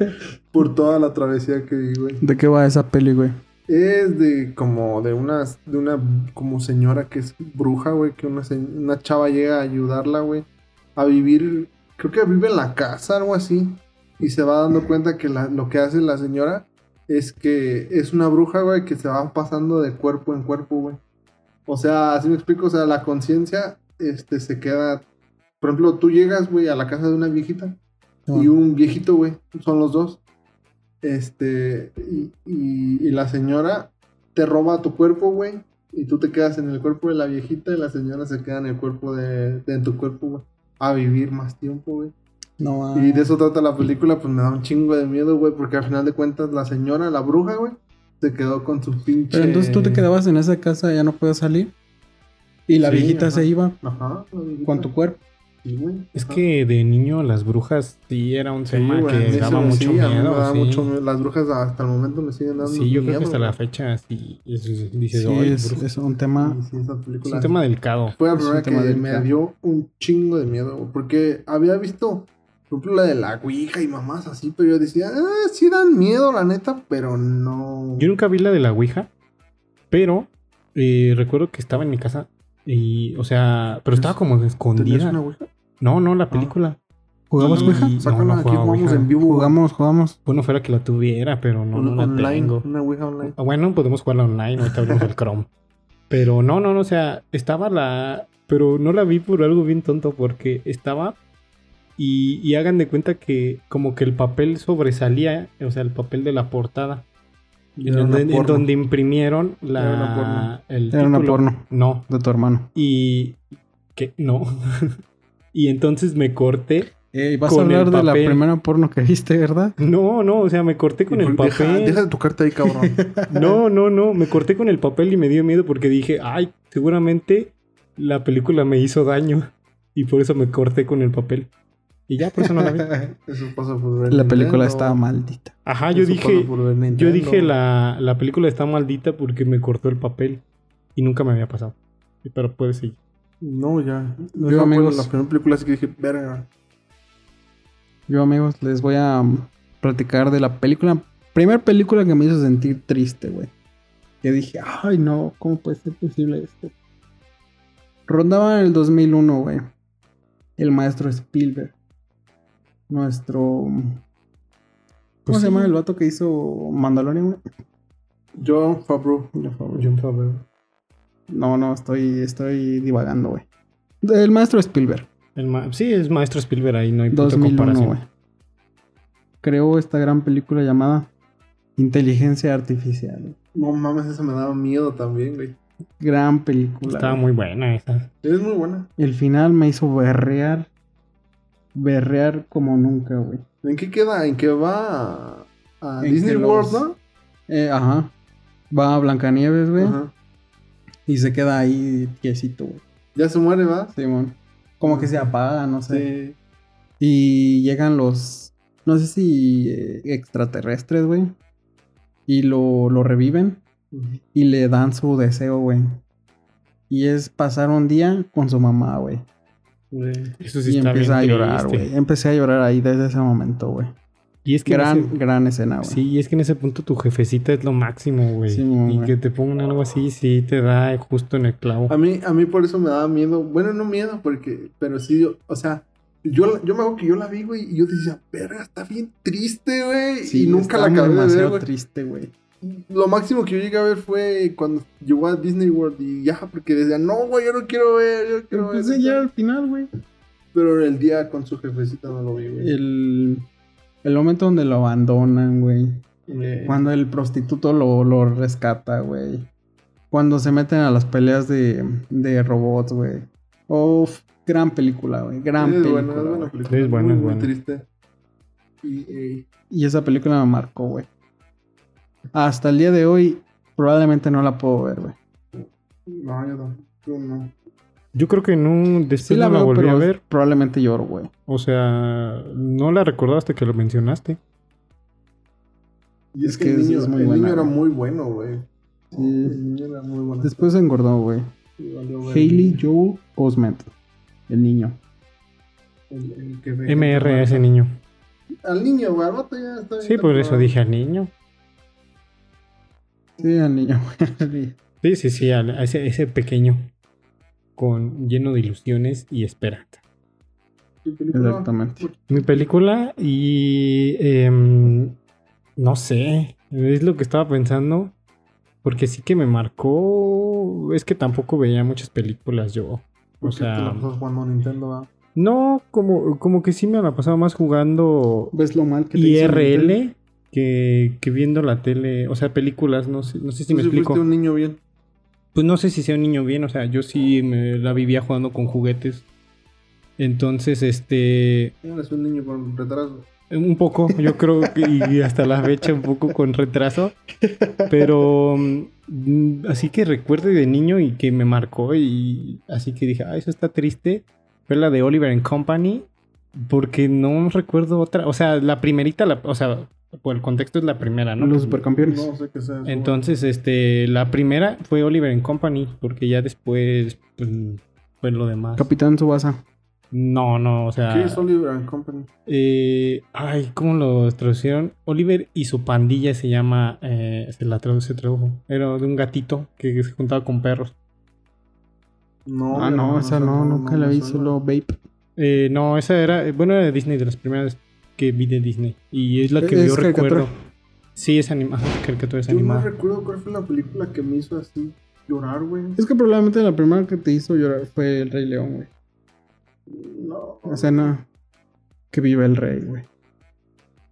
Speaker 3: Por toda la travesía que vi, güey.
Speaker 2: ¿De qué va esa peli, güey?
Speaker 3: Es de como de una, de una como señora que es bruja, güey, que una, se- una chava llega a ayudarla, güey, a vivir, creo que vive en la casa, algo así, y se va dando cuenta que la- lo que hace la señora es que es una bruja, güey, que se va pasando de cuerpo en cuerpo, güey. O sea, así me explico, o sea, la conciencia, este, se queda, por ejemplo, tú llegas, güey, a la casa de una viejita y un viejito, güey. Son los dos. Este, y, y- y la señora te roba tu cuerpo, güey. Y tú te quedas en el cuerpo de la viejita y la señora se queda en el cuerpo de, de en tu cuerpo, güey. A vivir más tiempo, güey.
Speaker 2: No, ma.
Speaker 3: Y de eso trata la película, pues me da un chingo de miedo, güey. Porque al final de cuentas la señora, la bruja, güey, se quedó con su pinche...
Speaker 2: Pero entonces tú te quedabas en esa casa, ya no podías salir. Y la
Speaker 3: Sí,
Speaker 2: viejita
Speaker 3: ajá.
Speaker 2: se iba
Speaker 3: Ajá. la viejita.
Speaker 2: con tu cuerpo.
Speaker 3: Sí, güey.
Speaker 1: Es
Speaker 3: Ajá.
Speaker 1: que de niño las brujas sí era un
Speaker 3: Sí,
Speaker 1: tema
Speaker 3: güey,
Speaker 1: que
Speaker 3: eso
Speaker 1: daba
Speaker 3: sí,
Speaker 1: mucho
Speaker 3: a mí me
Speaker 1: miedo.
Speaker 3: daba
Speaker 1: sí.
Speaker 3: mucho miedo. Las brujas hasta el momento me siguen dando
Speaker 1: Sí, yo creo
Speaker 3: miedo,
Speaker 1: que hasta la
Speaker 3: güey.
Speaker 1: fecha sí es- es-
Speaker 2: Sí,
Speaker 1: dices, "Ay,
Speaker 2: es,
Speaker 1: bruja".
Speaker 2: es un tema.
Speaker 3: Sí, sí, esa película.
Speaker 1: es un tema delicado.
Speaker 3: Fue la
Speaker 2: Es un
Speaker 3: primera que
Speaker 2: tema delicado.
Speaker 3: me dio un chingo de miedo, güey, porque había visto, por ejemplo, la de la Ouija y mamás así, pero yo decía, ah, sí dan miedo, la neta, pero no.
Speaker 1: Yo nunca vi la de la Ouija, pero eh, recuerdo que estaba en mi casa y, o sea, pero estaba como
Speaker 3: ¿Tenías
Speaker 1: escondida.
Speaker 3: una Ah. Ouija?
Speaker 1: No, no, la película.
Speaker 2: ¿Jugabas
Speaker 1: Y-
Speaker 2: Ouija?
Speaker 1: no,
Speaker 3: Sácala,
Speaker 1: no
Speaker 3: aquí
Speaker 1: jugaba
Speaker 3: jugamos
Speaker 1: Ouija.
Speaker 3: en vivo.
Speaker 2: Jugamos, jugamos.
Speaker 1: Bueno, fuera que la tuviera, pero no, no
Speaker 3: Un-
Speaker 1: la
Speaker 3: online,
Speaker 1: tengo.
Speaker 3: una Ouija online.
Speaker 1: Ah, Bueno, podemos jugarla online, ahorita abrimos
Speaker 3: (laughs)
Speaker 1: el Chrome. Pero no, no, no, o sea, estaba la... Pero no la vi por algo bien tonto porque estaba... Y, y hagan de cuenta que como que el papel sobresalía, o sea, el papel de la portada. En
Speaker 3: Era una
Speaker 1: donde, en
Speaker 3: porno.
Speaker 1: donde imprimieron la...
Speaker 3: Era una porno.
Speaker 1: el
Speaker 2: Era una
Speaker 1: título.
Speaker 2: porno
Speaker 1: No.
Speaker 2: de tu hermano.
Speaker 1: Y... que No. (laughs) y entonces me corté.
Speaker 2: Ey, vas
Speaker 1: Con
Speaker 2: a hablar
Speaker 1: el
Speaker 2: de la
Speaker 1: papel.
Speaker 2: primera porno que viste, ¿verdad?
Speaker 1: No, no, o sea, me corté con el
Speaker 3: Deja-
Speaker 1: papel.
Speaker 3: deja de tocarte
Speaker 1: (laughs)
Speaker 3: ahí, cabrón.
Speaker 1: No, no, no. Me corté con el papel y me dio miedo porque dije, ay, seguramente la película me hizo daño. Y por eso me corté con el papel. Y ya, por eso
Speaker 2: (laughs)
Speaker 1: no la vi.
Speaker 3: Eso pasa por ver
Speaker 2: La película
Speaker 3: Nintendo. Ah,
Speaker 2: estaba maldita.
Speaker 1: Ajá, yo
Speaker 3: Eso
Speaker 1: dije,
Speaker 3: pasa por ver
Speaker 1: yo
Speaker 3: Nintendo.
Speaker 1: dije la, la película está maldita porque me cortó el papel. Y nunca me había pasado. Y- Pero puede seguir.
Speaker 3: No, ya.
Speaker 2: Yo,
Speaker 3: Yo, amigos.
Speaker 2: amigos-
Speaker 3: La primera película así que dije, verga.
Speaker 2: Yo, amigos, les voy a mm, platicar de la película. Primera película que me hizo sentir triste, güey. Que dije, ay, no, ¿cómo puede ser posible esto? Rondaba en el 2001, güey. El maestro Spielberg. Nuestro. um, ¿Cómo
Speaker 1: Pues
Speaker 2: se
Speaker 1: sí.
Speaker 2: llama el vato que hizo Mandalorian, güey?
Speaker 3: Yo, Fabro.
Speaker 2: Por favor.
Speaker 1: John Favreau.
Speaker 2: No, no, estoy, estoy divagando, güey. El maestro Spielberg,
Speaker 1: El ma- sí, es Maestro Spielberg ahí, no hay puta
Speaker 2: 2001,
Speaker 1: comparación.
Speaker 2: güey. Creó esta gran película llamada Inteligencia Artificial. güey.
Speaker 3: No mames, esa me daba miedo también, güey.
Speaker 2: Gran película.
Speaker 1: Estaba
Speaker 2: güey.
Speaker 1: muy buena esa.
Speaker 3: Es muy buena.
Speaker 2: El final me hizo berrear. Berrear como nunca, güey.
Speaker 3: ¿En qué queda? ¿En qué va a, a
Speaker 2: En
Speaker 3: Disney
Speaker 2: que los-
Speaker 3: World, no?
Speaker 2: Eh, ajá. Va a Blancanieves, güey.
Speaker 3: Ajá.
Speaker 2: Y se queda ahí tiesito, güey.
Speaker 3: Ya se muere, ¿va?
Speaker 2: Simón. Como que se apaga, no sé.
Speaker 3: Sí.
Speaker 2: Y llegan los. No sé si eh, extraterrestres, güey. Y lo, lo reviven. Y le dan su deseo, güey. Y es pasar un día con su mamá, güey.
Speaker 1: Eso sí
Speaker 2: Y
Speaker 1: está bien
Speaker 2: empieza a llorar,
Speaker 1: triste.
Speaker 2: güey. Empecé a llorar ahí desde ese momento, güey.
Speaker 1: Y es que
Speaker 2: Gran,
Speaker 1: no sé-
Speaker 2: gran escena, güey.
Speaker 1: Sí, y es que en ese punto tu jefecita es lo máximo, güey.
Speaker 2: Ah, Sí,
Speaker 1: y
Speaker 2: güey.
Speaker 1: que te pongan algo así, sí, te da justo en el clavo.
Speaker 3: A mí, a mí por eso me daba miedo. Bueno, no miedo, porque. Pero sí, yo- o sea. Yo, la- yo me hago que yo la vi, güey, y yo decía, verga, está bien triste, güey.
Speaker 2: Sí,
Speaker 3: y nunca la
Speaker 2: está
Speaker 3: acabé de ver,
Speaker 2: demasiado
Speaker 3: güey.
Speaker 2: triste, güey.
Speaker 3: Lo máximo que yo llegué a ver fue cuando llegó a Disney World y ya, porque decía, no, güey, yo no quiero ver, yo no quiero ver.
Speaker 2: Entonces Pues ya al final, güey.
Speaker 3: Pero el día con su jefecita no lo vi, güey.
Speaker 2: El, el momento donde lo abandonan, güey.
Speaker 3: Eh,
Speaker 2: Cuando el prostituto lo, lo rescata, güey. Cuando se meten a las peleas de, de robots, güey. Uf, gran película, güey. Gran
Speaker 3: es
Speaker 2: película.
Speaker 3: buena, es buena
Speaker 2: güey.
Speaker 3: película.
Speaker 1: Sí, es buena,
Speaker 3: muy,
Speaker 1: es
Speaker 3: muy
Speaker 1: buena.
Speaker 3: triste. Y, eh,
Speaker 2: Y esa película me marcó, güey. Hasta el día de hoy, probablemente no la puedo ver, güey.
Speaker 3: no, yo tampoco, yo no.
Speaker 1: Yo creo que no, después
Speaker 2: Sí la
Speaker 1: no la
Speaker 2: veo,
Speaker 1: volví
Speaker 2: pero
Speaker 1: a ver.
Speaker 2: probablemente lloro, güey.
Speaker 1: O sea, no la recordaste que lo mencionaste.
Speaker 3: Y es,
Speaker 2: Es
Speaker 3: que,
Speaker 2: que
Speaker 3: el
Speaker 2: es-
Speaker 3: niño,
Speaker 2: es muy
Speaker 3: el
Speaker 2: buena,
Speaker 3: niño era
Speaker 2: güey.
Speaker 3: muy bueno, güey.
Speaker 2: Sí.
Speaker 3: El niño era muy bueno.
Speaker 2: Después se engordó, güey.
Speaker 3: Sí, valió verga.
Speaker 2: Hailey Joe Osment, el niño.
Speaker 3: El- el que ve-
Speaker 1: MR a ese niño.
Speaker 3: Al niño, güey, al vato ya está
Speaker 1: Sí, por eso dije al niño.
Speaker 2: Sí, el niño, (laughs) güey.
Speaker 1: Sí, sí, sí, al- a ese, ese pequeño. Con lleno de ilusiones y esperanza.
Speaker 3: Exactamente.
Speaker 2: Exactamente.
Speaker 1: Mi película y... em, no sé, es lo que estaba pensando. Porque sí que me marcó... Es que tampoco veía muchas películas yo. O
Speaker 3: Pues
Speaker 1: sea...
Speaker 3: cuando Nintendo va.
Speaker 1: No, como, como que sí me la pasaba más jugando
Speaker 2: ¿Ves lo mal que te hizo Nintendo?
Speaker 1: IRL que, que viendo la tele, o sea, películas, no sé, no sé si
Speaker 3: Tú
Speaker 1: me
Speaker 3: sí fuiste
Speaker 1: explico.
Speaker 3: un niño bien.
Speaker 1: Pues no sé si sea un niño bien, o sea, yo sí me la vivía jugando con juguetes. Entonces, este,
Speaker 3: Eres un niño con retraso.
Speaker 1: un poco, yo creo que y hasta la fecha un poco con retraso, pero mm, así que recuerde de niño y que me marcó y así que dije, ah, eso está triste. fue la de Oliver and Company, porque no recuerdo otra. O sea, la primerita, la- o sea, por el contexto es la primera, ¿no?
Speaker 2: Los supercampeones.
Speaker 3: No sé qué sea. eso.
Speaker 1: Entonces, este, la primera fue Oliver and Company, porque ya después, pues, fue lo demás.
Speaker 2: Capitán Subasa.
Speaker 1: no, no, o sea.
Speaker 3: ¿Qué es Oliver and Company?
Speaker 1: Eh, ay, ¿cómo lo traducieron? Oliver y su pandilla se llama. eh, se la traduce, se tradujo. Era de un gatito que se juntaba con perros.
Speaker 3: No,
Speaker 2: Ah, no, esa no, nunca la vi, solo Vape.
Speaker 1: Eh, no, esa era. eh, Bueno, era de Disney, de las primeras que vi de Disney. Y es la que
Speaker 2: Es
Speaker 1: yo
Speaker 2: caricatura.
Speaker 1: recuerdo. Sí, es animada. Caricatura (laughs) es
Speaker 3: Yo no
Speaker 1: animada.
Speaker 3: recuerdo cuál fue la película que me hizo así llorar, güey.
Speaker 2: Es que probablemente la primera que te hizo llorar fue El Rey León, güey.
Speaker 3: No,
Speaker 2: La escena que vive el rey, güey.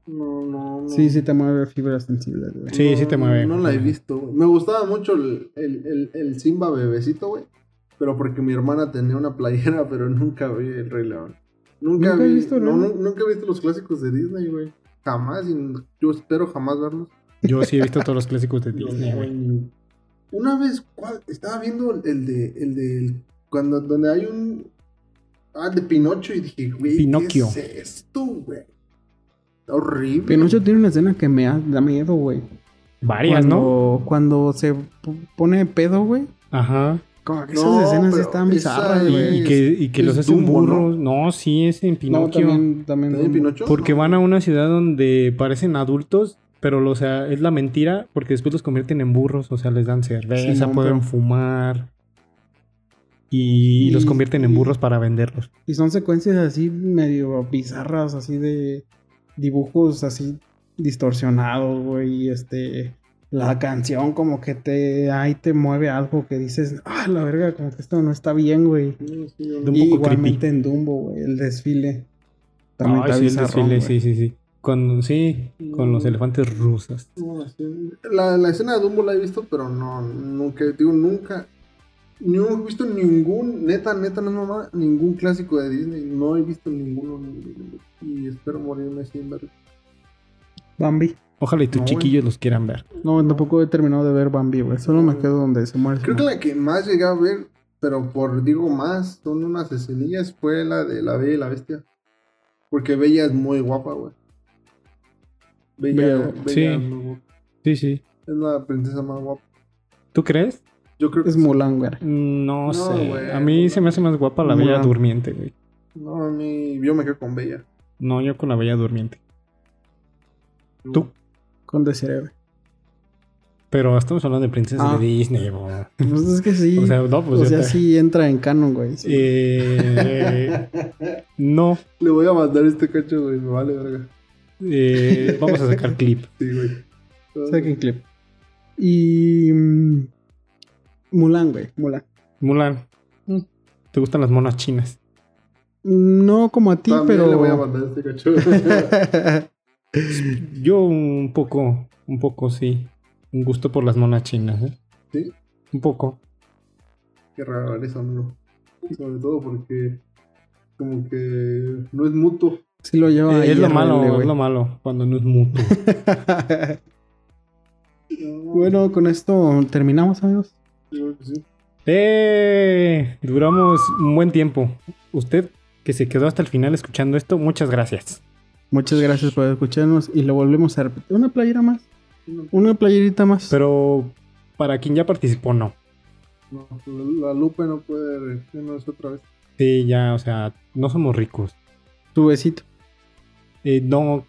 Speaker 3: no, no, no.
Speaker 2: Sí, sí te mueve fibras sensibles, güey.
Speaker 1: Sí, sí te mueve.
Speaker 3: No la he visto, güey. Me gustaba mucho el, el, el, el Simba bebecito, güey. Pero porque mi hermana tenía una playera, pero nunca vi el Rey León. Nunca,
Speaker 2: Nunca he
Speaker 3: vi,
Speaker 2: visto el
Speaker 3: no,
Speaker 2: Rey León.
Speaker 3: nu- nunca he visto los clásicos de Disney, güey. Jamás, y yo espero jamás verlos.
Speaker 1: Yo sí he visto todos los clásicos de
Speaker 3: Los
Speaker 1: Disney, güey.
Speaker 3: sueños. Una vez ¿cuál? estaba viendo el- el de el de cuando donde hay un ah de Pinocho y dije, güey,
Speaker 1: Pinocchio.
Speaker 3: ¿qué es esto, güey? Está horrible.
Speaker 2: Pinocho tiene una escena que me ha- da miedo, güey.
Speaker 1: Varias, ¿no?
Speaker 2: Cuando- Cuando se p- pone pedo, güey.
Speaker 1: Ajá.
Speaker 2: Como que
Speaker 3: No,
Speaker 2: esas escenas
Speaker 3: pero
Speaker 2: están
Speaker 3: esa
Speaker 2: bizarras,
Speaker 3: es-
Speaker 2: güey.
Speaker 1: Y que, y que
Speaker 3: es
Speaker 1: los hacen
Speaker 3: Dumbo, ¿no?
Speaker 1: burros. ¿no? sí, es en
Speaker 2: No,
Speaker 1: Pinocchio.
Speaker 2: también, también.
Speaker 3: ¿También Pinocho?
Speaker 1: Porque
Speaker 3: No.
Speaker 1: van a una ciudad donde parecen adultos, pero o sea, es la mentira, porque después los convierten en burros, o sea, les dan cerveza,
Speaker 2: Simón,
Speaker 1: pueden
Speaker 2: pero-
Speaker 1: fumar. Y,
Speaker 2: Y-
Speaker 1: los convierten en
Speaker 2: y-
Speaker 1: burros para venderlos.
Speaker 2: Y son secuencias así medio bizarras, así de dibujos así distorsionados, güey. y Este, la canción como que te, ahí te mueve algo que dices, ah, la verga, como que esto no está bien, güey.
Speaker 3: Sí, sí, yo no-
Speaker 1: un
Speaker 2: Y
Speaker 1: poco
Speaker 2: igualmente en Dumbo, güey, el desfile. También
Speaker 1: Ay,
Speaker 2: está
Speaker 1: sí, el
Speaker 2: bizarrón,
Speaker 1: desfile, sí,
Speaker 2: güey.
Speaker 1: sí, sí. Con, sí, con los
Speaker 3: Mm.
Speaker 1: elefantes rusas.
Speaker 3: no, así- la, la escena de Dumbo la he visto, pero no nunca digo nunca no he visto ningún, neta, neta, no es mamá, ningún clásico de Disney. No he visto ninguno. ni- Y espero morirme sin verlo.
Speaker 2: Bambi.
Speaker 1: Ojalá y tus
Speaker 3: No, güey.
Speaker 1: chiquillos los quieran ver.
Speaker 2: No, tampoco he terminado de ver Bambi, güey. Solo me quedo donde se muere.
Speaker 3: Creo que la que más llegué a ver, pero por digo más, son unas escenillas, fue la de La Bella y la Bestia. Porque Bella es muy guapa, güey. Bella,
Speaker 2: Bella,
Speaker 3: Bella
Speaker 1: sí.
Speaker 3: es muy guapa.
Speaker 1: Sí, sí.
Speaker 3: es la princesa más guapa.
Speaker 1: ¿Tú crees?
Speaker 3: Yo creo que
Speaker 2: Es
Speaker 3: sí.
Speaker 2: Mulan, güey.
Speaker 1: No,
Speaker 3: No,
Speaker 1: sé.
Speaker 3: güey.
Speaker 1: A mí se me hace más guapa la
Speaker 2: No.
Speaker 1: bella durmiente, güey.
Speaker 3: No, a mí, yo me quedo con Bella.
Speaker 1: No, yo con la bella durmiente. ¿Tú?
Speaker 2: Con
Speaker 1: (laughs)
Speaker 2: Desiree, güey.
Speaker 1: Pero estamos hablando de princesas
Speaker 2: Ah.
Speaker 1: de Disney, güey.
Speaker 2: Pues es que sí.
Speaker 1: O sea, no, pues
Speaker 2: o
Speaker 1: yo
Speaker 2: sea,
Speaker 1: te-
Speaker 2: sí entra en canon, güey. sí.
Speaker 1: Eh, no.
Speaker 3: Le voy a mandar este cacho, güey, me vale verga.
Speaker 1: Eh, vamos a sacar clip.
Speaker 3: Sí, güey.
Speaker 2: Saquen clip. Y. mm, Mulan, güey. Mulan.
Speaker 1: Mulan,
Speaker 2: Mm.
Speaker 1: ¿te gustan las monas chinas?
Speaker 2: No como a ti,
Speaker 3: También
Speaker 2: pero.
Speaker 3: le voy a mandar este cacho. (laughs)
Speaker 1: Yo un poco, un poco sí. Un gusto por las monas chinas, ¿eh?
Speaker 3: ¿Sí?
Speaker 1: Un poco.
Speaker 3: Qué raro eres, amigo. Sobre todo porque como que no es mutuo.
Speaker 2: (laughs) sí lo lleva
Speaker 1: Eh,
Speaker 2: ahí
Speaker 1: es lo
Speaker 2: RL,
Speaker 1: malo,
Speaker 2: güey.
Speaker 1: es
Speaker 2: (laughs)
Speaker 1: lo malo. Cuando no es mutuo.
Speaker 2: bueno, con esto terminamos, amigos.
Speaker 3: Yo creo que sí.
Speaker 1: ¡Eh! Duramos un buen tiempo. Usted que se quedó hasta el final escuchando esto, muchas gracias.
Speaker 2: Muchas gracias por escucharnos y lo volvemos a repetir. Una playera más. Una playerita más.
Speaker 1: Pero para quien ya participó, no.
Speaker 3: No, la la Lupe no puede repetirnos otra vez.
Speaker 1: Sí, ya, o sea, no somos ricos.
Speaker 2: Tu besito.
Speaker 1: Eh, no,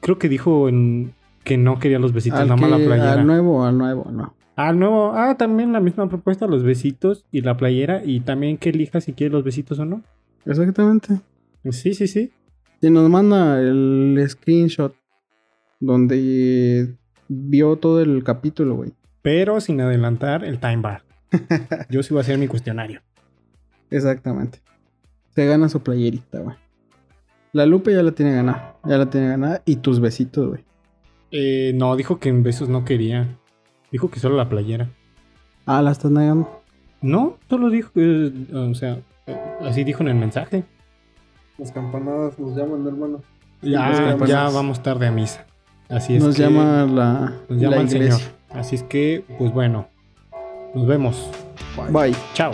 Speaker 1: creo que dijo en- que no quería los besitos,
Speaker 2: al,
Speaker 1: nada más la
Speaker 2: que-
Speaker 1: playera.
Speaker 2: al nuevo, al nuevo, no.
Speaker 1: Ah, nuevo. Ah, también la misma propuesta, los besitos y la playera. Y también que elija si quiere los besitos o no.
Speaker 2: Exactamente.
Speaker 1: Sí, sí, sí.
Speaker 2: Si nos manda el screenshot donde vio todo el capítulo, güey.
Speaker 1: Pero sin adelantar el time
Speaker 2: (laughs)
Speaker 1: bar. Yo sí voy a hacer mi cuestionario.
Speaker 2: Exactamente. Se gana su playerita, güey. La Lupe ya la tiene ganada. Ya la tiene ganada. Y tus besitos, güey.
Speaker 1: Eh, no, dijo que en besos no quería. Dijo que solo la playera.
Speaker 2: Ah, la estás negando.
Speaker 1: No, solo dijo que. o sea, eh, así dijo en el mensaje.
Speaker 3: Las campanadas nos llaman, hermano. Las
Speaker 1: Ya,
Speaker 3: campanadas.
Speaker 1: ya vamos tarde a misa. Así es.
Speaker 2: pues Nos
Speaker 1: que-
Speaker 2: llama la,
Speaker 1: Nos Pues llama
Speaker 2: la
Speaker 1: el Señor.
Speaker 2: iglesia.
Speaker 1: Así es que, pues bueno. Nos vemos.
Speaker 2: Bye.
Speaker 1: Chao.